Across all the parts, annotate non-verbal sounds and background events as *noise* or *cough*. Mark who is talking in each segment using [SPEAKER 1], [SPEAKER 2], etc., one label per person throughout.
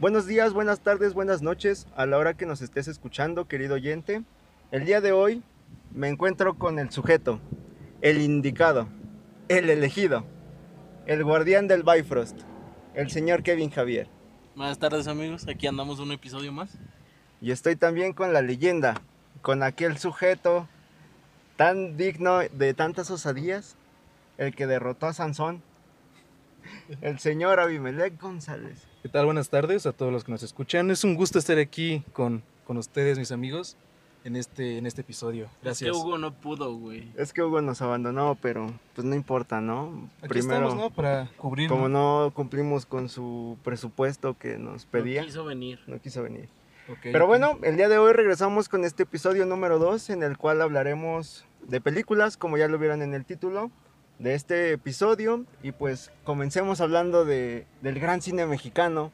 [SPEAKER 1] Buenos días, buenas tardes, buenas noches a la hora que nos estés escuchando, querido oyente. El día de hoy me encuentro con el sujeto, el indicado, el elegido, el guardián del Bifrost, el señor Kevin Javier.
[SPEAKER 2] Buenas tardes amigos, aquí andamos un episodio más.
[SPEAKER 1] Y estoy también con la leyenda, con aquel sujeto tan digno de tantas osadías, el que derrotó a Sansón, el señor Abimelech González.
[SPEAKER 3] ¿Qué tal? Buenas tardes a todos los que nos escuchan. Es un gusto estar aquí con, con ustedes, mis amigos, en este, en este episodio. Gracias.
[SPEAKER 2] Es que Hugo no pudo, güey.
[SPEAKER 1] Es que Hugo nos abandonó, pero pues no importa, ¿no?
[SPEAKER 3] Aquí estamos, ¿no? Para cubrir.
[SPEAKER 1] como no cumplimos con su presupuesto que nos pedía,
[SPEAKER 2] No quiso venir.
[SPEAKER 1] no quiso venir.
[SPEAKER 3] Ok,
[SPEAKER 1] Pero
[SPEAKER 3] ok.
[SPEAKER 1] bueno, el día de hoy regresamos con este episodio número 2 en el cual hablaremos de películas, como ya lo vieron en el título de este episodio. Y pues comencemos hablando de, del gran cine mexicano,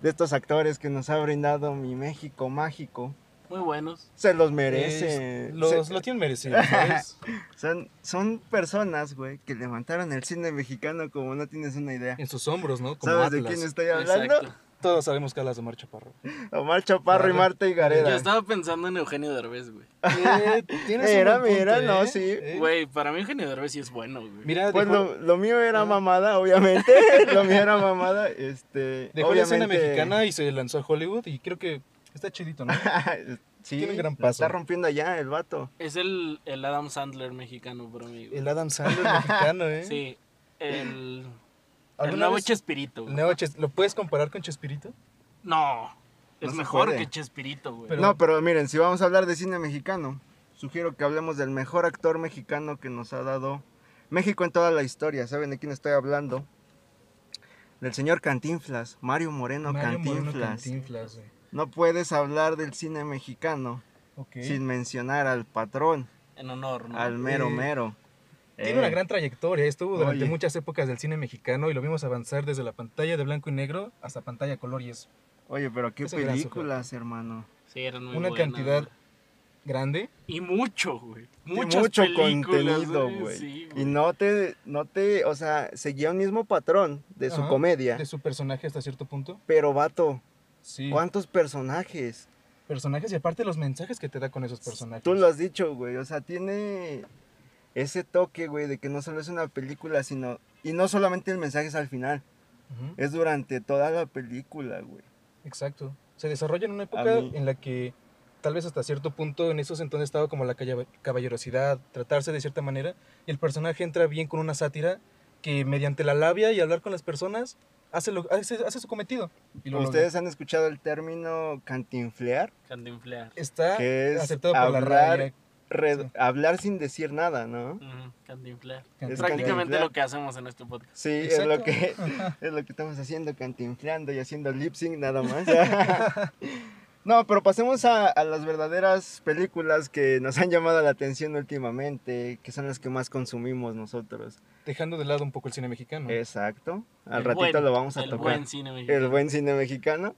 [SPEAKER 1] de estos actores que nos ha brindado mi México mágico.
[SPEAKER 2] Muy buenos.
[SPEAKER 1] Se los
[SPEAKER 3] Eh,
[SPEAKER 1] merece.
[SPEAKER 3] los,
[SPEAKER 1] Se-
[SPEAKER 3] lo tienen merecido,
[SPEAKER 1] *laughs*
[SPEAKER 3] ¿sabes?
[SPEAKER 1] son, son personas, güey, que levantaron el cine mexicano como no tienes una idea.
[SPEAKER 3] en sus hombros, ¿no? Como
[SPEAKER 1] ¿Sabes de
[SPEAKER 3] Atlas.
[SPEAKER 1] quién estoy hablando?
[SPEAKER 2] Exacto.
[SPEAKER 3] Todos sabemos que hablas de Omar
[SPEAKER 1] *laughs*
[SPEAKER 3] Chaparro.
[SPEAKER 1] Omar Chaparro y
[SPEAKER 3] Claro.
[SPEAKER 1] Marta
[SPEAKER 2] Yo
[SPEAKER 1] Higareda.
[SPEAKER 2] estaba pensando en Eugenio Derbez, güey.
[SPEAKER 3] Eh, tienes un
[SPEAKER 1] Mira,
[SPEAKER 3] buen punto,
[SPEAKER 1] mira, no,
[SPEAKER 3] ¿eh?
[SPEAKER 1] sí.
[SPEAKER 3] Eh,
[SPEAKER 2] Güey, para mí Eugenio Derbez sí es bueno, güey.
[SPEAKER 3] Mira,
[SPEAKER 1] Pues
[SPEAKER 3] dejó-
[SPEAKER 1] lo, lo mío era
[SPEAKER 3] Ah.
[SPEAKER 1] mamada, obviamente. *laughs* lo mío era mamada. Este,
[SPEAKER 3] Dejó la
[SPEAKER 1] obviamente, *laughs*
[SPEAKER 3] escena mexicana y se lanzó a Hollywood y creo que está chidito, ¿no?
[SPEAKER 1] Ah, sí,
[SPEAKER 3] tiene un gran
[SPEAKER 1] la
[SPEAKER 3] paso.
[SPEAKER 1] Está rompiendo allá el vato.
[SPEAKER 2] Es el, el Adam Sandler mexicano para mí, güey.
[SPEAKER 3] El Adam Sandler mexicano, ¿eh?
[SPEAKER 2] Sí. El,
[SPEAKER 3] ¿Alguna
[SPEAKER 2] el nuevo
[SPEAKER 3] vez-
[SPEAKER 2] Chespirito,
[SPEAKER 3] el
[SPEAKER 2] güey.
[SPEAKER 3] nuevo Ches- ¿Lo puedes comparar con Chespirito?
[SPEAKER 2] No.
[SPEAKER 1] No
[SPEAKER 2] Es
[SPEAKER 1] se
[SPEAKER 2] mejor
[SPEAKER 1] puede.
[SPEAKER 2] que Chespirito, güey.
[SPEAKER 3] Pero-
[SPEAKER 1] no, pero miren, si vamos a hablar de cine mexicano, sugiero que hablemos del mejor actor mexicano que nos ha dado México en toda la historia. ¿Saben de quién estoy hablando? Del señor Cantinflas, Mario Moreno,
[SPEAKER 3] Mario Moreno
[SPEAKER 1] Cantinflas.
[SPEAKER 3] Cantinflas, güey.
[SPEAKER 1] No puedes hablar del cine mexicano
[SPEAKER 3] Ok.
[SPEAKER 1] sin mencionar al patrón,
[SPEAKER 2] En honor, ¿no?
[SPEAKER 1] al mero
[SPEAKER 3] Eh,
[SPEAKER 1] mero.
[SPEAKER 3] Tiene
[SPEAKER 1] Eh,
[SPEAKER 3] una gran trayectoria, estuvo durante
[SPEAKER 1] Oye.
[SPEAKER 3] muchas épocas del cine mexicano y lo vimos avanzar desde la pantalla de blanco y negro hasta pantalla color y es
[SPEAKER 1] Oye, pero qué
[SPEAKER 3] Es un gran
[SPEAKER 1] películas, hermano.
[SPEAKER 2] Sí, eran muy
[SPEAKER 3] una
[SPEAKER 2] buenas,
[SPEAKER 3] cantidad
[SPEAKER 2] güey.
[SPEAKER 3] grande.
[SPEAKER 2] Y mucho, güey.
[SPEAKER 1] Y
[SPEAKER 2] Muchas
[SPEAKER 1] mucho
[SPEAKER 2] películas,
[SPEAKER 1] contenido, güey.
[SPEAKER 2] Sí,
[SPEAKER 1] y no te, no te, o sea, seguía un mismo patrón de su
[SPEAKER 3] Ajá,
[SPEAKER 1] comedia.
[SPEAKER 3] De su personaje hasta cierto punto.
[SPEAKER 1] Pero vato,
[SPEAKER 3] Sí.
[SPEAKER 1] ¿cuántos personajes?
[SPEAKER 3] Personajes y aparte los mensajes que te da con esos personajes.
[SPEAKER 1] Tú lo has dicho, güey. O sea, tiene ese toque, güey, de que no solo es una película, sino... Y no solamente el mensaje es al final,
[SPEAKER 3] Ujú,
[SPEAKER 1] es durante toda la película, güey.
[SPEAKER 3] Exacto. Se desarrolla en una
[SPEAKER 1] A
[SPEAKER 3] época
[SPEAKER 1] mí-
[SPEAKER 3] en la que tal vez hasta cierto punto en esos entonces estaba como la calla- caballerosidad, tratarse de cierta manera y el personaje entra bien con una sátira que mediante la labia y hablar con las personas hace, lo, hace, hace su cometido. Y lo logra.
[SPEAKER 1] ¿Ustedes han escuchado el término cantinflear?
[SPEAKER 2] Cantinflear.
[SPEAKER 3] está
[SPEAKER 1] Que es
[SPEAKER 3] aceptado por la
[SPEAKER 1] hablar-
[SPEAKER 3] RAE.
[SPEAKER 1] Re-
[SPEAKER 3] Sí.
[SPEAKER 1] Hablar sin decir nada, ¿no?
[SPEAKER 2] Ujú, Cantinflear.
[SPEAKER 1] Es
[SPEAKER 2] Prácticamente
[SPEAKER 1] cantinflear.
[SPEAKER 2] lo que hacemos en este podcast.
[SPEAKER 1] Sí,
[SPEAKER 3] Exacto.
[SPEAKER 1] es lo que es lo que estamos haciendo, cantinflando y haciendo lip sync nada más. *laughs* no, pero pasemos a, a las verdaderas películas que nos han llamado la atención últimamente, que son las que más consumimos nosotros.
[SPEAKER 3] Dejando de lado un poco el cine mexicano.
[SPEAKER 1] Exacto. Al
[SPEAKER 2] El
[SPEAKER 1] ratito
[SPEAKER 2] buen-
[SPEAKER 1] lo vamos a
[SPEAKER 2] el
[SPEAKER 1] tocar.
[SPEAKER 2] Buen cine mexicano.
[SPEAKER 1] El buen cine mexicano.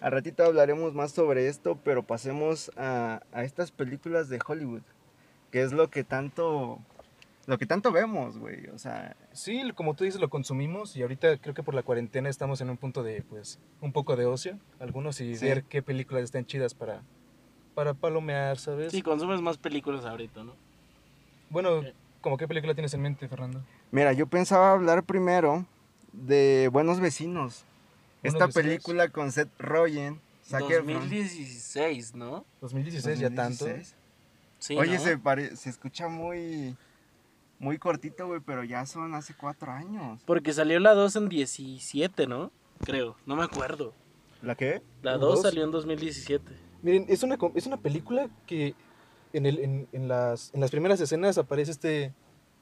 [SPEAKER 1] Al ratito hablaremos más sobre esto, pero pasemos a, a estas películas de Hollywood, que es lo que tanto lo que tanto vemos, güey, o sea,
[SPEAKER 3] Sí, como tú dices, lo consumimos y ahorita creo que por la cuarentena estamos en un punto de, pues, un poco de ocio, algunos, y
[SPEAKER 1] Sí.
[SPEAKER 3] ver qué películas están chidas para, para palomear, ¿sabes?
[SPEAKER 2] Sí, consumes más películas ahorita, ¿no?
[SPEAKER 3] Bueno,
[SPEAKER 2] Eh.
[SPEAKER 3] ¿como qué película tienes en mente, Fernando?
[SPEAKER 1] Mira, yo pensaba hablar primero de Buenos Vecinos. Esta
[SPEAKER 3] Vecinos.
[SPEAKER 1] película con Seth Rogen, Zac Efron.
[SPEAKER 2] 2016, ¿no?
[SPEAKER 3] 2016, ya tanto.
[SPEAKER 1] 2016.
[SPEAKER 2] Sí,
[SPEAKER 1] Oye,
[SPEAKER 2] ¿no?
[SPEAKER 1] se, pare- se escucha muy, muy cortito, güey, pero ya son hace cuatro años.
[SPEAKER 2] Porque salió la 2 en 17, ¿no? Creo, no me acuerdo.
[SPEAKER 1] ¿La *laughs* qué?
[SPEAKER 2] La
[SPEAKER 3] ¿La
[SPEAKER 2] 2
[SPEAKER 3] dos?
[SPEAKER 2] salió en 2017.
[SPEAKER 3] Miren, es una, com- es una película que en, el, en, en las, en las primeras escenas aparece este,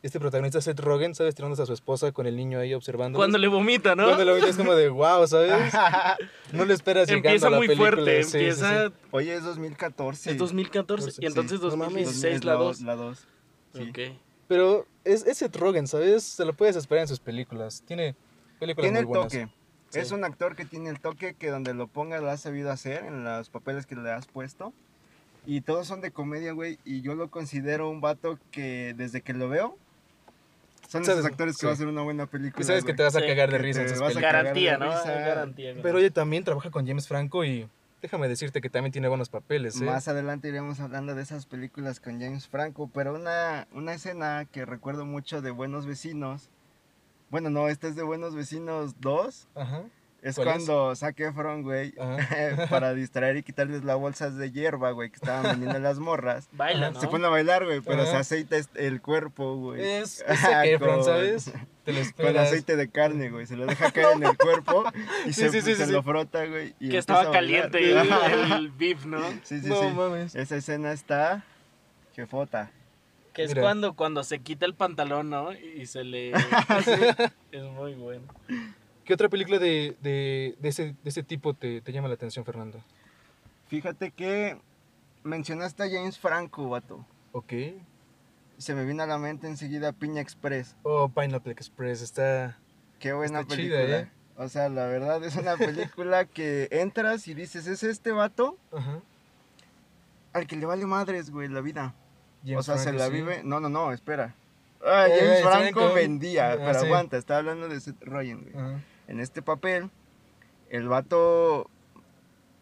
[SPEAKER 3] este protagonista Seth Rogen, ¿sabes? Tirándose a su esposa con el niño ahí observando.
[SPEAKER 2] Cuando le vomita, ¿no?
[SPEAKER 3] Cuando lo ves es como de wow, ¿sabes? No lo esperas llegando
[SPEAKER 2] empieza
[SPEAKER 3] a la
[SPEAKER 2] muy
[SPEAKER 3] película.
[SPEAKER 2] fuerte,
[SPEAKER 3] sí, sí,
[SPEAKER 2] empieza
[SPEAKER 3] sí.
[SPEAKER 1] Oye, es 2014.
[SPEAKER 2] es 2014
[SPEAKER 3] Sí.
[SPEAKER 2] y entonces
[SPEAKER 3] No mames.
[SPEAKER 2] 2016 la 2.
[SPEAKER 1] La 2. sí.
[SPEAKER 2] Ok.
[SPEAKER 3] Pero es ese Rogen, ¿sabes? Se lo puedes esperar en sus películas. Tiene películas
[SPEAKER 1] Tiene
[SPEAKER 3] muy
[SPEAKER 1] el
[SPEAKER 3] buenas.
[SPEAKER 1] toque.
[SPEAKER 3] Sí.
[SPEAKER 1] Es un actor que tiene el toque que donde lo pongas lo has sabido hacer en los papeles que le has puesto. Y todos son de comedia, güey. Y yo lo considero un vato que desde que lo veo, Son
[SPEAKER 3] Sabes,
[SPEAKER 1] esos actores que
[SPEAKER 3] sí.
[SPEAKER 1] va a ser una buena película.
[SPEAKER 3] Que sabes que
[SPEAKER 1] güey.
[SPEAKER 3] te vas a
[SPEAKER 2] Sí,
[SPEAKER 3] cagar de
[SPEAKER 1] que
[SPEAKER 3] risa. en
[SPEAKER 1] te
[SPEAKER 3] esas
[SPEAKER 1] vas a
[SPEAKER 3] películas.
[SPEAKER 1] cagar
[SPEAKER 2] Garantía,
[SPEAKER 1] de
[SPEAKER 2] ¿no?
[SPEAKER 1] risa.
[SPEAKER 2] Garantía. güey.
[SPEAKER 3] Pero oye, también trabaja con James Franco y déjame decirte que también tiene buenos papeles, ¿eh?
[SPEAKER 1] Más adelante iremos hablando de esas películas con James Franco, pero una, una escena que recuerdo mucho de Buenos Vecinos. Bueno, no, esta es de Buenos Vecinos 2.
[SPEAKER 3] Ajá.
[SPEAKER 1] Es
[SPEAKER 3] ¿Cuál es?
[SPEAKER 1] cuando Zac Efron, güey,
[SPEAKER 3] Ajá.
[SPEAKER 1] *laughs* para distraer y quitarles las bolsas de hierba, güey, que estaban vendiendo las morras.
[SPEAKER 2] Baila,
[SPEAKER 3] Ajá,
[SPEAKER 2] ¿no?
[SPEAKER 1] Se pone a bailar, güey, pero
[SPEAKER 3] Ajá. Eh,
[SPEAKER 1] se aceita est- el cuerpo, güey. Ah,
[SPEAKER 3] Es,
[SPEAKER 1] *laughs*
[SPEAKER 3] es Zac Efron,
[SPEAKER 1] Con-
[SPEAKER 3] ¿sabes? Te lo
[SPEAKER 1] Con
[SPEAKER 3] esperas.
[SPEAKER 1] aceite de carne, güey. Se lo
[SPEAKER 3] *laughs*
[SPEAKER 1] deja caer en el cuerpo y
[SPEAKER 3] Sí,
[SPEAKER 1] se,
[SPEAKER 3] sí, sí,
[SPEAKER 1] se
[SPEAKER 3] sí.
[SPEAKER 1] lo frota, güey. y empieza
[SPEAKER 2] que
[SPEAKER 1] a
[SPEAKER 2] estaba
[SPEAKER 1] bailar.
[SPEAKER 2] caliente
[SPEAKER 1] *laughs*
[SPEAKER 3] *laughs*
[SPEAKER 2] el, el beef, ¿no?
[SPEAKER 1] Sí, sí,
[SPEAKER 3] no
[SPEAKER 1] sí.
[SPEAKER 3] mames.
[SPEAKER 1] Esa escena está jefota.
[SPEAKER 2] Que es
[SPEAKER 3] Mira.
[SPEAKER 2] cuando, cuando se quita el pantalón, ¿no? Y se
[SPEAKER 1] *laughs*
[SPEAKER 2] le... Es muy bueno.
[SPEAKER 3] ¿Qué otra película de, de, de, ese, de ese tipo te, te llama la atención, Fernando?
[SPEAKER 1] Fíjate que mencionaste a James Franco, vato.
[SPEAKER 3] Ok.
[SPEAKER 1] Se me vino a la mente enseguida Piña Express.
[SPEAKER 3] Oh, Pineapple Express, está...
[SPEAKER 1] Qué buena
[SPEAKER 3] Está chida,
[SPEAKER 1] película.
[SPEAKER 3] ¿eh?
[SPEAKER 1] O sea, la verdad es una película
[SPEAKER 3] *laughs*
[SPEAKER 1] que entras y dices, es este vato
[SPEAKER 3] Ajá.
[SPEAKER 1] al que le vale madres, güey, la vida.
[SPEAKER 3] James
[SPEAKER 1] o sea, se
[SPEAKER 3] Franco,
[SPEAKER 1] la
[SPEAKER 3] sí.
[SPEAKER 1] vive. No, no, no, espera. Ah,
[SPEAKER 3] Eh,
[SPEAKER 1] James
[SPEAKER 3] eh,
[SPEAKER 1] Franco
[SPEAKER 3] Franco.
[SPEAKER 1] vendía,
[SPEAKER 3] Ah,
[SPEAKER 1] pero
[SPEAKER 3] sí. Ah.
[SPEAKER 1] aguanta, está hablando de Seth Rogen, güey.
[SPEAKER 3] Ajá.
[SPEAKER 1] En este papel, el vato.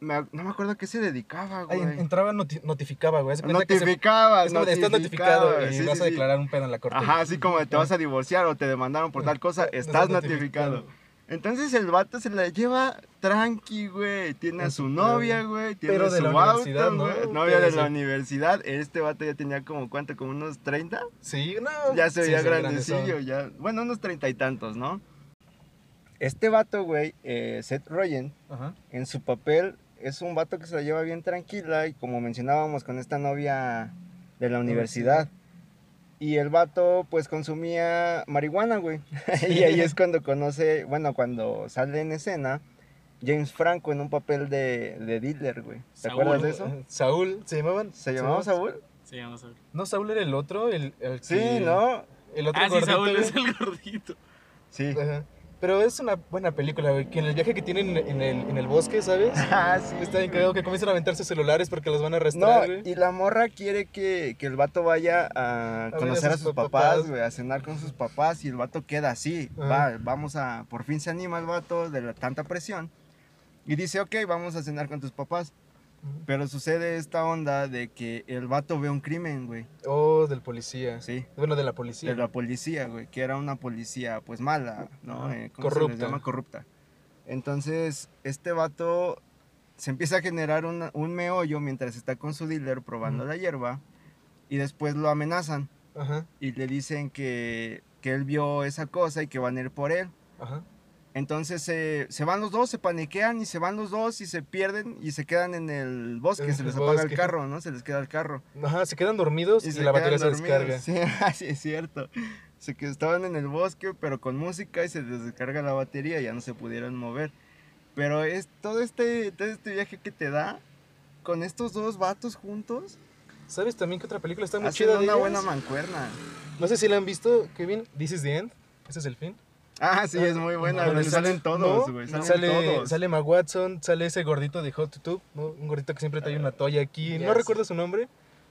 [SPEAKER 1] me ac- no me acuerdo a qué se dedicaba,
[SPEAKER 3] Ay,
[SPEAKER 1] güey.
[SPEAKER 3] en- entraba, noti- notificaba, güey. Haz de cuenta que se-
[SPEAKER 1] Notificabas,
[SPEAKER 3] es como de, Estás
[SPEAKER 1] notificado,
[SPEAKER 3] notificado
[SPEAKER 1] güey,
[SPEAKER 3] y
[SPEAKER 1] sí,
[SPEAKER 3] vas
[SPEAKER 1] sí,
[SPEAKER 3] a
[SPEAKER 1] sí.
[SPEAKER 3] declarar un pedo en la corte.
[SPEAKER 1] Ajá, así como de te
[SPEAKER 3] *laughs*
[SPEAKER 1] vas a divorciar o te demandaron por tal cosa, estás notificado. Entonces el vato se la lleva tranqui, güey. Tiene a
[SPEAKER 3] En
[SPEAKER 1] su
[SPEAKER 3] su
[SPEAKER 1] novia,
[SPEAKER 3] pedo.
[SPEAKER 1] güey. Tiene
[SPEAKER 3] Pero
[SPEAKER 1] su
[SPEAKER 3] de la universidad,
[SPEAKER 1] auto,
[SPEAKER 3] ¿no?
[SPEAKER 1] güey.
[SPEAKER 3] Un
[SPEAKER 1] Novia
[SPEAKER 3] pedo
[SPEAKER 1] de la
[SPEAKER 3] así.
[SPEAKER 1] universidad. Este vato ya tenía como, ¿cuánto? Como unos 30.
[SPEAKER 3] Sí, no.
[SPEAKER 1] Ya se
[SPEAKER 3] sí,
[SPEAKER 1] veía
[SPEAKER 3] son grandes, son.
[SPEAKER 1] grandecillo, ya. Bueno, unos treinta y tantos, ¿no? Este vato, güey, eh, Seth Rogen,
[SPEAKER 3] Ajá.
[SPEAKER 1] en su papel es un vato que se la lleva bien tranquila y como mencionábamos con esta novia de la universidad. Y el vato pues consumía marihuana, güey. *laughs* y ahí es cuando conoce, bueno, cuando sale en escena James Franco en un papel de, de dealer, güey. ¿Te
[SPEAKER 2] Saúl.
[SPEAKER 1] acuerdas de eso?
[SPEAKER 3] Saúl, ¿se llamaban?
[SPEAKER 1] ¿Se llamaba Saúl?
[SPEAKER 2] Sí, vamos a ver.
[SPEAKER 3] No, Saúl era el otro, el, el
[SPEAKER 1] Sí,
[SPEAKER 3] que-
[SPEAKER 1] ¿no?
[SPEAKER 3] El otro
[SPEAKER 2] Ah, sí,
[SPEAKER 3] gordito,
[SPEAKER 2] Saúl
[SPEAKER 3] güey.
[SPEAKER 2] es el gordito.
[SPEAKER 1] Sí.
[SPEAKER 3] *laughs* Ajá. Pero es una buena película, güey. Que en el viaje que tienen en el, en el bosque, ¿sabes?
[SPEAKER 1] *laughs* Ah, sí.
[SPEAKER 3] Está bien
[SPEAKER 1] güey.
[SPEAKER 3] cagado que comienzan a aventar sus celulares porque los van a
[SPEAKER 1] No,
[SPEAKER 3] arrastrar, güey.
[SPEAKER 1] y la morra quiere que, que el vato vaya a
[SPEAKER 3] ver a
[SPEAKER 1] conocer a
[SPEAKER 3] sus
[SPEAKER 1] sus papás,
[SPEAKER 3] papás.
[SPEAKER 1] güey, a cenar con sus papás y el vato queda así.
[SPEAKER 3] Ajá.
[SPEAKER 1] Va, vamos a, por fin se anima el vato de la tanta presión y dice, ok, vamos a cenar con tus papás. Pero sucede esta onda de que el vato ve un crimen, güey.
[SPEAKER 3] Oh, del policía.
[SPEAKER 1] Sí.
[SPEAKER 3] Bueno, de la policía.
[SPEAKER 1] De la policía, güey, que era una policía, pues mala, ¿no?
[SPEAKER 3] Ajá.
[SPEAKER 1] Eh, ¿cómo se les
[SPEAKER 3] Corrupta.
[SPEAKER 1] llama? Corrupta. Entonces, este vato se empieza a generar una- un meollo mientras está con su dealer probando
[SPEAKER 3] Ujú.
[SPEAKER 1] la hierba y después lo amenazan
[SPEAKER 3] Ajá,
[SPEAKER 1] y le dicen que, que él vio esa cosa y que van a ir por él.
[SPEAKER 3] ajá.
[SPEAKER 1] Entonces se- se van los dos, se paniquean y se van los dos y se pierden y se quedan en el bosque,
[SPEAKER 3] En
[SPEAKER 1] se
[SPEAKER 3] el
[SPEAKER 1] les apaga el
[SPEAKER 3] bosque.
[SPEAKER 1] carro, ¿no? Se les queda el carro.
[SPEAKER 3] Ajá, se quedan dormidos y, la batería se
[SPEAKER 1] quedan
[SPEAKER 3] descarga.
[SPEAKER 1] dormidos. Sí, *laughs* sí, es cierto. Se que estaban en el bosque, pero con música y se les descarga la batería, ya no se pudieron mover. Pero es todo este, todo este viaje que te da con estos dos vatos juntos,
[SPEAKER 3] ¿Sabes también que otra película está muy
[SPEAKER 1] hacen
[SPEAKER 3] chida? de
[SPEAKER 1] una
[SPEAKER 3] ellos?
[SPEAKER 1] buena mancuerna.
[SPEAKER 3] No sé si la han visto, Kevin. This is the end. Ese es el fin.
[SPEAKER 1] Ah, sí, es muy buena,
[SPEAKER 3] Donde
[SPEAKER 1] güey, salen
[SPEAKER 3] sale-
[SPEAKER 1] todos,
[SPEAKER 3] ¿no?
[SPEAKER 1] güey,
[SPEAKER 3] No,
[SPEAKER 1] salen
[SPEAKER 3] sale,
[SPEAKER 1] todos.
[SPEAKER 3] sale Ma Watson, sale ese gordito de Hot Tube, ¿no? un gordito que siempre
[SPEAKER 1] Eh,
[SPEAKER 3] trae una toalla
[SPEAKER 2] ya
[SPEAKER 3] aquí. No
[SPEAKER 2] sé.
[SPEAKER 3] recuerdo su nombre.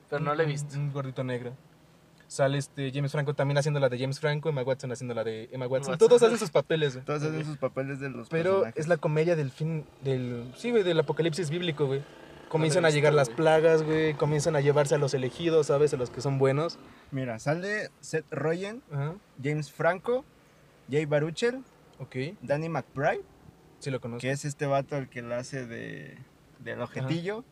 [SPEAKER 2] Pero no le he
[SPEAKER 3] Un-
[SPEAKER 2] visto.
[SPEAKER 3] Un, gordito negro. Sale este James Franco también haciendo la de James Franco, Emma Watson haciendo la de Emma Watson.
[SPEAKER 2] Watson.
[SPEAKER 3] Todos hacen sus papeles, güey.
[SPEAKER 1] Todos hacen sus papeles de los
[SPEAKER 3] Pero
[SPEAKER 1] personajes.
[SPEAKER 3] es la comedia del fin, del, sí, güey, del apocalipsis bíblico, güey. Comienzan
[SPEAKER 2] No
[SPEAKER 3] a
[SPEAKER 2] lo he
[SPEAKER 3] llegar
[SPEAKER 2] visto,
[SPEAKER 3] las
[SPEAKER 2] güey.
[SPEAKER 3] plagas, güey. Comienzan a llevarse a los elegidos, ¿sabes? A los que son buenos.
[SPEAKER 1] Mira, sale Seth Rogen,
[SPEAKER 3] Ajá,
[SPEAKER 1] James Franco, Jay Baruchel,
[SPEAKER 3] ok.
[SPEAKER 1] Danny McBride,
[SPEAKER 3] Sí lo conozco.
[SPEAKER 1] que es este vato el que la hace de del
[SPEAKER 3] *laughs*
[SPEAKER 1] objetillo.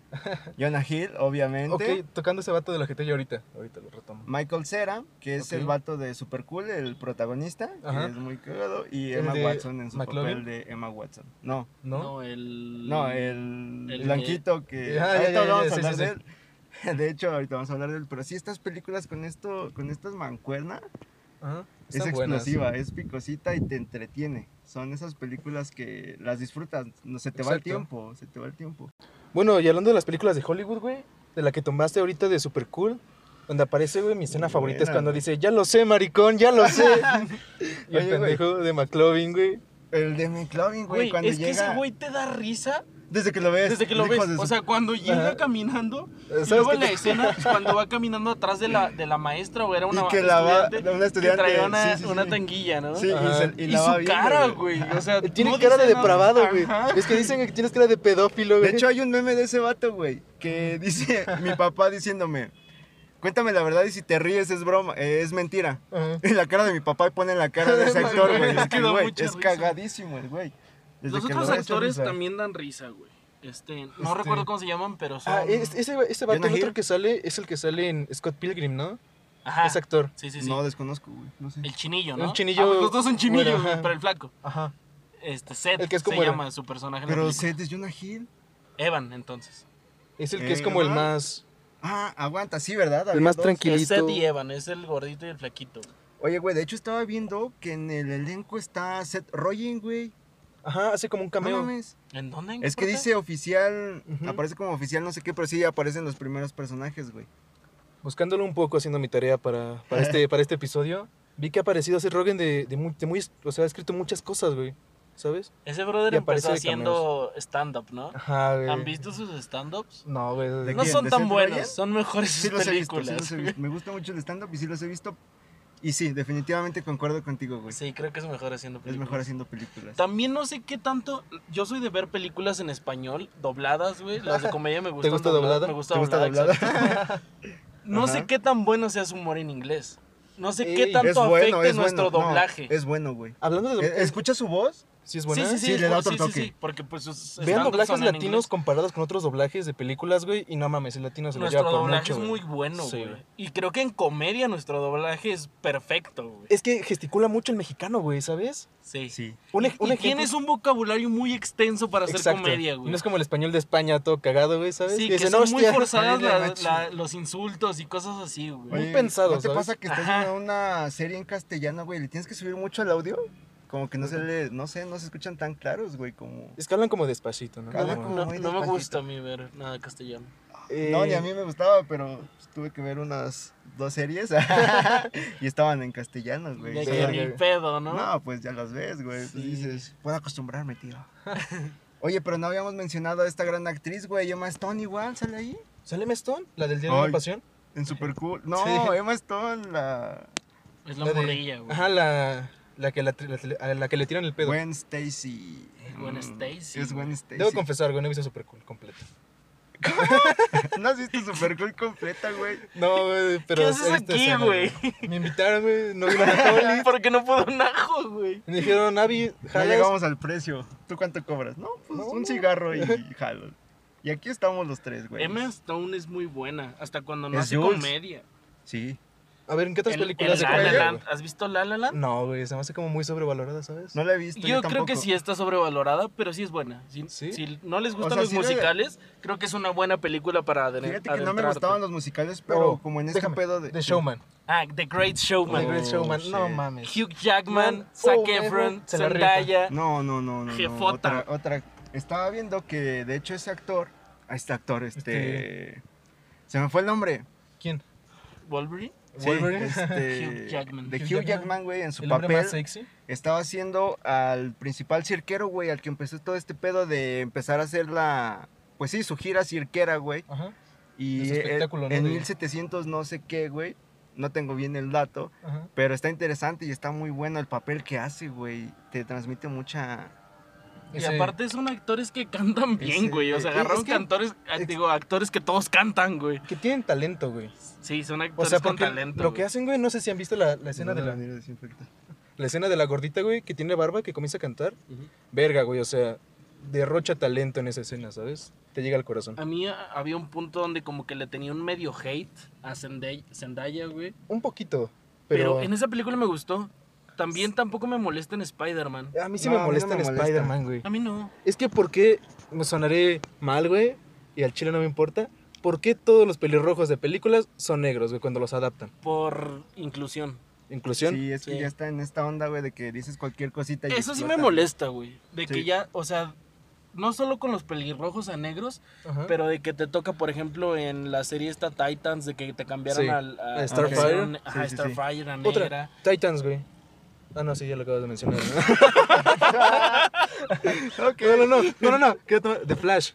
[SPEAKER 1] Jonah Hill, obviamente.
[SPEAKER 3] Ok, tocando ese vato de la gente yo ahorita. Ahorita lo retomo.
[SPEAKER 1] Michael Cera, que es
[SPEAKER 3] Ok.
[SPEAKER 1] el vato de Super Cool, el protagonista,
[SPEAKER 3] Ajá.
[SPEAKER 1] que es muy cagado, y
[SPEAKER 3] ¿El
[SPEAKER 1] Emma
[SPEAKER 3] de
[SPEAKER 1] Watson en su
[SPEAKER 3] McLovin?
[SPEAKER 1] papel de Emma Watson. No,
[SPEAKER 3] ¿No?
[SPEAKER 2] el...
[SPEAKER 1] no, el,
[SPEAKER 2] el
[SPEAKER 1] blanquito que
[SPEAKER 3] *laughs* Ah, ya,
[SPEAKER 1] ahorita
[SPEAKER 3] ya, ya,
[SPEAKER 1] vamos a
[SPEAKER 3] sí,
[SPEAKER 1] hablar
[SPEAKER 3] sí,
[SPEAKER 1] de
[SPEAKER 3] sí.
[SPEAKER 1] él. *laughs* De hecho, ahorita vamos a hablar de él, pero sí estas películas con esto con estas mancuernas
[SPEAKER 3] Ajá,
[SPEAKER 1] es
[SPEAKER 3] están buenas.
[SPEAKER 1] explosiva, es picosita y te entretiene. Son esas películas que las disfrutas, no se te va el
[SPEAKER 3] Exacto.
[SPEAKER 1] tiempo, se te va el tiempo.
[SPEAKER 3] Bueno, y hablando de las películas de Hollywood, güey, de la que tomaste ahorita de Super Cool, donde aparece, güey, mi escena
[SPEAKER 1] Muy
[SPEAKER 3] favorita es
[SPEAKER 1] buena,
[SPEAKER 3] cuando
[SPEAKER 1] güey.
[SPEAKER 3] dice, ya lo sé, maricón, ya
[SPEAKER 1] *laughs*
[SPEAKER 3] lo sé. y el
[SPEAKER 1] Oye, güey.
[SPEAKER 3] pendejo de McLovin, güey.
[SPEAKER 1] El de McLovin, güey,
[SPEAKER 2] Güey,
[SPEAKER 1] cuando
[SPEAKER 2] es que
[SPEAKER 1] llega
[SPEAKER 2] ese güey te da risa
[SPEAKER 1] Desde que lo ves.
[SPEAKER 2] Desde que lo
[SPEAKER 1] dijo
[SPEAKER 2] ves.
[SPEAKER 1] desde-
[SPEAKER 2] O sea, cuando llega
[SPEAKER 3] Ajá.
[SPEAKER 2] caminando. Y
[SPEAKER 1] ¿Sabes
[SPEAKER 2] luego
[SPEAKER 1] qué
[SPEAKER 2] en la
[SPEAKER 1] te- *laughs*
[SPEAKER 2] escena, cuando va caminando atrás de la, de la maestra, o era una
[SPEAKER 1] Y que la va- una
[SPEAKER 2] que
[SPEAKER 1] estudiante,
[SPEAKER 2] traía una,
[SPEAKER 1] sí, sí, sí.
[SPEAKER 2] una tanguilla, ¿no?
[SPEAKER 1] Sí, y,
[SPEAKER 3] Ajá.
[SPEAKER 1] se- y
[SPEAKER 2] Y,
[SPEAKER 1] la va
[SPEAKER 2] su
[SPEAKER 1] viendo,
[SPEAKER 2] cara, güey. O sea,
[SPEAKER 3] Tiene
[SPEAKER 2] no
[SPEAKER 3] cara de
[SPEAKER 2] dice nada.
[SPEAKER 3] depravado, güey.
[SPEAKER 2] Ajá.
[SPEAKER 3] Es que dicen que tienes cara de pedófilo,
[SPEAKER 1] De
[SPEAKER 3] güey.
[SPEAKER 1] hecho, hay un meme de ese vato, güey, que *laughs* dice mi papá diciéndome, cuéntame la verdad y si te ríes es broma, eh, es mentira.
[SPEAKER 3] Ajá.
[SPEAKER 1] Y la cara de mi papá y pone la cara
[SPEAKER 2] *laughs*
[SPEAKER 1] de ese
[SPEAKER 2] Madre,
[SPEAKER 1] actor,
[SPEAKER 2] güey,
[SPEAKER 1] güey.
[SPEAKER 2] es
[SPEAKER 1] Es
[SPEAKER 2] que
[SPEAKER 1] que,
[SPEAKER 2] da
[SPEAKER 1] güey,
[SPEAKER 2] mucha
[SPEAKER 1] es
[SPEAKER 2] risa.
[SPEAKER 1] cagadísimo el güey. Desde
[SPEAKER 2] Los
[SPEAKER 1] que
[SPEAKER 2] otros
[SPEAKER 1] lo ves,
[SPEAKER 2] actores
[SPEAKER 1] risa.
[SPEAKER 2] también dan risa, güey. Este, no
[SPEAKER 3] Este-
[SPEAKER 2] recuerdo cómo se llaman, pero son...
[SPEAKER 3] Ah, es- ese, ese vato,
[SPEAKER 1] Jonah
[SPEAKER 3] el otro
[SPEAKER 1] Hill. Ah.
[SPEAKER 3] que sale, es el que sale en Scott Pilgrim, ¿no?
[SPEAKER 2] Ajá.
[SPEAKER 3] Ese actor.
[SPEAKER 2] Sí, sí, sí.
[SPEAKER 1] No, desconozco, güey. No sé.
[SPEAKER 2] El chinillo, ¿no?
[SPEAKER 3] Un chinillo-
[SPEAKER 2] Ah, pues los dos son chinillos,
[SPEAKER 3] Bueno,
[SPEAKER 2] güey,
[SPEAKER 3] ajá.
[SPEAKER 2] pero el flaco.
[SPEAKER 3] Ajá.
[SPEAKER 2] Este, Seth
[SPEAKER 3] El que es como
[SPEAKER 2] se
[SPEAKER 3] el-
[SPEAKER 2] llama su personaje. en la
[SPEAKER 1] Pero
[SPEAKER 2] película.
[SPEAKER 1] Seth es Jonah Hill.
[SPEAKER 2] Evan, entonces.
[SPEAKER 3] Es el que
[SPEAKER 1] Eh,
[SPEAKER 3] es como el
[SPEAKER 1] ajá.
[SPEAKER 3] más.
[SPEAKER 1] Ah, aguanta, sí, ¿verdad?
[SPEAKER 3] El
[SPEAKER 1] Había
[SPEAKER 3] más
[SPEAKER 1] dos.
[SPEAKER 2] Es
[SPEAKER 3] tranquilito.
[SPEAKER 2] Seth y Evan, es el gordito y el flaquito. güey.
[SPEAKER 1] Oye, güey, de hecho estaba viendo que en el elenco está Seth Rogen, güey.
[SPEAKER 3] Ajá, hace como un
[SPEAKER 1] No
[SPEAKER 3] cameo.
[SPEAKER 1] mames.
[SPEAKER 2] ¿En dónde?
[SPEAKER 1] Es que
[SPEAKER 2] dice
[SPEAKER 1] dice oficial,
[SPEAKER 3] Ujú.
[SPEAKER 1] aparece como oficial, no sé qué, pero sí aparecen los primeros personajes, güey.
[SPEAKER 3] Buscándolo un poco, haciendo mi tarea para,
[SPEAKER 1] *laughs*
[SPEAKER 3] para, este, para este episodio, vi que ha aparecido ese Rogen de, de muy, de muy- O sea, ha escrito muchas cosas, güey. ¿Sabes?
[SPEAKER 2] Ese brother
[SPEAKER 3] Y
[SPEAKER 2] empezó
[SPEAKER 3] aparece de
[SPEAKER 2] haciendo stand-up, ¿no?
[SPEAKER 3] Ajá, güey.
[SPEAKER 2] ¿Han visto sus stand-ups?
[SPEAKER 3] No, güey.
[SPEAKER 1] ¿De
[SPEAKER 2] No
[SPEAKER 1] quién?
[SPEAKER 2] son
[SPEAKER 1] ¿De
[SPEAKER 2] tan
[SPEAKER 1] Seth
[SPEAKER 2] buenos,
[SPEAKER 1] Rogen?
[SPEAKER 2] son mejores
[SPEAKER 1] Sí
[SPEAKER 2] sus
[SPEAKER 1] los he visto,
[SPEAKER 2] películas.
[SPEAKER 1] sí los he visto. Me gusta mucho el stand-up y sí los he visto. Y sí, definitivamente concuerdo contigo, güey.
[SPEAKER 2] Sí, creo que es mejor haciendo
[SPEAKER 1] Es
[SPEAKER 2] películas.
[SPEAKER 1] mejor haciendo películas.
[SPEAKER 2] También no sé qué tanto. Yo soy de ver películas en español, dobladas, güey. Las de
[SPEAKER 3] *laughs*
[SPEAKER 2] comedia me gustan.
[SPEAKER 3] gusta
[SPEAKER 2] dobladas,
[SPEAKER 3] doblada?
[SPEAKER 2] Me gusta
[SPEAKER 1] ¿Te gusta
[SPEAKER 2] doblada,
[SPEAKER 1] doblada? *laughs*
[SPEAKER 2] exacto. no sé
[SPEAKER 1] Ajá.
[SPEAKER 2] qué tan bueno sea su humor en inglés. No sé qué
[SPEAKER 3] Ey,
[SPEAKER 2] tanto
[SPEAKER 1] Es bueno,
[SPEAKER 2] afecte
[SPEAKER 1] es
[SPEAKER 2] nuestro
[SPEAKER 1] bueno. No,
[SPEAKER 2] doblaje.
[SPEAKER 1] es bueno, güey.
[SPEAKER 3] *laughs* Hablando de.
[SPEAKER 1] Eh, ¿Escucha su voz?
[SPEAKER 3] ¿eh? Sí, es buena.
[SPEAKER 2] sí, sí, sí,
[SPEAKER 1] Sí, le da
[SPEAKER 2] por-
[SPEAKER 1] otro
[SPEAKER 2] sí,
[SPEAKER 1] toque.
[SPEAKER 2] sí, sí, porque pues sus
[SPEAKER 3] Vean
[SPEAKER 2] stand-ups
[SPEAKER 3] doblajes
[SPEAKER 2] son en
[SPEAKER 3] latinos comparados con otros doblajes de películas, güey. Y no mames, el latino
[SPEAKER 2] inglés.
[SPEAKER 3] se lo
[SPEAKER 2] Nuestro
[SPEAKER 3] lleva por
[SPEAKER 2] doblaje
[SPEAKER 3] mucho.
[SPEAKER 2] es
[SPEAKER 3] güey.
[SPEAKER 2] muy bueno,
[SPEAKER 3] Sí,
[SPEAKER 2] güey. y creo que en comedia nuestro doblaje es perfecto, güey.
[SPEAKER 3] Es que gesticula mucho el mexicano, güey, ¿sabes?
[SPEAKER 2] Sí.
[SPEAKER 1] Sí.
[SPEAKER 3] Un, ej- un
[SPEAKER 2] y
[SPEAKER 3] ejemplo-
[SPEAKER 2] tienes un vocabulario muy extenso para hacer
[SPEAKER 3] Exacto.
[SPEAKER 2] comedia, güey.
[SPEAKER 3] No es como el español de España, todo cagado, güey, ¿sabes?
[SPEAKER 2] Sí,
[SPEAKER 3] Y
[SPEAKER 2] que
[SPEAKER 3] dice,
[SPEAKER 2] son
[SPEAKER 3] "No,
[SPEAKER 2] muy
[SPEAKER 3] hostia". *laughs*
[SPEAKER 2] forzadas
[SPEAKER 1] Ay, la
[SPEAKER 2] la-
[SPEAKER 1] macho.
[SPEAKER 2] la- los insultos y cosas así, güey.
[SPEAKER 3] Muy pensado,
[SPEAKER 1] ¿No te
[SPEAKER 3] ¿sabes?
[SPEAKER 1] pasa que estás
[SPEAKER 2] Ajá.
[SPEAKER 1] viendo una serie en castellano, güey? ¿Le tienes que subir mucho al audio? Como que no se le, no sé, no se escuchan tan claros, güey, como...
[SPEAKER 3] Es que hablan como despacito, ¿no?
[SPEAKER 1] Hablan
[SPEAKER 3] Como-
[SPEAKER 1] como-
[SPEAKER 2] No,
[SPEAKER 1] muy
[SPEAKER 2] no me
[SPEAKER 1] despacito.
[SPEAKER 2] gusta a mí ver nada castellano.
[SPEAKER 3] Eh,
[SPEAKER 1] No, ni a mí me gustaba, pero pues, tuve que ver unas dos series *laughs* y estaban en castellano, güey.
[SPEAKER 2] De
[SPEAKER 1] Sí,
[SPEAKER 2] que
[SPEAKER 3] verga,
[SPEAKER 2] ni
[SPEAKER 3] güey.
[SPEAKER 2] pedo,
[SPEAKER 1] ¿no?
[SPEAKER 2] ¿no?
[SPEAKER 1] pues ya las ves, güey. Pues
[SPEAKER 2] Sí.
[SPEAKER 1] dices, puedo acostumbrarme,
[SPEAKER 2] *laughs*
[SPEAKER 1] tío. Oye, pero no habíamos mencionado a esta gran actriz, güey. Emma Stone igual sale ahí.
[SPEAKER 3] ¿Sale Emma Stone? ¿La del Día de
[SPEAKER 1] Ay.
[SPEAKER 3] la Pasión?
[SPEAKER 1] En Super Cool. No,
[SPEAKER 3] Sí.
[SPEAKER 1] Emma Stone, la...
[SPEAKER 2] Es la,
[SPEAKER 3] de-
[SPEAKER 2] morrilla, güey.
[SPEAKER 3] Ajá, la, la, que la, tri- la tri- a la que le tiran el pedo.
[SPEAKER 1] Gwen Stacy.
[SPEAKER 2] Gwen
[SPEAKER 1] Mm,
[SPEAKER 2] Stacy,
[SPEAKER 1] Es Gwen
[SPEAKER 2] güey.
[SPEAKER 1] Stacy.
[SPEAKER 3] Debo confesar, güey, no he visto Super Cool completo.
[SPEAKER 1] *laughs* ¿No has visto Super Cool completa, güey?
[SPEAKER 3] No, güey, pero...
[SPEAKER 2] ¿Qué haces
[SPEAKER 3] he visto
[SPEAKER 2] aquí,
[SPEAKER 3] escena,
[SPEAKER 2] güey?
[SPEAKER 3] Me invitaron, güey, no vino
[SPEAKER 2] *laughs*
[SPEAKER 3] la poli.
[SPEAKER 2] *laughs* Porque no puedo un ajo, güey.
[SPEAKER 3] Me dijeron, Avi,
[SPEAKER 1] Ya
[SPEAKER 3] jalas.
[SPEAKER 1] llegamos al precio. ¿Tú cuánto cobras? No, pues
[SPEAKER 3] No,
[SPEAKER 1] un
[SPEAKER 3] no.
[SPEAKER 1] cigarro y jalo. Y aquí estamos los tres, güey.
[SPEAKER 2] Emma Stone es muy buena, hasta cuando no
[SPEAKER 1] Es
[SPEAKER 2] hace
[SPEAKER 1] Jules.
[SPEAKER 2] comedia.
[SPEAKER 1] Sí.
[SPEAKER 3] A ver, ¿en qué otras
[SPEAKER 2] El-
[SPEAKER 3] películas
[SPEAKER 2] el
[SPEAKER 3] de
[SPEAKER 2] La La
[SPEAKER 1] comedia,
[SPEAKER 2] Land.
[SPEAKER 3] güey?
[SPEAKER 2] ¿Has visto La La Land?
[SPEAKER 3] No, güey, se me hace como muy sobrevalorada, ¿sabes?
[SPEAKER 1] No la he visto. Yo,
[SPEAKER 2] Yo creo que
[SPEAKER 1] tampoco.
[SPEAKER 2] sí está sobrevalorada, pero sí es buena. Si,
[SPEAKER 3] ¿Sí?
[SPEAKER 2] si no les gustan
[SPEAKER 1] sea,
[SPEAKER 2] los
[SPEAKER 1] sí la-
[SPEAKER 2] musicales, creo que es una buena película para adren-
[SPEAKER 1] Fíjate que no me
[SPEAKER 2] adentrarte.
[SPEAKER 1] gustaban los musicales, pero
[SPEAKER 3] Oh,
[SPEAKER 1] como en este
[SPEAKER 3] déjame,
[SPEAKER 1] pedo de.
[SPEAKER 3] The Showman.
[SPEAKER 2] Ah, The Great
[SPEAKER 3] The
[SPEAKER 2] Showman.
[SPEAKER 3] Great
[SPEAKER 1] Oh,
[SPEAKER 3] Showman. No
[SPEAKER 1] shit.
[SPEAKER 3] mames.
[SPEAKER 2] Hugh Jackman,
[SPEAKER 3] Man, oh,
[SPEAKER 2] Zac
[SPEAKER 3] man,
[SPEAKER 2] Efron,
[SPEAKER 3] se la rifa.
[SPEAKER 2] Zendaya.
[SPEAKER 1] No, no, no, no. no, Otra,
[SPEAKER 2] Jefota.
[SPEAKER 1] otra. Estaba viendo que de hecho ese actor. ah, Este actor, este. Se me fue el nombre.
[SPEAKER 3] ¿Quién?
[SPEAKER 2] Wolverine.
[SPEAKER 1] Sí, *laughs*
[SPEAKER 3] Wolverine.
[SPEAKER 1] este,
[SPEAKER 2] Hugh Jackman.
[SPEAKER 1] De
[SPEAKER 3] Hugh
[SPEAKER 1] Hugh
[SPEAKER 3] Jackman.
[SPEAKER 1] Jackman, güey, en su
[SPEAKER 3] *laughs* ¿El hombre
[SPEAKER 1] papel.
[SPEAKER 3] más sexy?
[SPEAKER 1] Estaba haciendo al principal cirquero, güey, al que empezó todo este pedo de empezar a hacer la. Pues sí, su gira cirquera, güey.
[SPEAKER 3] Ajá,
[SPEAKER 1] Y
[SPEAKER 3] De su
[SPEAKER 1] eh,
[SPEAKER 3] espectáculo, ¿no?
[SPEAKER 1] en
[SPEAKER 3] De-
[SPEAKER 1] 1700 no sé qué, güey. No tengo bien el dato.
[SPEAKER 3] ajá.
[SPEAKER 1] Pero está interesante y está muy bueno el papel que hace, güey. Te transmite mucha...
[SPEAKER 2] Y
[SPEAKER 3] Ese-
[SPEAKER 2] aparte son actores que cantan bien,
[SPEAKER 1] Ese-
[SPEAKER 2] güey. O sea,
[SPEAKER 1] eh,
[SPEAKER 2] agarraron
[SPEAKER 3] es que-
[SPEAKER 2] cantores, ah,
[SPEAKER 3] ex-
[SPEAKER 2] digo, actores que todos cantan, güey.
[SPEAKER 3] Que tienen talento, güey.
[SPEAKER 2] Sí, son
[SPEAKER 3] O
[SPEAKER 2] actores
[SPEAKER 3] sea,
[SPEAKER 2] con
[SPEAKER 3] porque
[SPEAKER 2] talento.
[SPEAKER 3] lo que
[SPEAKER 2] güey.
[SPEAKER 3] hacen, güey, no sé si han visto la, la escena de la, la escena de la gordita, güey, que tiene barba, que comienza a cantar.
[SPEAKER 2] Ujú.
[SPEAKER 3] Verga, güey, o sea, derrocha talento en esa escena, ¿sabes? Te llega al corazón.
[SPEAKER 2] A mí ah, había un punto donde como que le tenía un medio hate a Zendaya, Zendaya, güey.
[SPEAKER 3] Un poquito,
[SPEAKER 2] Pero...
[SPEAKER 3] pero...
[SPEAKER 2] en esa película me gustó. También tampoco me molesta en Spider-Man.
[SPEAKER 3] A mí sí
[SPEAKER 1] No, a mí
[SPEAKER 3] me
[SPEAKER 1] no
[SPEAKER 3] molesta
[SPEAKER 1] me
[SPEAKER 3] en
[SPEAKER 1] molesta.
[SPEAKER 3] Spider-Man, güey.
[SPEAKER 2] A mí no.
[SPEAKER 3] Es que ¿por qué me sonaré mal, güey? Y al chile no me importa. ¿Por qué todos los pelirrojos de películas son negros, güey, cuando los adaptan?
[SPEAKER 2] Por inclusión.
[SPEAKER 3] Inclusión.
[SPEAKER 1] Sí, es que
[SPEAKER 2] Sí.
[SPEAKER 1] ya está en esta onda, güey, de que dices cualquier cosita y
[SPEAKER 2] Eso sí me
[SPEAKER 1] explota.
[SPEAKER 2] molesta, güey. De que
[SPEAKER 1] Sí.
[SPEAKER 2] ya, o sea, no solo con los pelirrojos a negros,
[SPEAKER 3] Ajá.
[SPEAKER 2] Pero de que te toca, por ejemplo, en la serie esta Titans, de que te cambiaron
[SPEAKER 3] Sí,
[SPEAKER 2] al, a,
[SPEAKER 3] a
[SPEAKER 2] a-
[SPEAKER 3] Starfire.
[SPEAKER 2] hicieron- ajá,
[SPEAKER 1] Sí, sí, sí.
[SPEAKER 2] Starfire a
[SPEAKER 3] Otra.
[SPEAKER 2] negra.
[SPEAKER 3] Titans, güey. Ah, no, sí, ya lo acabas de mencionar.
[SPEAKER 2] *laughs*
[SPEAKER 3] ¿no?
[SPEAKER 1] Ok.
[SPEAKER 3] No, no, no, no, no, no. ¿qué to- The Flash.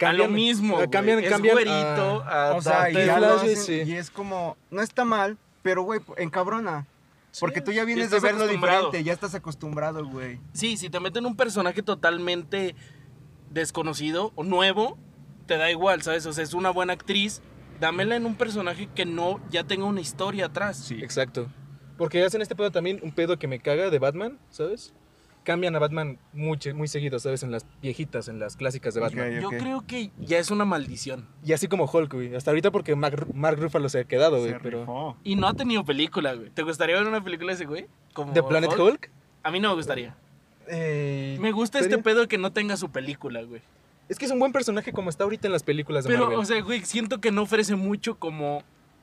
[SPEAKER 2] A lo
[SPEAKER 3] Cambian-
[SPEAKER 2] mismo,
[SPEAKER 3] ah,
[SPEAKER 2] güey.
[SPEAKER 3] cambian-
[SPEAKER 2] es
[SPEAKER 3] cambian-
[SPEAKER 2] güerito, a-
[SPEAKER 1] O sea, y,
[SPEAKER 3] The
[SPEAKER 1] ya lo
[SPEAKER 3] Flash,
[SPEAKER 1] hacen,
[SPEAKER 3] sí.
[SPEAKER 1] y es como, no está mal, pero güey, encabrona. Porque tú ya vienes de
[SPEAKER 2] estás
[SPEAKER 1] verlo
[SPEAKER 2] acostumbrado.
[SPEAKER 1] diferente, ya estás acostumbrado, güey.
[SPEAKER 2] Sí, si te meten un personaje totalmente desconocido o nuevo, te da igual, ¿sabes? O sea, es una buena actriz, dámela en un personaje que no ya tenga una historia atrás.
[SPEAKER 3] Exacto. Porque hacen este pedo también, un pedo que me caga de Batman, ¿sabes? Cambian a Batman muy, che- muy seguido, ¿sabes? En las viejitas, en las clásicas de Batman.
[SPEAKER 1] Ok.
[SPEAKER 2] Yo creo que ya es una maldición.
[SPEAKER 3] Y así como Hulk, güey. Hasta ahorita porque Mark, Ru- Mark Ruffalo se ha quedado, güey.
[SPEAKER 1] Se
[SPEAKER 3] Pero...
[SPEAKER 1] rifó.
[SPEAKER 2] Y no ha tenido película, güey. ¿Te gustaría ver una película de ese güey? Como
[SPEAKER 3] ¿De Planet Hulk?
[SPEAKER 2] A mí no me gustaría.
[SPEAKER 3] Eh,
[SPEAKER 2] Me gusta
[SPEAKER 3] ¿sería?
[SPEAKER 2] este pedo de que no tenga su película, güey.
[SPEAKER 3] Es que es un buen personaje como está ahorita en las películas de
[SPEAKER 2] Pero,
[SPEAKER 3] Marvel.
[SPEAKER 2] o sea, güey, siento que no ofrece mucho como...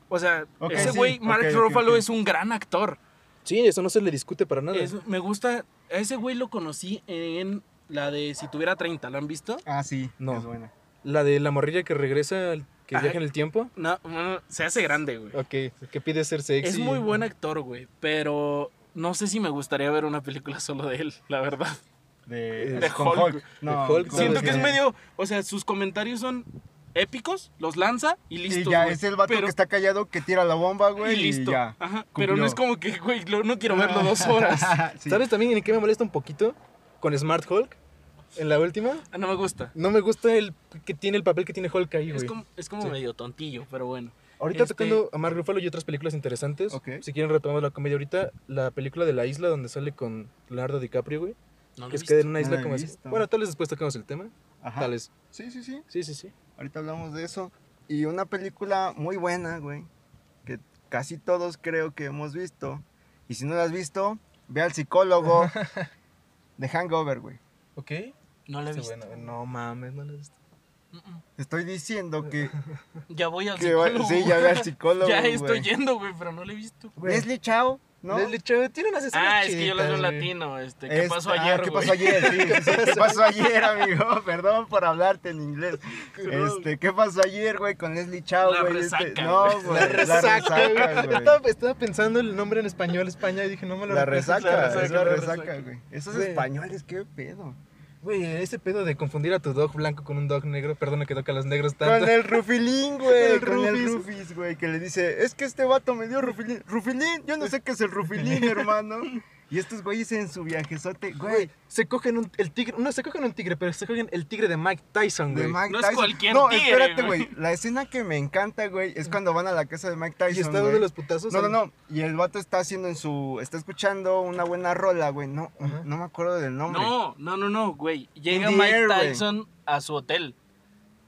[SPEAKER 2] O sea,
[SPEAKER 1] Ok,
[SPEAKER 2] ese
[SPEAKER 1] sí,
[SPEAKER 2] güey,
[SPEAKER 1] ok,
[SPEAKER 2] Mark
[SPEAKER 1] ok,
[SPEAKER 2] Ruffalo,
[SPEAKER 1] ok.
[SPEAKER 2] es un gran actor.
[SPEAKER 3] sí, eso no se le discute para nada.
[SPEAKER 2] Es- me gusta... A ese güey lo conocí en la de Si tuviera 30, ¿lo han visto?
[SPEAKER 1] Ah, sí,
[SPEAKER 3] No.
[SPEAKER 1] es buena.
[SPEAKER 3] La de la morrilla que regresa, al- que
[SPEAKER 2] Ajá.
[SPEAKER 3] viaja en el tiempo.
[SPEAKER 2] No, bueno, se hace grande, güey.
[SPEAKER 3] Ok, que pide ser sexy.
[SPEAKER 2] Es muy buen actor, güey, pero no sé si me gustaría ver una película *laughs* solo de él, la verdad.
[SPEAKER 1] De,
[SPEAKER 2] De
[SPEAKER 1] con
[SPEAKER 2] Hulk.
[SPEAKER 1] No,
[SPEAKER 3] De Hulk,
[SPEAKER 1] con-
[SPEAKER 2] Siento
[SPEAKER 3] es
[SPEAKER 2] que es
[SPEAKER 3] que-
[SPEAKER 2] medio, o sea, sus comentarios son épicos, los lanza y listo.
[SPEAKER 1] Y ya,
[SPEAKER 2] güey,
[SPEAKER 1] es el vato
[SPEAKER 2] pero-
[SPEAKER 1] que está callado, que tira la bomba, güey,
[SPEAKER 2] y listo.
[SPEAKER 1] ya.
[SPEAKER 2] *laughs* Ajá,
[SPEAKER 1] cumplió.
[SPEAKER 2] pero no es como que, güey, lo- no quiero verlo dos horas.
[SPEAKER 1] *laughs* Sí.
[SPEAKER 3] ¿Sabes también en qué me molesta un poquito? Con Smart Hulk, en la última.
[SPEAKER 2] Ah, No me gusta.
[SPEAKER 3] No me gusta el que tiene el papel que tiene Hulk ahí,
[SPEAKER 2] Es
[SPEAKER 3] güey.
[SPEAKER 2] como, es como
[SPEAKER 3] Sí.
[SPEAKER 2] medio tontillo, pero bueno.
[SPEAKER 3] Ahorita
[SPEAKER 2] este-
[SPEAKER 3] tocando a Mark Ruffalo y otras películas interesantes.
[SPEAKER 1] Ok.
[SPEAKER 3] Si quieren retomamos la comedia ahorita, la película de la isla donde sale con Leonardo DiCaprio, güey.
[SPEAKER 2] No lo
[SPEAKER 3] que
[SPEAKER 2] he
[SPEAKER 3] es
[SPEAKER 2] visto.
[SPEAKER 3] queda en una
[SPEAKER 1] No
[SPEAKER 3] isla
[SPEAKER 1] la he
[SPEAKER 3] como así.
[SPEAKER 1] visto.
[SPEAKER 3] Bueno, tal vez después tocamos el tema.
[SPEAKER 1] Ajá.
[SPEAKER 3] Tal vez.
[SPEAKER 1] Sí, sí, sí.
[SPEAKER 3] Sí, sí, sí.
[SPEAKER 1] Ahorita hablamos de eso. Y una película muy buena, güey, que casi todos creo que hemos visto. Y si no la has visto, ve al psicólogo de Hangover, güey.
[SPEAKER 3] Ok.
[SPEAKER 2] No lo he
[SPEAKER 3] Está
[SPEAKER 2] visto.
[SPEAKER 3] bueno. No mames, no la he visto.
[SPEAKER 2] Mm, mm.
[SPEAKER 1] Te estoy diciendo que...
[SPEAKER 2] Ya voy al
[SPEAKER 1] que va-
[SPEAKER 2] psicólogo.
[SPEAKER 1] sí, ya ve al psicólogo,
[SPEAKER 2] *laughs* Ya estoy
[SPEAKER 1] güey.
[SPEAKER 2] yendo, güey, pero no lo he visto.
[SPEAKER 3] güey.
[SPEAKER 1] Leslie Chao, ¿no?
[SPEAKER 3] Leslie Chao tiene unas escenas
[SPEAKER 2] Ah, es que yo lo veo en
[SPEAKER 3] chidas, güey.
[SPEAKER 2] latino, este, ¿qué
[SPEAKER 1] Es-
[SPEAKER 2] pasó
[SPEAKER 1] ah,
[SPEAKER 2] ayer,
[SPEAKER 1] ¿Qué
[SPEAKER 2] güey?
[SPEAKER 1] pasó ayer? Sí, sí, sí, ¿Qué pasó ayer, amigo? *laughs* Perdón por hablarte en
[SPEAKER 2] *laughs*
[SPEAKER 1] inglés. Este, ¿qué pasó ayer, güey? Con Leslie Chao,
[SPEAKER 2] La
[SPEAKER 1] güey. Este-
[SPEAKER 2] resaca,
[SPEAKER 1] no,
[SPEAKER 2] güey.
[SPEAKER 1] güey.
[SPEAKER 3] La resaca, güey.
[SPEAKER 2] *laughs*
[SPEAKER 1] güey.
[SPEAKER 3] Estaba, estaba pensando el nombre en español España y dije, no me lo
[SPEAKER 1] La
[SPEAKER 3] repitas,
[SPEAKER 1] resaca,
[SPEAKER 2] resaca,
[SPEAKER 1] es la
[SPEAKER 2] la
[SPEAKER 1] resaca,
[SPEAKER 2] resaca.
[SPEAKER 1] güey. Esos
[SPEAKER 3] Güey.
[SPEAKER 1] españoles, qué pedo.
[SPEAKER 3] Güey, ese pedo de confundir a tu dog blanco con un dog negro, perdona que toca a los negros tanto.
[SPEAKER 1] Con el rufilín, güey.
[SPEAKER 3] *laughs* El
[SPEAKER 1] Con el
[SPEAKER 3] Rufis.
[SPEAKER 1] rufis, güey. Que le dice, es que este vato me dio rufilín. Rufilín, yo no sé qué es el
[SPEAKER 3] *laughs*
[SPEAKER 1] rufilín, hermano. Y estos güeyes en su viajezote, güey.
[SPEAKER 3] Güey, se cogen un, el tigre, no se cogen un tigre, pero se cogen el tigre de Mike Tyson,
[SPEAKER 1] De
[SPEAKER 3] güey.
[SPEAKER 1] Mike
[SPEAKER 2] No es
[SPEAKER 1] Tyson.
[SPEAKER 2] cualquier
[SPEAKER 1] No,
[SPEAKER 2] tigre,
[SPEAKER 1] espérate,
[SPEAKER 2] güey.
[SPEAKER 1] güey. La escena que me encanta, güey, es cuando van a la casa de Mike Tyson.
[SPEAKER 3] y está
[SPEAKER 1] güey.
[SPEAKER 3] dando los putazos.
[SPEAKER 1] No, no,
[SPEAKER 3] al-
[SPEAKER 1] no. Y el vato está haciendo en su. Está escuchando una buena rola, güey. No,
[SPEAKER 3] Ajá.
[SPEAKER 1] no me acuerdo del nombre.
[SPEAKER 2] No, no, no, no, güey. Llega
[SPEAKER 1] the
[SPEAKER 2] Mike
[SPEAKER 1] air, güey.
[SPEAKER 2] Tyson a su hotel.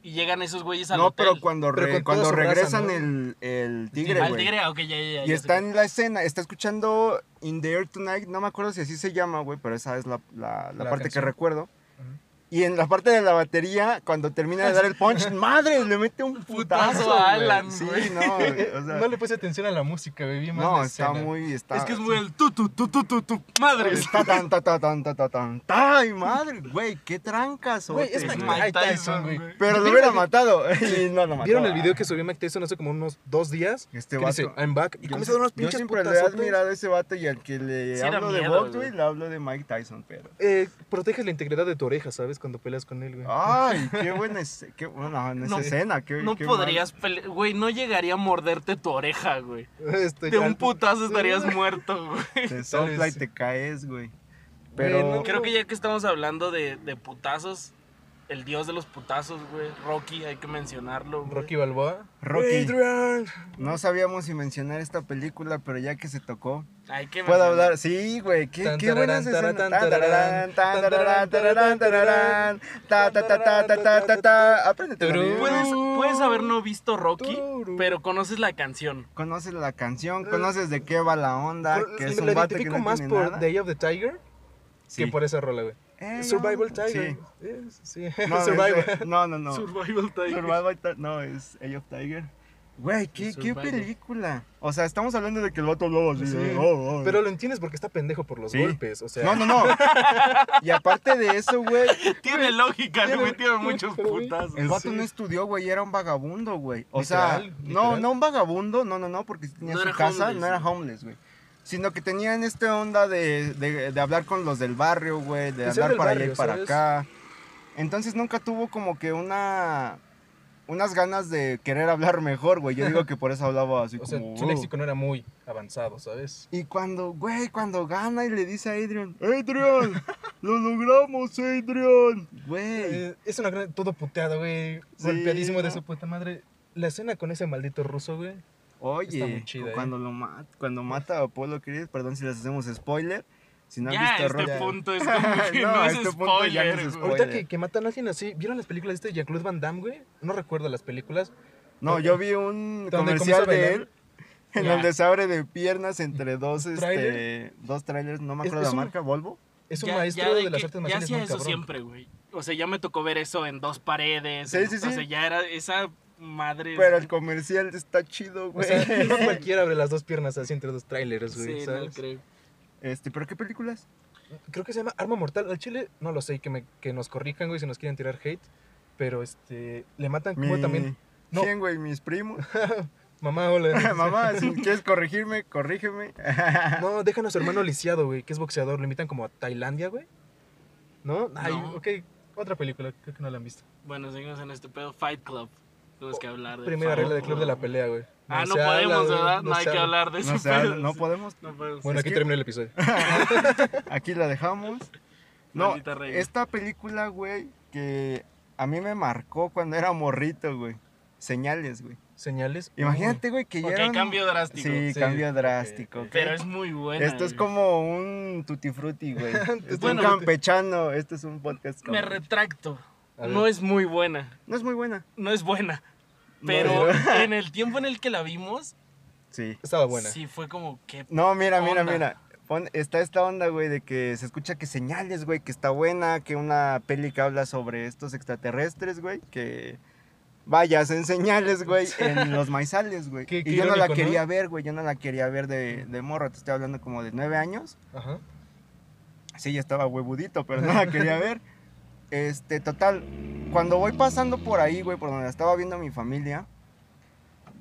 [SPEAKER 2] Y llegan esos güeyes al
[SPEAKER 1] No,
[SPEAKER 2] hotel.
[SPEAKER 1] pero cuando,
[SPEAKER 3] Pero
[SPEAKER 1] re-
[SPEAKER 3] con toda
[SPEAKER 1] cuando
[SPEAKER 3] su raza,
[SPEAKER 1] regresan
[SPEAKER 3] ¿no?
[SPEAKER 1] el, el tigre,
[SPEAKER 2] Al
[SPEAKER 1] güey.
[SPEAKER 2] tigre, ah, ok, ya, ya, ya,
[SPEAKER 1] Y
[SPEAKER 2] ya
[SPEAKER 1] está
[SPEAKER 2] sé.
[SPEAKER 1] en la escena, está escuchando In the Air Tonight, no me acuerdo si así se llama, güey, pero esa es la, la- la
[SPEAKER 3] La
[SPEAKER 1] parte
[SPEAKER 3] canción.
[SPEAKER 1] que recuerdo.
[SPEAKER 3] Ajá.
[SPEAKER 1] Y en la parte de la batería, cuando termina de dar el
[SPEAKER 3] *laughs*
[SPEAKER 1] punch, madre, le mete un putazo,
[SPEAKER 2] Putazo
[SPEAKER 1] güey.
[SPEAKER 2] a Alan,
[SPEAKER 1] Sí,
[SPEAKER 2] güey.
[SPEAKER 1] no, güey, o sea,
[SPEAKER 3] *laughs* No le puse atención a la música, güey. vi más
[SPEAKER 1] no,
[SPEAKER 3] la
[SPEAKER 1] está
[SPEAKER 3] escena.
[SPEAKER 1] muy, está,
[SPEAKER 2] Es que es muy el tu, tu, tu, tu, tu, tu. Madre.
[SPEAKER 1] Ah. Está tan, ta, ta, tan, ta, ta, tan, ta, ay, madre, güey, qué trancas,
[SPEAKER 3] Güey, es
[SPEAKER 2] Es
[SPEAKER 3] Mike,
[SPEAKER 2] Mike
[SPEAKER 3] Tyson,
[SPEAKER 2] Tyson,
[SPEAKER 3] güey.
[SPEAKER 2] güey.
[SPEAKER 1] Pero lo hubiera matado, *laughs* y no lo mató.
[SPEAKER 3] ¿Vieron el video que subió Mike Tyson hace como unos dos días?
[SPEAKER 1] Este
[SPEAKER 3] que dice,
[SPEAKER 1] vato-
[SPEAKER 3] I'm back. Y
[SPEAKER 1] Yo
[SPEAKER 3] comienza a
[SPEAKER 1] sí-
[SPEAKER 3] dar unos
[SPEAKER 1] yo
[SPEAKER 3] pinches
[SPEAKER 1] siempre le he
[SPEAKER 3] putazos.
[SPEAKER 1] admirado a ese vato y al que le
[SPEAKER 2] Sí, da
[SPEAKER 1] hablo de
[SPEAKER 2] miedo,
[SPEAKER 1] box, güey,
[SPEAKER 2] güey.
[SPEAKER 1] le hablo de Mike Tyson, pero...
[SPEAKER 3] Eh, proteges la integridad de tu oreja, ¿sabes? Cuando peleas con él, güey.
[SPEAKER 1] Ah.
[SPEAKER 3] *laughs*
[SPEAKER 1] Ay, qué buena escena. Qué buena en esa
[SPEAKER 2] No,
[SPEAKER 1] escena. Qué,
[SPEAKER 2] *laughs* No
[SPEAKER 1] qué
[SPEAKER 2] podrías pele- Güey, no llegaría a morderte tu oreja, güey.
[SPEAKER 3] Estoy
[SPEAKER 2] De un
[SPEAKER 3] alto.
[SPEAKER 1] *laughs*
[SPEAKER 2] putazo estarías muerto, güey.
[SPEAKER 1] mal. Te sopla y
[SPEAKER 3] vez.
[SPEAKER 1] te caes, güey. Pero.
[SPEAKER 3] Güey, no-
[SPEAKER 2] Creo que ya que estamos hablando de, de putazos, el dios de los putazos, güey. Rocky, hay que mencionarlo. güey.
[SPEAKER 3] Rocky Balboa.
[SPEAKER 1] Rocky.
[SPEAKER 3] Adrian.
[SPEAKER 1] No sabíamos si mencionar esta película, pero ya que se tocó.
[SPEAKER 2] Hay que
[SPEAKER 1] Puedo
[SPEAKER 2] mencionarlo.
[SPEAKER 1] hablar. Sí, güey. Qué,
[SPEAKER 3] Tan,
[SPEAKER 1] qué buena
[SPEAKER 3] tararán,
[SPEAKER 1] escena. Tan,
[SPEAKER 3] tararán,
[SPEAKER 1] tararán, tan, tararán, tararán, tararán, ta, ta, ta, ta, ta, ta, ta, ta. Apréndete la
[SPEAKER 3] Turú.
[SPEAKER 1] letra.
[SPEAKER 2] Puedes, puedes haber no visto Rocky,
[SPEAKER 3] Tururu.
[SPEAKER 2] pero conoces la canción.
[SPEAKER 1] Conoces la canción, conoces de qué va la onda,
[SPEAKER 3] Pero
[SPEAKER 1] que es
[SPEAKER 3] me
[SPEAKER 1] un
[SPEAKER 3] la
[SPEAKER 1] vato que
[SPEAKER 3] identifico
[SPEAKER 1] no
[SPEAKER 3] más
[SPEAKER 1] tiene
[SPEAKER 3] por
[SPEAKER 1] nada.
[SPEAKER 3] Day of the Tiger
[SPEAKER 1] Sí.
[SPEAKER 3] que por esa rola, güey.
[SPEAKER 1] Eh,
[SPEAKER 3] Survival
[SPEAKER 1] no,
[SPEAKER 3] Tiger.
[SPEAKER 1] sí.
[SPEAKER 3] Es- Sí. *laughs*
[SPEAKER 1] No,
[SPEAKER 3] Survival.
[SPEAKER 1] ese- No, no, no.
[SPEAKER 2] Survival Tiger.
[SPEAKER 1] Survival Ti- no, es Age of Tiger. Güey, ¿qué, qué
[SPEAKER 2] Survival.
[SPEAKER 1] película. O sea, estamos hablando de que el vato lobo así.
[SPEAKER 3] Sí.
[SPEAKER 1] de, "Oh, oh".
[SPEAKER 3] Pero lo entiendes porque está pendejo por los
[SPEAKER 1] Sí.
[SPEAKER 3] golpes, o sea.
[SPEAKER 1] No, no, no.
[SPEAKER 3] *laughs*
[SPEAKER 1] Y aparte de eso, güey,
[SPEAKER 2] *laughs* Tiene lógica,
[SPEAKER 3] Tiene-
[SPEAKER 2] güey. Tiene muchos
[SPEAKER 3] pero, güey,
[SPEAKER 2] putazos.
[SPEAKER 1] el vato
[SPEAKER 3] Sí.
[SPEAKER 1] no estudió, güey, era un vagabundo, güey. O sea,
[SPEAKER 3] Literal,
[SPEAKER 1] no,
[SPEAKER 3] literal.
[SPEAKER 1] no un vagabundo, no, no, no, porque tenía
[SPEAKER 2] No
[SPEAKER 1] su
[SPEAKER 2] era
[SPEAKER 1] casa,
[SPEAKER 2] homeless,
[SPEAKER 1] no era
[SPEAKER 2] güey.
[SPEAKER 1] homeless, güey. sino que tenían esta onda de, de- de hablar con los del barrio, güey, de
[SPEAKER 3] Que sea
[SPEAKER 1] andar
[SPEAKER 3] del
[SPEAKER 1] para allá
[SPEAKER 3] barrio,
[SPEAKER 1] y para
[SPEAKER 3] ¿sabes?
[SPEAKER 1] acá. Entonces nunca tuvo como que una unas ganas de querer hablar mejor, güey. Yo digo que por eso hablaba así
[SPEAKER 3] *laughs* O sea,
[SPEAKER 1] como.
[SPEAKER 3] su
[SPEAKER 1] "Oh".
[SPEAKER 3] léxico no era muy avanzado, ¿sabes?
[SPEAKER 1] Y cuando, güey, cuando gana y le dice a Adrian, Adrian, lo logramos, Adrian. Güey.
[SPEAKER 3] Eh, es una gran... Todo puteado, güey.
[SPEAKER 1] Sí,
[SPEAKER 3] golpeadísimo de
[SPEAKER 1] ¿no?
[SPEAKER 3] su puta madre. La escena con ese maldito ruso, güey. está muy ¿eh?
[SPEAKER 1] Oye,
[SPEAKER 3] chida,
[SPEAKER 1] cuando, lo ma- cuando mata a Apollo Creed, perdón si les hacemos spoiler. Si no han
[SPEAKER 2] ya, a
[SPEAKER 1] visto
[SPEAKER 2] este
[SPEAKER 1] Rocky-
[SPEAKER 2] punto
[SPEAKER 1] *laughs*
[SPEAKER 2] es como que
[SPEAKER 1] No,
[SPEAKER 2] no,
[SPEAKER 1] a
[SPEAKER 2] es
[SPEAKER 1] este punto ya no es
[SPEAKER 2] spoiler, güey.
[SPEAKER 1] spoiler.
[SPEAKER 3] Ahorita que, que matan a alguien así, ¿vieron las películas de este Jean-Claude Van Damme, güey? No recuerdo las películas.
[SPEAKER 1] No, yo vi un
[SPEAKER 3] ¿Dónde
[SPEAKER 1] comercial
[SPEAKER 3] comienza a
[SPEAKER 1] de
[SPEAKER 3] bailar?
[SPEAKER 1] él en
[SPEAKER 2] Ya.
[SPEAKER 1] donde se abre de piernas entre dos, este,
[SPEAKER 3] ¿Trailer?
[SPEAKER 1] dos trailers, no me
[SPEAKER 3] Es-
[SPEAKER 1] acuerdo
[SPEAKER 3] es
[SPEAKER 1] la
[SPEAKER 3] un-
[SPEAKER 1] marca, Volvo.
[SPEAKER 3] Es un
[SPEAKER 2] Ya-
[SPEAKER 3] maestro
[SPEAKER 2] ya
[SPEAKER 3] de,
[SPEAKER 2] que-
[SPEAKER 3] las artes
[SPEAKER 2] Ya
[SPEAKER 3] marciales
[SPEAKER 2] hacía
[SPEAKER 3] muy
[SPEAKER 2] eso
[SPEAKER 3] cabrón.
[SPEAKER 2] siempre, güey. O sea, ya me tocó ver eso en dos paredes.
[SPEAKER 1] Sí,
[SPEAKER 2] en-
[SPEAKER 1] sí, sí.
[SPEAKER 2] O sea, ya era esa madre.
[SPEAKER 1] Pero el comercial está chido,
[SPEAKER 3] O
[SPEAKER 1] güey.
[SPEAKER 2] *laughs*
[SPEAKER 3] sea, no cualquiera abre las dos piernas así entre dos trailers, güey,
[SPEAKER 2] Sí, no
[SPEAKER 3] ¿sabes?
[SPEAKER 2] creo.
[SPEAKER 1] Este, ¿pero qué películas?
[SPEAKER 3] Creo que se llama Arma Mortal. Al chile, no lo sé, que, me, que nos corrijan, güey, si nos quieren tirar hate. Pero, este, le matan como
[SPEAKER 1] Mi-
[SPEAKER 3] también... No.
[SPEAKER 1] ¿Quién, güey? Mis primos. *laughs*
[SPEAKER 3] Mamá, hola.
[SPEAKER 1] Mamá, si quieres corregirme, corrígeme.
[SPEAKER 3] No, dejan a su hermano lisiado, güey, que es boxeador. Lo invitan como a Tailandia, güey. ¿No? Ay,
[SPEAKER 2] No.
[SPEAKER 3] ok. Otra película, creo que no la han visto.
[SPEAKER 2] Bueno, seguimos en este pedo. Fight Club. Tenemos que hablar de
[SPEAKER 3] Primera
[SPEAKER 2] Fight
[SPEAKER 3] regla del club de la pelea, güey.
[SPEAKER 2] Ah, no
[SPEAKER 3] se habla,
[SPEAKER 2] podemos,
[SPEAKER 3] güey,
[SPEAKER 2] ¿verdad?
[SPEAKER 3] no
[SPEAKER 2] No hay
[SPEAKER 3] se
[SPEAKER 2] que
[SPEAKER 3] habla.
[SPEAKER 2] hablar de ese
[SPEAKER 1] No, sé,
[SPEAKER 2] pedo.
[SPEAKER 1] no podemos.
[SPEAKER 2] No podemos.
[SPEAKER 3] Bueno,
[SPEAKER 1] Es
[SPEAKER 3] aquí
[SPEAKER 1] que-
[SPEAKER 3] termina el episodio.
[SPEAKER 1] Aquí la dejamos. No,
[SPEAKER 2] Maldita regla.
[SPEAKER 1] esta película, güey, que a mí me marcó cuando era morrito, güey. Señales, güey.
[SPEAKER 3] Señales. Uh,
[SPEAKER 1] Imagínate, güey, que ya
[SPEAKER 2] Ok,
[SPEAKER 1] era un-
[SPEAKER 2] cambio drástico.
[SPEAKER 1] Sí,
[SPEAKER 3] Sí,
[SPEAKER 1] cambio
[SPEAKER 3] ok,
[SPEAKER 1] drástico.
[SPEAKER 3] ok.
[SPEAKER 1] ok.
[SPEAKER 2] Pero es muy buena. eh.
[SPEAKER 1] Esto es
[SPEAKER 2] güey.
[SPEAKER 1] como un tutti frutti, güey. Esto es
[SPEAKER 2] Bueno,
[SPEAKER 1] un campechano, esto es un podcast.
[SPEAKER 2] Me
[SPEAKER 1] cabrón.
[SPEAKER 2] retracto.
[SPEAKER 3] A ver.
[SPEAKER 2] No es muy buena.
[SPEAKER 1] No es muy buena.
[SPEAKER 2] No es buena.
[SPEAKER 1] No,
[SPEAKER 2] Pero
[SPEAKER 1] pero-
[SPEAKER 2] en el tiempo en el que la vimos,
[SPEAKER 1] Sí.
[SPEAKER 3] Uy, Estaba buena.
[SPEAKER 2] sí fue como que.
[SPEAKER 1] No, mira, mira,
[SPEAKER 2] Onda.
[SPEAKER 1] mira. Pon- está esta onda, güey, de que se escucha que señales, güey, que está buena, que una peli que habla sobre estos extraterrestres, güey, que vayas en señales, güey, en los maizales, güey.
[SPEAKER 3] *laughs* Qué- qué
[SPEAKER 1] Y yo no la
[SPEAKER 3] irónico, ¿no?
[SPEAKER 1] quería ver, güey, yo no la quería ver de, de morro, te estoy hablando como de nueve años.
[SPEAKER 3] Ajá.
[SPEAKER 1] Sí, ya estaba huevudito, pero no la quería ver. Este, total, cuando voy pasando por ahí, güey, por donde la estaba viendo mi familia,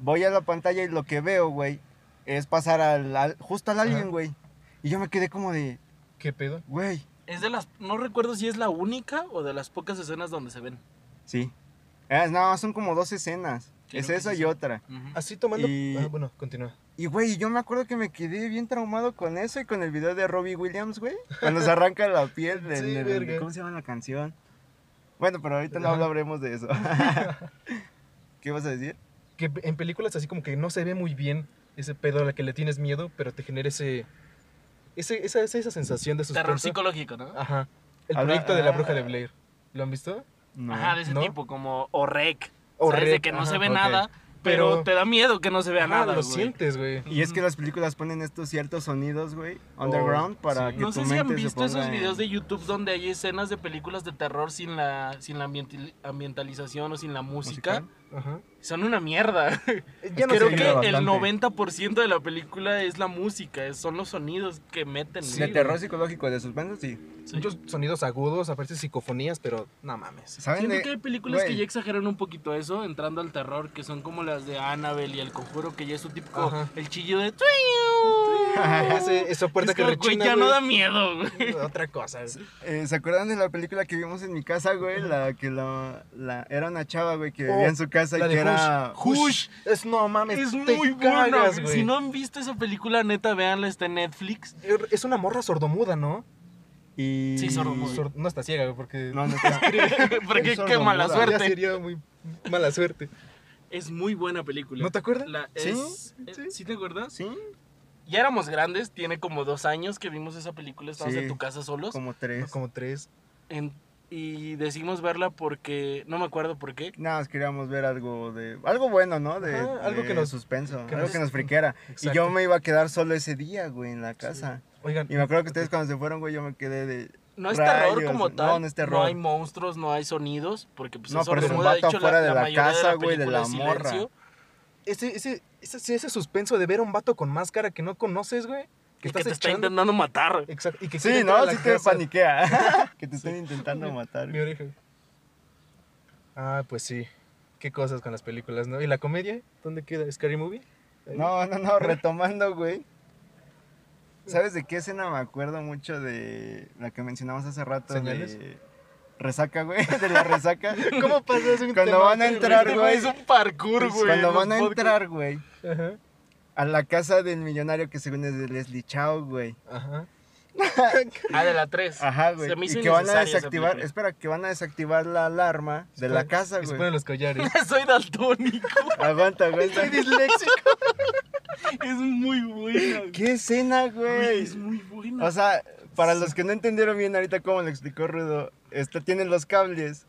[SPEAKER 1] voy a la pantalla y lo que veo, güey, es pasar al, al- justo al alien,
[SPEAKER 3] Ajá.
[SPEAKER 1] güey. Y yo me quedé como de,
[SPEAKER 3] ¿Qué pedo?
[SPEAKER 1] güey,
[SPEAKER 2] Es de las. No recuerdo si es la única o de las pocas escenas donde se ven.
[SPEAKER 1] sí. Ah, no, son como dos escenas.
[SPEAKER 2] Sí,
[SPEAKER 1] es
[SPEAKER 2] no,
[SPEAKER 1] esa
[SPEAKER 2] sí,
[SPEAKER 1] y
[SPEAKER 2] sí.
[SPEAKER 1] otra.
[SPEAKER 2] Ujú.
[SPEAKER 3] Así tomando.
[SPEAKER 1] Y-
[SPEAKER 3] Ah, bueno, continúa.
[SPEAKER 1] Y, güey, yo me acuerdo que me quedé bien traumado con eso y con el video de Robbie Williams, güey. Cuando se arranca la piel del-
[SPEAKER 3] Sí,
[SPEAKER 1] del-
[SPEAKER 3] verga.
[SPEAKER 1] ¿Cómo se llama la canción? Bueno, pero ahorita no
[SPEAKER 3] Ajá.
[SPEAKER 1] hablaremos de eso. *laughs* ¿Qué vas a decir?
[SPEAKER 3] Que en películas así como que no se ve muy bien ese pedo a la que le tienes miedo, pero te genera ese. ese esa, esa, esa sensación de suspenso. Ah,
[SPEAKER 2] Terror psicológico, ¿no?
[SPEAKER 3] Ajá. El
[SPEAKER 1] Habla-
[SPEAKER 3] proyecto de la bruja de
[SPEAKER 1] ah.
[SPEAKER 3] Blair. ¿Lo han visto?
[SPEAKER 1] No.
[SPEAKER 2] Ajá, de ese
[SPEAKER 3] ¿no?
[SPEAKER 2] tipo, como o rec.
[SPEAKER 3] O
[SPEAKER 2] ¿sabes? De
[SPEAKER 3] rec,
[SPEAKER 2] que no
[SPEAKER 3] ajá,
[SPEAKER 2] se ve
[SPEAKER 1] ok.
[SPEAKER 2] nada, pero,
[SPEAKER 3] Pero-
[SPEAKER 2] te da miedo que no se vea
[SPEAKER 3] Ajá,
[SPEAKER 2] nada,
[SPEAKER 3] Lo
[SPEAKER 2] güey.
[SPEAKER 3] sientes, güey.
[SPEAKER 1] Y es que las películas ponen estos ciertos sonidos, güey,
[SPEAKER 3] Oh,
[SPEAKER 1] underground, para
[SPEAKER 3] sí.
[SPEAKER 1] que
[SPEAKER 2] No
[SPEAKER 1] tu
[SPEAKER 2] sé
[SPEAKER 1] mente
[SPEAKER 2] si han
[SPEAKER 1] se
[SPEAKER 2] visto
[SPEAKER 1] ponga
[SPEAKER 2] esos
[SPEAKER 1] en-
[SPEAKER 2] videos de YouTube donde hay escenas de películas de terror sin la, sin la ambientil- ambientalización o sin la música.
[SPEAKER 1] musical.
[SPEAKER 3] Ajá.
[SPEAKER 2] Son una *laughs* mierda.
[SPEAKER 3] Ya no
[SPEAKER 2] Creo
[SPEAKER 3] sé.
[SPEAKER 1] se
[SPEAKER 2] que
[SPEAKER 1] genera
[SPEAKER 2] el
[SPEAKER 1] bastante.
[SPEAKER 2] 90% de la película es la música, es- son los sonidos que meten.
[SPEAKER 3] Sí,
[SPEAKER 1] de
[SPEAKER 2] güey.
[SPEAKER 1] terror psicológico, de suspenso, sí.
[SPEAKER 2] Sí.
[SPEAKER 3] Muchos sonidos agudos, a veces psicofonías, pero
[SPEAKER 1] *laughs*
[SPEAKER 3] no mames.
[SPEAKER 1] ¿Saben?
[SPEAKER 2] Siento
[SPEAKER 1] de-
[SPEAKER 2] que hay películas que
[SPEAKER 1] güey.
[SPEAKER 2] ya exageran un poquito eso, entrando al terror, que son como las de Annabelle y El Conjuro, que ya es su típico,
[SPEAKER 3] Ajá.
[SPEAKER 2] el chillido de...
[SPEAKER 1] *laughs*
[SPEAKER 3] Ese- esa puerta
[SPEAKER 2] Es
[SPEAKER 3] que
[SPEAKER 2] como, güey,
[SPEAKER 3] rechina,
[SPEAKER 2] ya no
[SPEAKER 3] güey.
[SPEAKER 2] da miedo, güey.
[SPEAKER 3] *laughs* Otra cosa. güey.
[SPEAKER 1] Eh, ¿Se acuerdan de la película que vimos en mi casa, güey? La que la, la- era una chava, güey, que
[SPEAKER 3] Oh,
[SPEAKER 1] vivía en su casa y que era...
[SPEAKER 3] Hush.
[SPEAKER 2] Hush.
[SPEAKER 3] Es no mames.
[SPEAKER 2] Es
[SPEAKER 3] te
[SPEAKER 2] muy buena,
[SPEAKER 3] cagas,
[SPEAKER 2] güey.
[SPEAKER 3] güey.
[SPEAKER 2] Si no han visto esa película, neta, véanla, está
[SPEAKER 1] *laughs*
[SPEAKER 2] en Netflix.
[SPEAKER 3] Es una morra sordomuda, ¿no?
[SPEAKER 1] Y...
[SPEAKER 2] Sí, sordomuda.
[SPEAKER 3] Sor- no está ciega, güey, porque. *laughs*
[SPEAKER 1] No, no, está-
[SPEAKER 2] *laughs* Porque
[SPEAKER 1] Es
[SPEAKER 2] qué mala
[SPEAKER 1] sordomuda,
[SPEAKER 3] Ya
[SPEAKER 2] suerte.
[SPEAKER 3] sería muy mala suerte.
[SPEAKER 2] Es muy buena película.
[SPEAKER 3] ¿No te acuerdas?
[SPEAKER 2] La-
[SPEAKER 1] ¿Sí?
[SPEAKER 2] es- eh,
[SPEAKER 1] ¿Sí?
[SPEAKER 2] ¿Sí te acuerdas?
[SPEAKER 1] ¿Sí?
[SPEAKER 2] Ya éramos grandes, tiene como dos años que vimos esa película, estábamos
[SPEAKER 1] Sí.
[SPEAKER 2] en tu casa solos.
[SPEAKER 1] Como tres.
[SPEAKER 3] Como tres.
[SPEAKER 2] en- y decidimos verla porque, no me acuerdo por qué.
[SPEAKER 1] Nada, más queríamos ver algo de... Algo bueno, ¿no? De,
[SPEAKER 3] Ajá, algo
[SPEAKER 1] de
[SPEAKER 3] que nos-
[SPEAKER 1] suspenso,
[SPEAKER 3] que
[SPEAKER 1] algo
[SPEAKER 3] nos-
[SPEAKER 1] que nos friquera. Y yo
[SPEAKER 3] Exacto.
[SPEAKER 1] me iba a quedar solo ese día, güey, en la casa.
[SPEAKER 3] Oigan.
[SPEAKER 1] Y me acuerdo que ustedes cuando se fueron, güey, yo me quedé de...
[SPEAKER 2] No es terror
[SPEAKER 1] Rayos,
[SPEAKER 2] como
[SPEAKER 1] no,
[SPEAKER 2] tal.
[SPEAKER 1] no es terror.
[SPEAKER 2] hay monstruos, no hay sonidos, porque pues
[SPEAKER 1] No,
[SPEAKER 2] es
[SPEAKER 1] pero es un
[SPEAKER 2] sordomuda,
[SPEAKER 1] vato afuera de la
[SPEAKER 2] mayoría
[SPEAKER 1] casa, güey, de
[SPEAKER 2] película
[SPEAKER 1] la
[SPEAKER 2] es
[SPEAKER 1] morra.
[SPEAKER 2] silencio.
[SPEAKER 3] Ese, ese, ese, ese suspenso de ver a un vato con máscara que no conoces, güey.
[SPEAKER 2] Y
[SPEAKER 3] Que
[SPEAKER 2] que
[SPEAKER 3] estás
[SPEAKER 2] te está
[SPEAKER 3] echando.
[SPEAKER 2] intentando matar.
[SPEAKER 3] Exacto. Y que quiere
[SPEAKER 1] Sí,
[SPEAKER 3] entrar a
[SPEAKER 1] ¿no?
[SPEAKER 3] la
[SPEAKER 1] Sí te
[SPEAKER 3] casa. *laughs*
[SPEAKER 1] paniquea. que te estén intentando matar.
[SPEAKER 3] Mi oreja. Ah, pues sí. Qué cosas con las películas, ¿no?
[SPEAKER 2] *laughs*
[SPEAKER 3] ¿Y la comedia? ¿Dónde queda? ¿Scary Movie?
[SPEAKER 1] No, no, no, retomando, güey. ¿Sabes de qué escena me acuerdo mucho de la que mencionamos hace rato?
[SPEAKER 3] ¿Señales?
[SPEAKER 1] De resaca, güey. *laughs* De la resaca.
[SPEAKER 3] ¿Cómo pasó eso?
[SPEAKER 1] Cuando van a entrar,
[SPEAKER 2] Este *laughs* güey
[SPEAKER 1] güey.
[SPEAKER 2] Es un parkour, güey.
[SPEAKER 1] Cuando
[SPEAKER 2] en
[SPEAKER 1] van a
[SPEAKER 2] los podcasts.
[SPEAKER 1] entrar, güey.
[SPEAKER 3] Ajá.
[SPEAKER 1] A la casa del millonario que según es de Leslie Chao, güey.
[SPEAKER 3] Ajá.
[SPEAKER 2] Ah, de la 3.
[SPEAKER 1] Ajá, güey.
[SPEAKER 2] Se me hizo
[SPEAKER 1] Y que van a
[SPEAKER 2] innecesaria esa
[SPEAKER 1] desactivar,
[SPEAKER 2] película.
[SPEAKER 1] espera, que van a desactivar la alarma de la casa,
[SPEAKER 3] Y Se ponen
[SPEAKER 1] güey.
[SPEAKER 3] los collares.
[SPEAKER 2] *laughs* Soy daltónico.
[SPEAKER 1] Aguanta, güey.
[SPEAKER 3] disléxico.
[SPEAKER 2] Es muy buena. güey.
[SPEAKER 1] ¿Qué escena,
[SPEAKER 2] Güey,
[SPEAKER 1] güey?
[SPEAKER 2] Es muy buena.
[SPEAKER 1] O sea, para los que no entendieron bien ahorita cómo lo explicó Rudo, este, tienen los cables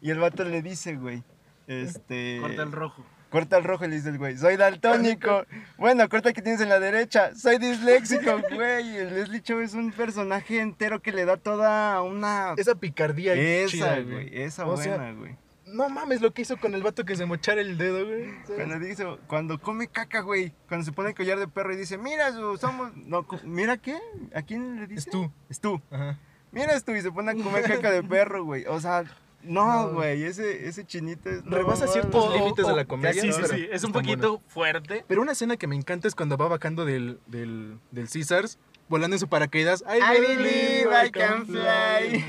[SPEAKER 1] y el vato le dice, güey, este...
[SPEAKER 2] Corta el rojo.
[SPEAKER 1] Corta el rojo, le dice el güey, soy
[SPEAKER 2] *laughs*
[SPEAKER 1] daltónico. Bueno, corta el que tienes en la derecha, soy disléxico, güey. El Leslie Chow es un personaje entero que le da toda una...
[SPEAKER 3] *laughs* Esa picardía
[SPEAKER 1] Esa,
[SPEAKER 3] chida,
[SPEAKER 1] güey, esa
[SPEAKER 3] O sea,
[SPEAKER 1] buena, güey.
[SPEAKER 3] No mames lo que hizo con el vato que se mochara el dedo, güey.
[SPEAKER 1] Cuando dice, cuando come caca, güey, cuando se pone el collar de perro y dice, mira, su- somos, no, cu- mira qué, ¿a quién le dice?
[SPEAKER 3] Es tú.
[SPEAKER 1] Es tú.
[SPEAKER 3] Ajá.
[SPEAKER 1] Mira esto, y se pone a
[SPEAKER 3] *laughs*
[SPEAKER 1] comer caca de perro, güey. O sea, no,
[SPEAKER 3] No.
[SPEAKER 1] güey, ese, ese chinito es... no,
[SPEAKER 3] Rebasa
[SPEAKER 1] no,
[SPEAKER 3] ciertos
[SPEAKER 1] no.
[SPEAKER 3] límites de la comedia,
[SPEAKER 2] Sí, sí,
[SPEAKER 3] pero
[SPEAKER 2] sí. Es un
[SPEAKER 3] está
[SPEAKER 2] poquito fuerte.
[SPEAKER 3] Pero una escena que me encanta es cuando va bajando del, del, del Caesars, volando en su paracaídas. I,
[SPEAKER 1] I believe I can fly.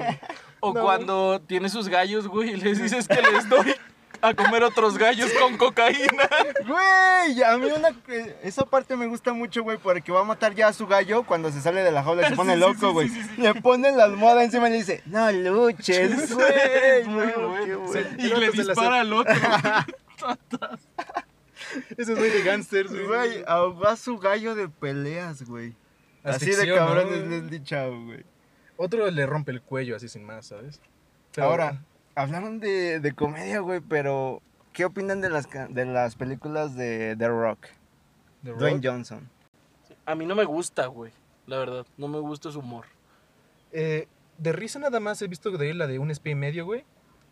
[SPEAKER 2] O
[SPEAKER 3] No.
[SPEAKER 2] cuando tiene sus gallos, güey, y les dices que les doy a comer otros gallos con cocaína.
[SPEAKER 1] Güey, a mí una, esa parte me gusta mucho, güey, porque va a matar ya a su gallo cuando se sale de la jaula y se pone
[SPEAKER 2] sí, sí,
[SPEAKER 1] loco, güey. Le ponen la almohada encima y le dice, no
[SPEAKER 2] *laughs*
[SPEAKER 1] luches, *laughs* güey. No,
[SPEAKER 2] Muy
[SPEAKER 1] qué
[SPEAKER 2] bueno.
[SPEAKER 1] bueno.
[SPEAKER 2] Y
[SPEAKER 3] Pero
[SPEAKER 2] le
[SPEAKER 3] antes de la
[SPEAKER 2] dispara al otro.
[SPEAKER 3] Eso es muy de gangsters,
[SPEAKER 1] Güey, ahogó a su gallo de peleas, güey. Así de
[SPEAKER 3] Asfixión,
[SPEAKER 1] cabrón
[SPEAKER 3] ¿no?
[SPEAKER 1] es Leslie Chao, güey.
[SPEAKER 3] Otro le rompe el cuello así sin más, ¿sabes? Pero-
[SPEAKER 1] Ahora, hablaron de, de comedia, güey, pero ¿qué opinan de las, ca- de las películas de The Rock?
[SPEAKER 3] The Rock.
[SPEAKER 1] Dwayne Johnson.
[SPEAKER 2] *laughs* A mí no me gusta, güey. La verdad, no me gusta su humor.
[SPEAKER 3] Eh, de risa nada más he visto de él la de un espía y medio, güey.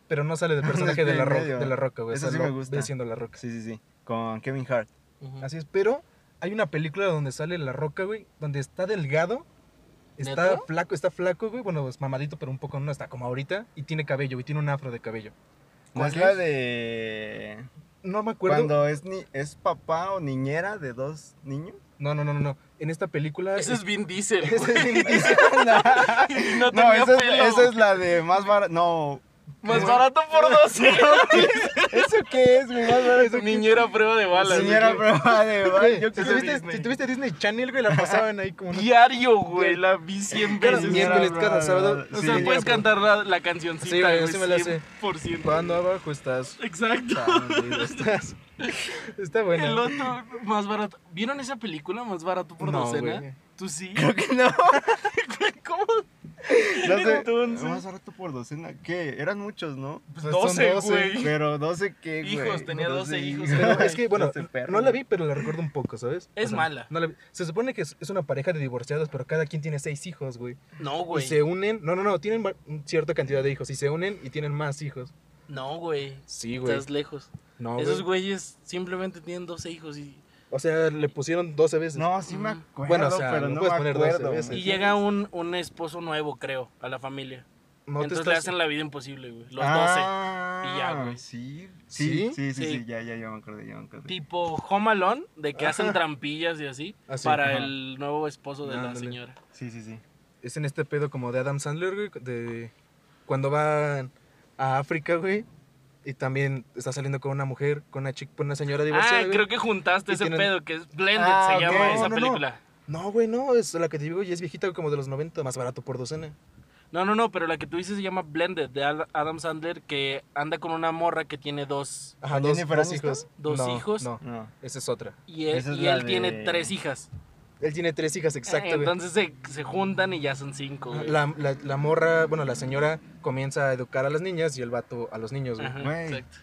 [SPEAKER 3] Pero no sale del
[SPEAKER 1] *laughs* Un
[SPEAKER 3] personaje de
[SPEAKER 1] espía
[SPEAKER 3] la,
[SPEAKER 1] y
[SPEAKER 3] ro-
[SPEAKER 1] medio.
[SPEAKER 3] de la roca, güey.
[SPEAKER 1] Esa sí
[SPEAKER 3] lo-
[SPEAKER 1] me gusta.
[SPEAKER 3] ve siendo la roca.
[SPEAKER 1] Sí, sí, sí. Con Kevin Hart.
[SPEAKER 2] Ujú.
[SPEAKER 3] Así es, pero hay una película donde sale la roca, güey, donde está delgado, está
[SPEAKER 2] ¿Neta?
[SPEAKER 3] flaco, está flaco, güey, bueno, es mamadito, pero un poco no está como ahorita, y tiene cabello, güey, tiene un afro de cabello.
[SPEAKER 1] ¿No es
[SPEAKER 3] ¿Cuál
[SPEAKER 1] la
[SPEAKER 3] es?
[SPEAKER 1] de...
[SPEAKER 3] No me acuerdo.
[SPEAKER 1] Cuando es, ni- es papá o niñera de dos niños?
[SPEAKER 3] No, no, no, no, no. En esta película.
[SPEAKER 2] Ese es Vin Diesel, *laughs*
[SPEAKER 3] *laughs* Ese
[SPEAKER 2] güey.
[SPEAKER 3] es Vin Diesel.
[SPEAKER 2] No
[SPEAKER 1] No,
[SPEAKER 2] tenía
[SPEAKER 1] esa, es,
[SPEAKER 2] pelo.
[SPEAKER 1] esa es la de más barato. No.
[SPEAKER 2] *laughs* Más barato por *laughs* 12.
[SPEAKER 1] ¿Eso qué es, güey? Más
[SPEAKER 2] *laughs*
[SPEAKER 1] barato.
[SPEAKER 2] Niñera a prueba Ah, de balas. güey.
[SPEAKER 1] Niñera prueba de...
[SPEAKER 3] Güey,
[SPEAKER 1] Yo creo
[SPEAKER 3] si,
[SPEAKER 2] es de
[SPEAKER 3] tuviste,
[SPEAKER 2] Disney.
[SPEAKER 3] si tuviste Disney Channel, güey, la pasaban
[SPEAKER 2] *laughs*
[SPEAKER 3] ahí como. una-
[SPEAKER 2] Diario, güey. La vi 100
[SPEAKER 3] Cada
[SPEAKER 2] veces.
[SPEAKER 3] mierda. miércoles, cada
[SPEAKER 1] Sí,
[SPEAKER 3] sábado. pues,
[SPEAKER 1] sí.
[SPEAKER 2] O sea, puedes
[SPEAKER 3] Niñera prueba.
[SPEAKER 2] cantar la, la cancioncita,
[SPEAKER 3] Sí, güey,
[SPEAKER 2] güey,
[SPEAKER 3] sí me la sé.
[SPEAKER 2] 100%.
[SPEAKER 3] Cuando abajo estás.
[SPEAKER 2] Exacto.
[SPEAKER 3] bandido, *laughs* estás- Está
[SPEAKER 2] El
[SPEAKER 3] bueno.
[SPEAKER 2] otro más barato. ¿Vieron esa película más barato por
[SPEAKER 3] No,
[SPEAKER 2] docena?
[SPEAKER 3] güey.
[SPEAKER 2] ¿Tú
[SPEAKER 3] *laughs*
[SPEAKER 2] sí?
[SPEAKER 1] Creo que no.
[SPEAKER 2] *laughs* ¿Cómo?
[SPEAKER 1] No sé,
[SPEAKER 2] Entonces-
[SPEAKER 1] más barato por docena. ¿Qué? Eran muchos, ¿no?
[SPEAKER 3] Pues son
[SPEAKER 2] 12,
[SPEAKER 3] 12,
[SPEAKER 2] güey.
[SPEAKER 1] Pero 12 qué, güey. Este
[SPEAKER 2] Hijos, tenía 12 hijos.
[SPEAKER 3] Pero *laughs* es que, bueno,
[SPEAKER 1] 12 perros.
[SPEAKER 3] no la vi, pero la recuerdo un poco, ¿sabes?
[SPEAKER 2] Es mala.
[SPEAKER 3] no la vi. Se supone que es, es una pareja de divorciados, pero cada quien tiene seis hijos, güey.
[SPEAKER 2] No,
[SPEAKER 3] Y
[SPEAKER 2] güey.
[SPEAKER 3] se unen. No, no, no, tienen va- un cierta cantidad de hijos. Y se unen y tienen más hijos.
[SPEAKER 2] No, güey.
[SPEAKER 3] Sí,
[SPEAKER 2] Estás lejos.
[SPEAKER 3] No,
[SPEAKER 2] Esos
[SPEAKER 3] güey.
[SPEAKER 2] güeyes simplemente tienen 12 hijos y,
[SPEAKER 3] O sea, le pusieron 12 veces.
[SPEAKER 1] No, sí me acuerdo,
[SPEAKER 3] pues, Bueno, o sea,
[SPEAKER 1] pero no
[SPEAKER 3] no
[SPEAKER 1] me
[SPEAKER 3] puedes poner 12
[SPEAKER 1] acuerdo.
[SPEAKER 3] veces.
[SPEAKER 1] güey.
[SPEAKER 2] y llega un, un esposo nuevo, creo, a la familia.
[SPEAKER 3] No te
[SPEAKER 2] Entonces le
[SPEAKER 3] estás-
[SPEAKER 2] hacen la vida imposible, güey. Los
[SPEAKER 1] Ah,
[SPEAKER 2] y ya, güey.
[SPEAKER 1] Sí. Sí,
[SPEAKER 3] ¿Sí?
[SPEAKER 1] sí, sí, sí,
[SPEAKER 2] Sí.
[SPEAKER 1] ya, ya, ya me acordé, ya me acordé.
[SPEAKER 2] 12. Tipo Home Alone, de que hacen
[SPEAKER 1] Ajá.
[SPEAKER 2] trampillas y así,
[SPEAKER 3] Así,
[SPEAKER 2] para
[SPEAKER 1] ajá.
[SPEAKER 2] el nuevo esposo de la
[SPEAKER 3] Ándale.
[SPEAKER 2] señora.
[SPEAKER 1] Sí, sí, sí.
[SPEAKER 3] Es en este pedo como de Adam Sandler, güey. De cuando van a África, güey. Y también está saliendo con una mujer, con una chica, con una señora divorciada.
[SPEAKER 2] Ah,
[SPEAKER 3] güey.
[SPEAKER 2] creo que juntaste
[SPEAKER 3] Y
[SPEAKER 2] ese
[SPEAKER 3] tienen-
[SPEAKER 2] pedo, que es Blended,
[SPEAKER 1] Ah,
[SPEAKER 2] se
[SPEAKER 1] ok.
[SPEAKER 2] llama
[SPEAKER 1] No,
[SPEAKER 2] esa
[SPEAKER 3] no, no.
[SPEAKER 2] película.
[SPEAKER 3] No, güey, no. Es la que te digo, ya es viejita, güey, como de los 90, más barato por docena.
[SPEAKER 2] No, no, no, pero la que tú dices se llama Blended, de Al- Adam Sandler, que anda con una morra que tiene dos.
[SPEAKER 3] Ajá,
[SPEAKER 1] ¿Con
[SPEAKER 3] dos,
[SPEAKER 1] Jennifer
[SPEAKER 3] dos
[SPEAKER 1] Aniston?
[SPEAKER 3] hijos.
[SPEAKER 2] ¿Dos
[SPEAKER 3] No,
[SPEAKER 2] hijos?
[SPEAKER 3] No,
[SPEAKER 1] No.
[SPEAKER 3] esa es otra.
[SPEAKER 2] Y él,
[SPEAKER 1] Esa es
[SPEAKER 2] y
[SPEAKER 1] la
[SPEAKER 2] él tiene
[SPEAKER 1] de-
[SPEAKER 2] tres hijas.
[SPEAKER 3] Él tiene tres hijas, exacto, güey.
[SPEAKER 2] Entonces se, se juntan y ya son cinco. güey.
[SPEAKER 3] La, la, la morra, bueno, la señora comienza a educar a las niñas y el vato a los niños, güey.
[SPEAKER 2] Ajá,
[SPEAKER 1] Güey.
[SPEAKER 2] exacto.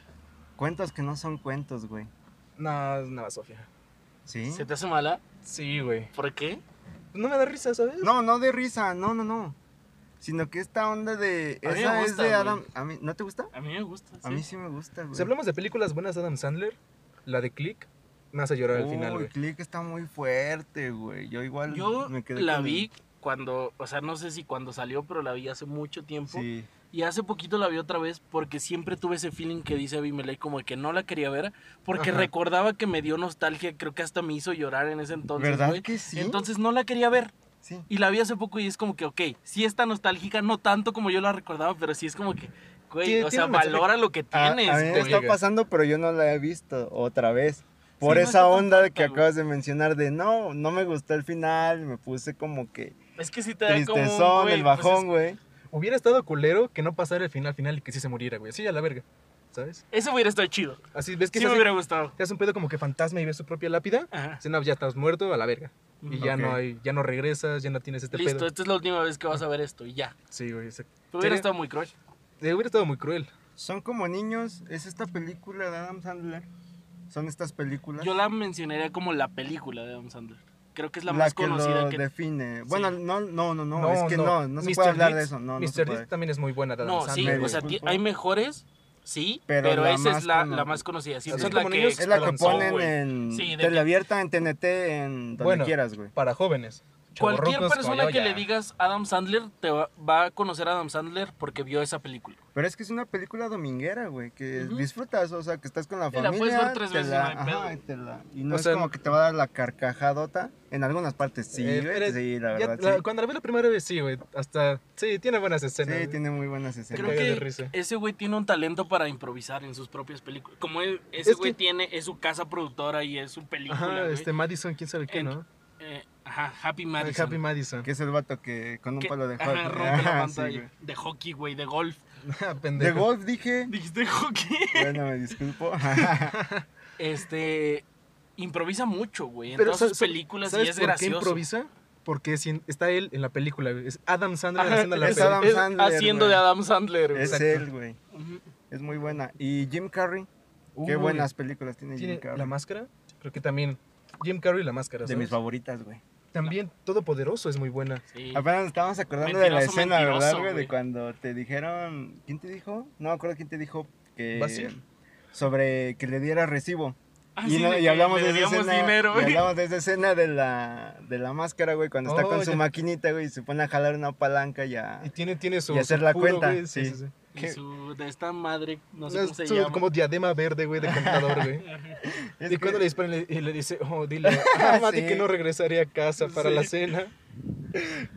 [SPEAKER 1] Cuentos que no son cuentos, güey.
[SPEAKER 3] No, no, Sofía.
[SPEAKER 1] ¿Sí?
[SPEAKER 2] ¿Se te hace mala?
[SPEAKER 3] Sí, güey.
[SPEAKER 2] ¿Por qué?
[SPEAKER 3] No me da risa, ¿sabes?
[SPEAKER 1] No, no de risa, no, no, no. Sino que esta onda de...
[SPEAKER 2] A mí me
[SPEAKER 1] esa es
[SPEAKER 2] gusta,
[SPEAKER 1] de
[SPEAKER 2] güey.
[SPEAKER 1] Adam... A mí, ¿No te gusta?
[SPEAKER 2] A mí me gusta.
[SPEAKER 1] A
[SPEAKER 2] sí.
[SPEAKER 1] mí sí me gusta, güey.
[SPEAKER 3] Si hablamos de películas buenas de Adam Sandler, la de Click, me hace llorar al final,
[SPEAKER 1] Uy,
[SPEAKER 3] güey.
[SPEAKER 1] Click está muy fuerte, güey. Yo igual
[SPEAKER 2] Yo
[SPEAKER 1] me quedé
[SPEAKER 2] la
[SPEAKER 1] con-
[SPEAKER 2] vi cuando, o sea, no sé si cuando salió, pero la vi hace mucho tiempo.
[SPEAKER 1] Sí.
[SPEAKER 2] Y hace poquito la vi otra vez porque siempre tuve ese feeling que dice Abimelech, como que no la quería ver, porque
[SPEAKER 3] Ajá.
[SPEAKER 2] recordaba que me dio nostalgia, creo que hasta me hizo llorar en ese entonces.
[SPEAKER 1] ¿Verdad
[SPEAKER 2] güey.
[SPEAKER 1] que sí?
[SPEAKER 2] Entonces no la quería ver.
[SPEAKER 1] Sí.
[SPEAKER 2] Y la vi hace poco y es como que, ok, sí está nostálgica, no tanto como yo la recordaba, pero sí es como que, güey,
[SPEAKER 1] Tiene-
[SPEAKER 2] o
[SPEAKER 1] tiene
[SPEAKER 2] sea,
[SPEAKER 1] un mensaje.
[SPEAKER 2] valora lo que
[SPEAKER 1] Ah, A, a mí
[SPEAKER 2] tienes,
[SPEAKER 1] me
[SPEAKER 2] güey.
[SPEAKER 1] está
[SPEAKER 3] Oiga.
[SPEAKER 1] pasando, pero yo no la he visto otra vez. Por
[SPEAKER 2] no está
[SPEAKER 1] esa
[SPEAKER 2] tan
[SPEAKER 1] onda de que
[SPEAKER 2] tanta, güey.
[SPEAKER 1] acabas de mencionar de no, no me gustó el final, me puse como que
[SPEAKER 2] Es que sí te da como un,
[SPEAKER 1] tristezón,
[SPEAKER 2] güey,
[SPEAKER 1] el
[SPEAKER 2] pues es-
[SPEAKER 1] bajón, güey.
[SPEAKER 3] Hubiera estado culero que no pasara el final final y que sí se muriera, güey. Así a la verga, ¿sabes?
[SPEAKER 2] Eso hubiera estado chido.
[SPEAKER 3] Así ves que
[SPEAKER 2] Sí
[SPEAKER 3] se
[SPEAKER 2] me
[SPEAKER 3] hace,
[SPEAKER 2] hubiera Ah. gustado.
[SPEAKER 3] te hace un pedo como que fantasma y ves su propia lápida.
[SPEAKER 2] Ajá.
[SPEAKER 3] Dice, no, ya estás muerto, a la verga. Y ya
[SPEAKER 1] Ok.
[SPEAKER 3] no hay, ya no regresas, ya no tienes este
[SPEAKER 2] Listo,
[SPEAKER 3] pedo.
[SPEAKER 2] esta es la última vez que vas a ver esto y ya.
[SPEAKER 3] Sí, güey. exacto.
[SPEAKER 2] Pero hubiera
[SPEAKER 3] Sería-
[SPEAKER 2] estado muy crush.
[SPEAKER 3] Eh, hubiera estado muy cruel.
[SPEAKER 1] Son como niños, es esta película de Adam Sandler. Son estas películas.
[SPEAKER 2] Yo la mencionaría como la película de Adam Sandler. Creo que es la,
[SPEAKER 1] la
[SPEAKER 2] más
[SPEAKER 1] que
[SPEAKER 2] conocida
[SPEAKER 1] lo
[SPEAKER 2] que...
[SPEAKER 1] define. Bueno, no, no, no, no, es que no, no, se
[SPEAKER 3] Mr.
[SPEAKER 1] puede hablar de
[SPEAKER 3] Deeds-
[SPEAKER 1] eso, no, no se
[SPEAKER 3] Mr.
[SPEAKER 1] puede.
[SPEAKER 3] Deeds también es muy buena. de Adam
[SPEAKER 2] No, sí,
[SPEAKER 3] Sandler,
[SPEAKER 1] Medio,
[SPEAKER 2] o sea,
[SPEAKER 3] güey.
[SPEAKER 2] ti-
[SPEAKER 1] por favor.
[SPEAKER 2] hay mejores, sí, pero,
[SPEAKER 1] Pero la
[SPEAKER 2] esa es
[SPEAKER 1] más
[SPEAKER 2] la,
[SPEAKER 1] cono-
[SPEAKER 2] la más conocida. Siempre
[SPEAKER 1] Son
[SPEAKER 2] es la
[SPEAKER 3] como
[SPEAKER 2] que
[SPEAKER 3] niños-
[SPEAKER 1] Es la que
[SPEAKER 2] lanzó,
[SPEAKER 1] ponen
[SPEAKER 2] güey.
[SPEAKER 1] en
[SPEAKER 2] Sí, de que-
[SPEAKER 1] teleabierta, en TNT, en donde
[SPEAKER 3] Bueno,
[SPEAKER 1] quieras, güey.
[SPEAKER 3] para jóvenes.
[SPEAKER 2] Cualquier
[SPEAKER 3] chavorrucos como
[SPEAKER 2] persona
[SPEAKER 3] yo,
[SPEAKER 2] que
[SPEAKER 3] ya.
[SPEAKER 2] le digas Adam Sandler te va, va a conocer a Adam Sandler porque vio esa película.
[SPEAKER 1] Pero es que es una película dominguera, güey, que
[SPEAKER 2] Ujú.
[SPEAKER 1] disfrutas, o sea, que estás con la
[SPEAKER 2] Sí, la
[SPEAKER 1] familia.
[SPEAKER 2] puedes ver tres
[SPEAKER 1] te
[SPEAKER 2] veces,
[SPEAKER 1] la-
[SPEAKER 2] no hay pedo.
[SPEAKER 1] ajá, y te la- y no
[SPEAKER 3] O
[SPEAKER 1] es
[SPEAKER 3] sea,
[SPEAKER 1] como que te va a dar la carcajadota. En algunas partes sí,
[SPEAKER 3] Eh,
[SPEAKER 1] güey,
[SPEAKER 3] eres-
[SPEAKER 1] sí, la
[SPEAKER 3] Ya,
[SPEAKER 1] verdad,
[SPEAKER 3] la-
[SPEAKER 1] sí.
[SPEAKER 3] cuando la vi la primera vez, sí, güey. Hasta. Sí, tiene buenas escenas.
[SPEAKER 1] Sí,
[SPEAKER 3] güey.
[SPEAKER 1] tiene muy buenas escenas.
[SPEAKER 2] Creo
[SPEAKER 3] cagué de
[SPEAKER 2] que
[SPEAKER 3] risa.
[SPEAKER 2] ese güey tiene un talento para improvisar en sus propias películas. Como e- ese
[SPEAKER 3] Es
[SPEAKER 2] güey
[SPEAKER 3] que-
[SPEAKER 2] tiene, es su casa productora y es su película.
[SPEAKER 3] Ajá,
[SPEAKER 2] güey.
[SPEAKER 3] este Madison, quién sabe qué,
[SPEAKER 2] En-
[SPEAKER 3] ¿no?
[SPEAKER 2] Eh, ajá, Happy
[SPEAKER 3] El
[SPEAKER 2] Madison.
[SPEAKER 3] Happy Madison.
[SPEAKER 1] Que es el vato que con un
[SPEAKER 2] Que-
[SPEAKER 1] palo de
[SPEAKER 2] ajá,
[SPEAKER 1] hockey.
[SPEAKER 2] rompe la
[SPEAKER 1] Ajá, *laughs* sí,
[SPEAKER 2] pantalla.
[SPEAKER 1] güey.
[SPEAKER 2] de hockey, güey, de golf.
[SPEAKER 3] *laughs* Ah,
[SPEAKER 1] de
[SPEAKER 3] pendejo.
[SPEAKER 1] golf
[SPEAKER 2] *laughs*
[SPEAKER 1] dije.
[SPEAKER 2] ¿Dijiste hockey?
[SPEAKER 1] Bueno, me
[SPEAKER 2] *laughs*
[SPEAKER 1] disculpo.
[SPEAKER 2] Este. Improvisa mucho, güey. En
[SPEAKER 3] Pero
[SPEAKER 2] todas sus
[SPEAKER 3] ¿sabes-
[SPEAKER 2] películas y
[SPEAKER 3] ¿Sabes
[SPEAKER 2] es
[SPEAKER 3] por qué
[SPEAKER 2] gracioso.
[SPEAKER 3] improvisa? Porque es en- está él en la película. güey. Es Adam Sandler
[SPEAKER 2] Ajá,
[SPEAKER 3] haciendo la
[SPEAKER 1] es
[SPEAKER 3] película.
[SPEAKER 1] Adam
[SPEAKER 2] es
[SPEAKER 1] Sandler,
[SPEAKER 2] haciendo
[SPEAKER 1] güey.
[SPEAKER 2] de Adam Sandler, güey.
[SPEAKER 1] es
[SPEAKER 3] Exacto.
[SPEAKER 1] él, güey.
[SPEAKER 2] Ujú.
[SPEAKER 1] Es muy buena. Y Jim Carrey.
[SPEAKER 3] Uy,
[SPEAKER 1] Qué buenas películas tiene,
[SPEAKER 3] ¿Tiene
[SPEAKER 1] Jim Carrey.
[SPEAKER 3] la máscara? Creo que también. Jim Carrey la máscara.
[SPEAKER 1] de
[SPEAKER 3] ¿sabes?
[SPEAKER 1] mis favoritas, güey.
[SPEAKER 3] También Todopoderoso es muy buena.
[SPEAKER 2] Sí.
[SPEAKER 1] Apenas nos estábamos acordando de la
[SPEAKER 2] Mentiroso,
[SPEAKER 1] escena,
[SPEAKER 2] mentiroso,
[SPEAKER 1] ¿verdad, güey?
[SPEAKER 2] güey.
[SPEAKER 1] De cuando te dijeron. ¿Quién te dijo? No me acuerdo quién te dijo que.
[SPEAKER 3] ¿Vas a ir?
[SPEAKER 1] Sobre que le diera recibo.
[SPEAKER 2] Ah,
[SPEAKER 1] y,
[SPEAKER 2] sí,
[SPEAKER 1] no-
[SPEAKER 2] de
[SPEAKER 1] y
[SPEAKER 2] que
[SPEAKER 1] hablamos
[SPEAKER 2] le
[SPEAKER 1] de esa
[SPEAKER 2] debíamos
[SPEAKER 1] escena.
[SPEAKER 2] dinero,
[SPEAKER 1] y
[SPEAKER 2] güey.
[SPEAKER 1] hablamos de esa escena de la, de la máscara, güey, cuando está
[SPEAKER 3] Oh,
[SPEAKER 1] con su
[SPEAKER 3] ya.
[SPEAKER 1] maquinita, güey, y se pone a jalar una palanca y a.
[SPEAKER 3] Y tiene, tiene su.
[SPEAKER 1] Y hacer
[SPEAKER 3] su
[SPEAKER 1] la
[SPEAKER 3] puro,
[SPEAKER 1] cuenta,
[SPEAKER 3] güey,
[SPEAKER 1] sí.
[SPEAKER 2] Y
[SPEAKER 1] ¿Qué?
[SPEAKER 2] su- de esta madre, no sé
[SPEAKER 3] Es
[SPEAKER 2] cómo se
[SPEAKER 3] su-
[SPEAKER 2] llama.
[SPEAKER 3] como diadema verde,
[SPEAKER 1] *laughs*
[SPEAKER 3] güey, de contador, güey.
[SPEAKER 1] Es
[SPEAKER 3] y
[SPEAKER 1] que-
[SPEAKER 3] cuando le disparan le- y le dice, oh, dile *laughs* a Mati
[SPEAKER 1] Sí.
[SPEAKER 3] que no regresaría a casa para
[SPEAKER 2] Sí.
[SPEAKER 3] la cena.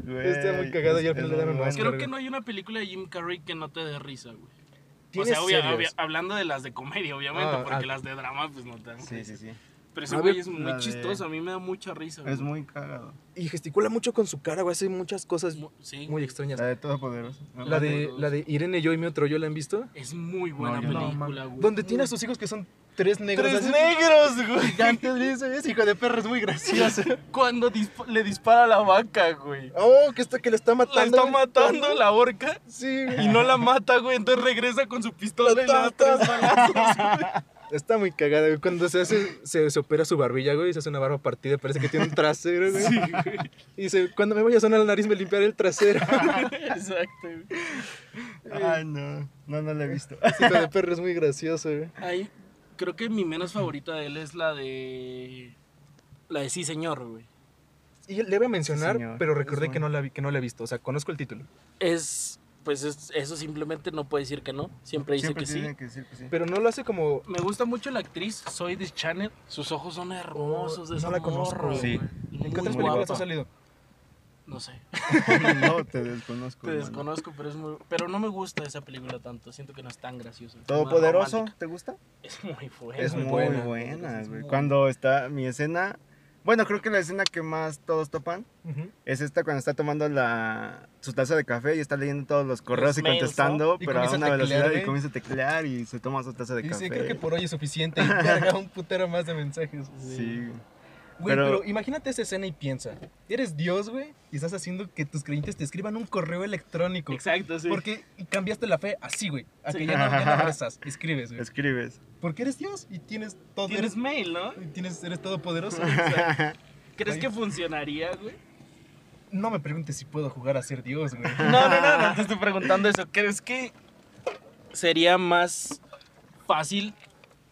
[SPEAKER 1] Güey,
[SPEAKER 3] Está muy cagado y al final le dan un
[SPEAKER 1] muy
[SPEAKER 3] Oscar.
[SPEAKER 1] bueno.
[SPEAKER 2] Creo que no hay una película de Jim Carrey que no te dé risa, güey. O
[SPEAKER 3] Tiene
[SPEAKER 2] sea, obvia-
[SPEAKER 3] serios.
[SPEAKER 2] obvia- hablando de las de comedia, obviamente,
[SPEAKER 3] Ah,
[SPEAKER 2] porque
[SPEAKER 3] ah.
[SPEAKER 2] las de drama, pues no te dan
[SPEAKER 1] Sí,
[SPEAKER 2] risa.
[SPEAKER 1] sí, sí.
[SPEAKER 2] Pero ese
[SPEAKER 3] A
[SPEAKER 2] güey
[SPEAKER 3] ver,
[SPEAKER 2] es muy
[SPEAKER 1] la de-
[SPEAKER 2] chistoso, a mí me da mucha risa.
[SPEAKER 1] Es
[SPEAKER 2] güey.
[SPEAKER 1] muy cagado.
[SPEAKER 3] Y gesticula mucho con su cara, güey. Hace muchas cosas
[SPEAKER 2] Mu- sí,
[SPEAKER 3] muy
[SPEAKER 2] güey.
[SPEAKER 3] extrañas.
[SPEAKER 1] La de Todopoderoso. ¿no?
[SPEAKER 3] La de, la de Irene, yo y mi otro yo, ¿la han visto?
[SPEAKER 2] Es muy buena
[SPEAKER 1] No, yo no,
[SPEAKER 2] película,
[SPEAKER 3] mames.
[SPEAKER 2] güey.
[SPEAKER 3] Donde tiene a sus hijos que son tres negros.
[SPEAKER 2] ¡Tres
[SPEAKER 3] así.
[SPEAKER 2] negros, güey!
[SPEAKER 3] gigantes, le dice, "Ese hijo de perro, es
[SPEAKER 1] *laughs*
[SPEAKER 3] muy gracioso.
[SPEAKER 2] Cuando dispa- le dispara a la vaca, güey.
[SPEAKER 3] Oh, que, está, que le está matando.
[SPEAKER 2] La está
[SPEAKER 3] güey.
[SPEAKER 2] matando la horca
[SPEAKER 3] Sí, güey.
[SPEAKER 2] y no la mata, güey. Entonces regresa con su pistola y le da
[SPEAKER 3] Ta- ta-
[SPEAKER 2] tres balazos.
[SPEAKER 3] Está muy cagada, güey. Cuando se hace, se, se opera su barbilla, güey, y se hace una barba partida, parece que tiene un trasero, güey. Y dice, cuando me vaya a sonar la nariz, me limpiaré el trasero.
[SPEAKER 2] *laughs* Exacto, güey.
[SPEAKER 1] Ay, no. No, no la he visto.
[SPEAKER 3] Ese hijo de perro es muy gracioso, güey.
[SPEAKER 2] Ay, creo que mi menos favorita de él es la de. La de Sí, señor, güey.
[SPEAKER 3] Y le voy a mencionar,
[SPEAKER 1] Sí, señor.
[SPEAKER 3] pero
[SPEAKER 1] Es
[SPEAKER 3] recordé que
[SPEAKER 1] bueno.
[SPEAKER 3] no, la vi, que no la he visto. O sea, conozco el título.
[SPEAKER 2] Es. Pues es- eso simplemente no puede decir que no. *laughs* Siempre dice
[SPEAKER 1] Siempre
[SPEAKER 2] que sí.
[SPEAKER 1] tienen que decir que
[SPEAKER 2] *laughs*
[SPEAKER 1] sí.
[SPEAKER 3] Pero no lo hace como...
[SPEAKER 2] Me gusta mucho la actriz Soy de Channel. Sus ojos son hermosos de
[SPEAKER 3] no
[SPEAKER 2] esa
[SPEAKER 3] la conozco,
[SPEAKER 2] morra,
[SPEAKER 1] sí.
[SPEAKER 2] güey.
[SPEAKER 3] ¿En
[SPEAKER 2] Muy
[SPEAKER 3] cuántas
[SPEAKER 2] guapa.
[SPEAKER 3] películas ha salido?
[SPEAKER 2] No sé.
[SPEAKER 1] *laughs* no, te desconozco.
[SPEAKER 2] Te
[SPEAKER 1] hermano.
[SPEAKER 2] desconozco, pero es muy. Pero no me gusta esa película tanto. Siento que no es tan graciosa. Es
[SPEAKER 1] ¿Todopoderoso?
[SPEAKER 2] más romántica.
[SPEAKER 1] ¿Te gusta?
[SPEAKER 2] Es muy buena.
[SPEAKER 1] Es
[SPEAKER 3] muy
[SPEAKER 1] muy
[SPEAKER 3] buena.
[SPEAKER 1] buena,
[SPEAKER 2] Es
[SPEAKER 1] güey.
[SPEAKER 2] muy-
[SPEAKER 1] Cuando está mi escena. Bueno, creo que la escena que más todos topan
[SPEAKER 3] Ujú.
[SPEAKER 1] es esta cuando está tomando la, su taza de café y está leyendo todos los correos
[SPEAKER 2] Los
[SPEAKER 1] y
[SPEAKER 2] mails,
[SPEAKER 1] contestando,
[SPEAKER 3] Y
[SPEAKER 1] pero a
[SPEAKER 3] comienza a
[SPEAKER 1] una
[SPEAKER 3] teclear,
[SPEAKER 1] velocidad
[SPEAKER 3] güey.
[SPEAKER 1] y comienza a teclear y se toma su taza de
[SPEAKER 3] Y
[SPEAKER 1] café.
[SPEAKER 3] dice, creo que por hoy es suficiente. Y carga un putero más de mensajes.
[SPEAKER 1] Sí,
[SPEAKER 3] Güey, pero...
[SPEAKER 1] Pero-
[SPEAKER 3] imagínate esa escena y piensa, eres Dios, güey, y estás haciendo que tus creyentes te escriban un correo
[SPEAKER 2] *laughs*
[SPEAKER 3] electrónico.
[SPEAKER 2] Exacto, sí.
[SPEAKER 3] Porque cambiaste la fe así, güey, a
[SPEAKER 2] Sí.
[SPEAKER 3] que ya no, ya no rezas, escribes, güey.
[SPEAKER 1] escribes.
[SPEAKER 3] Porque eres Dios y tienes todo,
[SPEAKER 2] Tienes
[SPEAKER 3] eres,
[SPEAKER 2] mail, ¿no?
[SPEAKER 3] tienes, eres todopoderoso.
[SPEAKER 2] ¿Crees
[SPEAKER 3] Ahí-
[SPEAKER 2] que funcionaría, güey?
[SPEAKER 3] no me preguntes si puedo jugar a ser Dios, güey.
[SPEAKER 2] No, no, no, no te estoy preguntando eso. ¿Crees que sería más fácil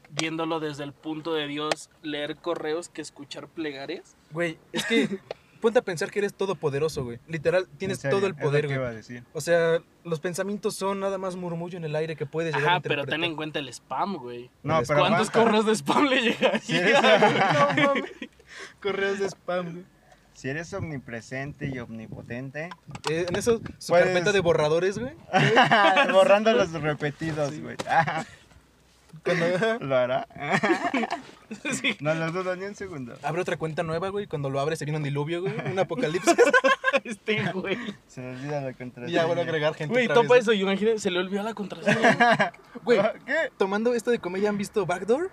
[SPEAKER 2] viéndolo desde el punto de Dios leer correos que escuchar plegarias?
[SPEAKER 3] *laughs* Güey, es que ponte a pensar que eres todopoderoso, güey. Literal, tienes
[SPEAKER 1] En serio,
[SPEAKER 3] todo el
[SPEAKER 1] es lo
[SPEAKER 3] poder,
[SPEAKER 1] que
[SPEAKER 3] güey.
[SPEAKER 1] iba a decir.
[SPEAKER 3] O sea, los pensamientos son nada más murmullo en el aire que puedes llegar a
[SPEAKER 2] Ajá, pero ten en
[SPEAKER 3] interpretar.
[SPEAKER 2] cuenta el spam, güey.
[SPEAKER 1] No,
[SPEAKER 3] Pero
[SPEAKER 1] pero
[SPEAKER 2] ¿Cuántos *laughs*
[SPEAKER 1] aguanta.
[SPEAKER 3] *laughs*
[SPEAKER 2] correos de spam le llegaría?
[SPEAKER 1] Sí,
[SPEAKER 3] No mames. Correos de spam, güey.
[SPEAKER 1] Si eres omnipresente y omnipotente, *laughs*
[SPEAKER 3] Eh, en eso, su
[SPEAKER 1] Puedes-
[SPEAKER 3] carpeta de borradores, güey.
[SPEAKER 1] borrando los repetidos,
[SPEAKER 3] Sí.
[SPEAKER 1] güey. *laughs*
[SPEAKER 3] Cuando *laughs*
[SPEAKER 1] ¿Lo hará?
[SPEAKER 2] Sí.
[SPEAKER 1] No lo dudo ni un segundo.
[SPEAKER 3] abre otra cuenta nueva, güey. Cuando lo abre se viene un diluvio, güey. Un apocalipsis.
[SPEAKER 2] Este güey.
[SPEAKER 1] Se me olvida la contraseña.
[SPEAKER 3] y ya vuelve a agregar gente.
[SPEAKER 2] Güey,
[SPEAKER 3] otra
[SPEAKER 2] topa
[SPEAKER 3] vez.
[SPEAKER 2] eso. Yo imagino, se le olvidó la contraseña.
[SPEAKER 3] Güey,
[SPEAKER 1] Ah, ¿Qué?
[SPEAKER 3] tomando esto de comedia, ¿han visto Backdoor?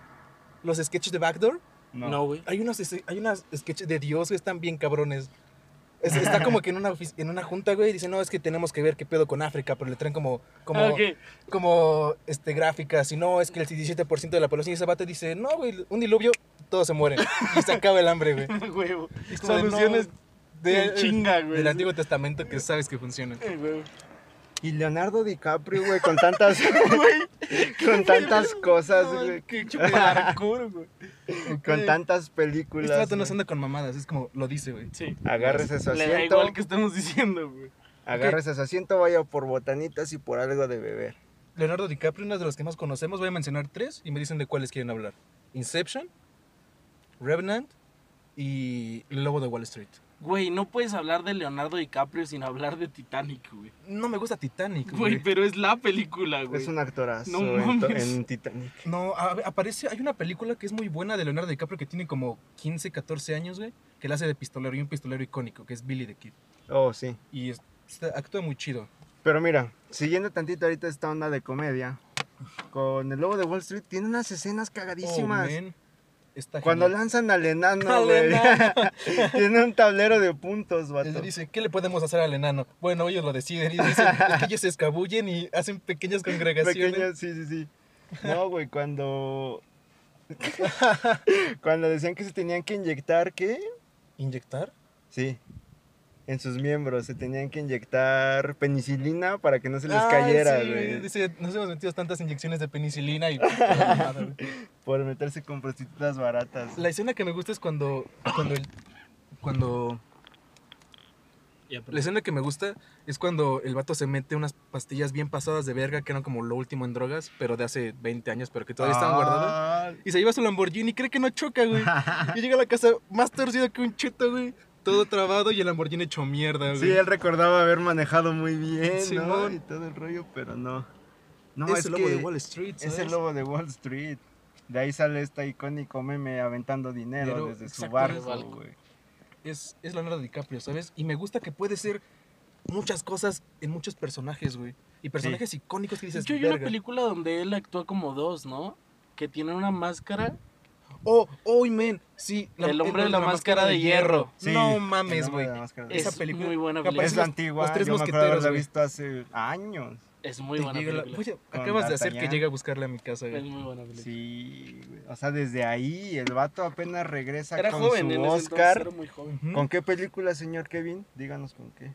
[SPEAKER 3] Los sketches de Backdoor.
[SPEAKER 2] No, güey.
[SPEAKER 3] Hay unos, hay unas sketches de Dios, güey, están bien cabrones. Es- está como que en una, ofici- en una junta, güey, y dicen, no, es que tenemos que ver qué pedo con África, pero le traen como, como,
[SPEAKER 2] Ah, ok.
[SPEAKER 3] como este, gráficas. Y no, es que el 17% de la población y ese vato dice, no, güey, un diluvio, todos se mueren. Y se acaba el hambre, *laughs*
[SPEAKER 2] *laughs*
[SPEAKER 3] güey.
[SPEAKER 2] Huevo.
[SPEAKER 3] Es como de, no,
[SPEAKER 2] Soluciones
[SPEAKER 3] de-
[SPEAKER 2] en chinga, güey.
[SPEAKER 3] Del Antiguo Testamento que sabes que funcionan.
[SPEAKER 2] Eh, huevo.
[SPEAKER 1] Y Leonardo DiCaprio, güey, con tantas. *laughs* con tantas cosas,
[SPEAKER 2] No,
[SPEAKER 1] güey.
[SPEAKER 2] Qué *laughs* chuparacuro, güey.
[SPEAKER 1] Con tantas
[SPEAKER 3] Este
[SPEAKER 1] películas.
[SPEAKER 3] vato no se
[SPEAKER 1] güey.
[SPEAKER 3] anda con mamadas, es como lo dice, güey.
[SPEAKER 2] Sí.
[SPEAKER 1] Agárrese su
[SPEAKER 2] Le da
[SPEAKER 1] asiento.
[SPEAKER 2] igual que estamos diciendo, güey.
[SPEAKER 1] Agárrese su asiento, vaya por botanitas y por algo de beber.
[SPEAKER 3] Leonardo DiCaprio, una de las que más conocemos, voy a mencionar tres y me dicen de cuáles quieren hablar. Inception, Revenant y El Lobo de Wall Street.
[SPEAKER 2] Güey, no puedes hablar de Leonardo DiCaprio sin hablar de Titanic, güey.
[SPEAKER 3] No me gusta Titanic,
[SPEAKER 2] Güey,
[SPEAKER 3] güey.
[SPEAKER 2] pero es la película, güey.
[SPEAKER 1] Es un actorazo
[SPEAKER 2] No
[SPEAKER 1] en, to-
[SPEAKER 2] mames.
[SPEAKER 1] en Titanic.
[SPEAKER 3] No, a- aparece, hay una película que es muy buena de Leonardo DiCaprio que tiene como 15, 14 años, güey, que la hace de pistolero y un pistolero icónico, que es Billy the Kid.
[SPEAKER 1] Oh, sí.
[SPEAKER 3] Y es- está- actúa muy chido.
[SPEAKER 1] Pero mira, siguiendo tantito ahorita esta onda de comedia, con el lobo de Wall Street tiene unas escenas cagadísimas.
[SPEAKER 3] man, Oh, está
[SPEAKER 1] Cuando
[SPEAKER 3] genial.
[SPEAKER 1] lanzan al enano,
[SPEAKER 3] Al
[SPEAKER 1] güey.
[SPEAKER 3] enano.
[SPEAKER 1] *laughs* tiene un tablero de puntos,
[SPEAKER 3] Y
[SPEAKER 1] vato.
[SPEAKER 3] le dice, ¿qué le podemos hacer al enano? Bueno, ellos lo deciden y dicen, es que ellos se escabullen y hacen pequeñas congregaciones.
[SPEAKER 1] Pequeño, sí, sí, sí. No, güey, cuando. *laughs* cuando decían que se tenían que inyectar, ¿qué?
[SPEAKER 3] ¿Inyectar?
[SPEAKER 1] Sí. En sus miembros se tenían que inyectar penicilina para que no se les
[SPEAKER 3] Ah,
[SPEAKER 1] cayera,
[SPEAKER 3] sí,
[SPEAKER 1] güey.
[SPEAKER 3] Dice, nos hemos metido tantas inyecciones de penicilina y... Nada,
[SPEAKER 1] *laughs*
[SPEAKER 3] güey.
[SPEAKER 1] Por meterse con prostitutas baratas.
[SPEAKER 3] la escena que me gusta es cuando... Cuando... el- cuando
[SPEAKER 2] Ya,
[SPEAKER 3] la
[SPEAKER 2] pero-
[SPEAKER 3] escena que me gusta es cuando el vato se mete unas pastillas bien pasadas de verga que eran como lo último en drogas, pero de hace 20 años, pero que todavía están
[SPEAKER 1] Ah.
[SPEAKER 3] guardadas. Y se lleva su Lamborghini y cree que no choca, güey. Y llega a la casa más torcido que un cheto, güey. Todo trabado y el Lamborghini hecho mierda, güey.
[SPEAKER 1] Sí, él recordaba haber manejado muy bien, ¿no?
[SPEAKER 3] Simón.
[SPEAKER 1] Y todo el rollo, pero no. No,
[SPEAKER 3] es, el lobo
[SPEAKER 1] que
[SPEAKER 3] de Wall Street,
[SPEAKER 1] Es el
[SPEAKER 3] ¿sabes?
[SPEAKER 1] lobo de Wall Street. De ahí sale este icónico meme aventando dinero
[SPEAKER 3] Dinero,
[SPEAKER 1] desde su
[SPEAKER 3] exacto,
[SPEAKER 2] desde el
[SPEAKER 1] barco,
[SPEAKER 2] barco.
[SPEAKER 1] güey.
[SPEAKER 3] es, es Leonardo DiCaprio, ¿sabes? Y me gusta que puede ser muchas cosas en muchos personajes, güey. Y personajes icónicos que
[SPEAKER 2] De
[SPEAKER 3] dices,
[SPEAKER 2] hecho, hay una
[SPEAKER 3] verga.
[SPEAKER 2] película donde él actúa como dos, ¿no? Que tiene una máscara.
[SPEAKER 3] Oh, oh, men. Sí.
[SPEAKER 2] El hombre de la máscara de hierro.
[SPEAKER 1] Sí,
[SPEAKER 3] no
[SPEAKER 1] el
[SPEAKER 3] mames,
[SPEAKER 1] hombre
[SPEAKER 3] güey.
[SPEAKER 1] de la máscara de
[SPEAKER 2] Es
[SPEAKER 3] Esa película.
[SPEAKER 2] muy buena
[SPEAKER 3] que
[SPEAKER 2] película.
[SPEAKER 1] Es
[SPEAKER 3] aparecen
[SPEAKER 1] la
[SPEAKER 3] los-
[SPEAKER 1] antigua,
[SPEAKER 3] los tres
[SPEAKER 1] yo me acuerdo de
[SPEAKER 3] mosqueteros,
[SPEAKER 1] haberla
[SPEAKER 3] güey.
[SPEAKER 1] visto hace años.
[SPEAKER 2] Es muy
[SPEAKER 3] Te
[SPEAKER 2] buena
[SPEAKER 3] llega la- Pues
[SPEAKER 2] película.
[SPEAKER 3] Oye,
[SPEAKER 1] Con
[SPEAKER 3] acabas de hacer que
[SPEAKER 1] D'Artagnan.
[SPEAKER 3] llegue a buscarle a mi casa,
[SPEAKER 2] Es
[SPEAKER 3] güey.
[SPEAKER 2] muy buena película.
[SPEAKER 1] Sí, güey. o sea, desde ahí el vato apenas regresa
[SPEAKER 2] Era
[SPEAKER 1] con
[SPEAKER 2] joven
[SPEAKER 1] su
[SPEAKER 2] en ese entonces,
[SPEAKER 1] Oscar.
[SPEAKER 2] era muy joven.
[SPEAKER 3] Ujú.
[SPEAKER 1] ¿Con qué película, señor Kevin? Díganos con qué.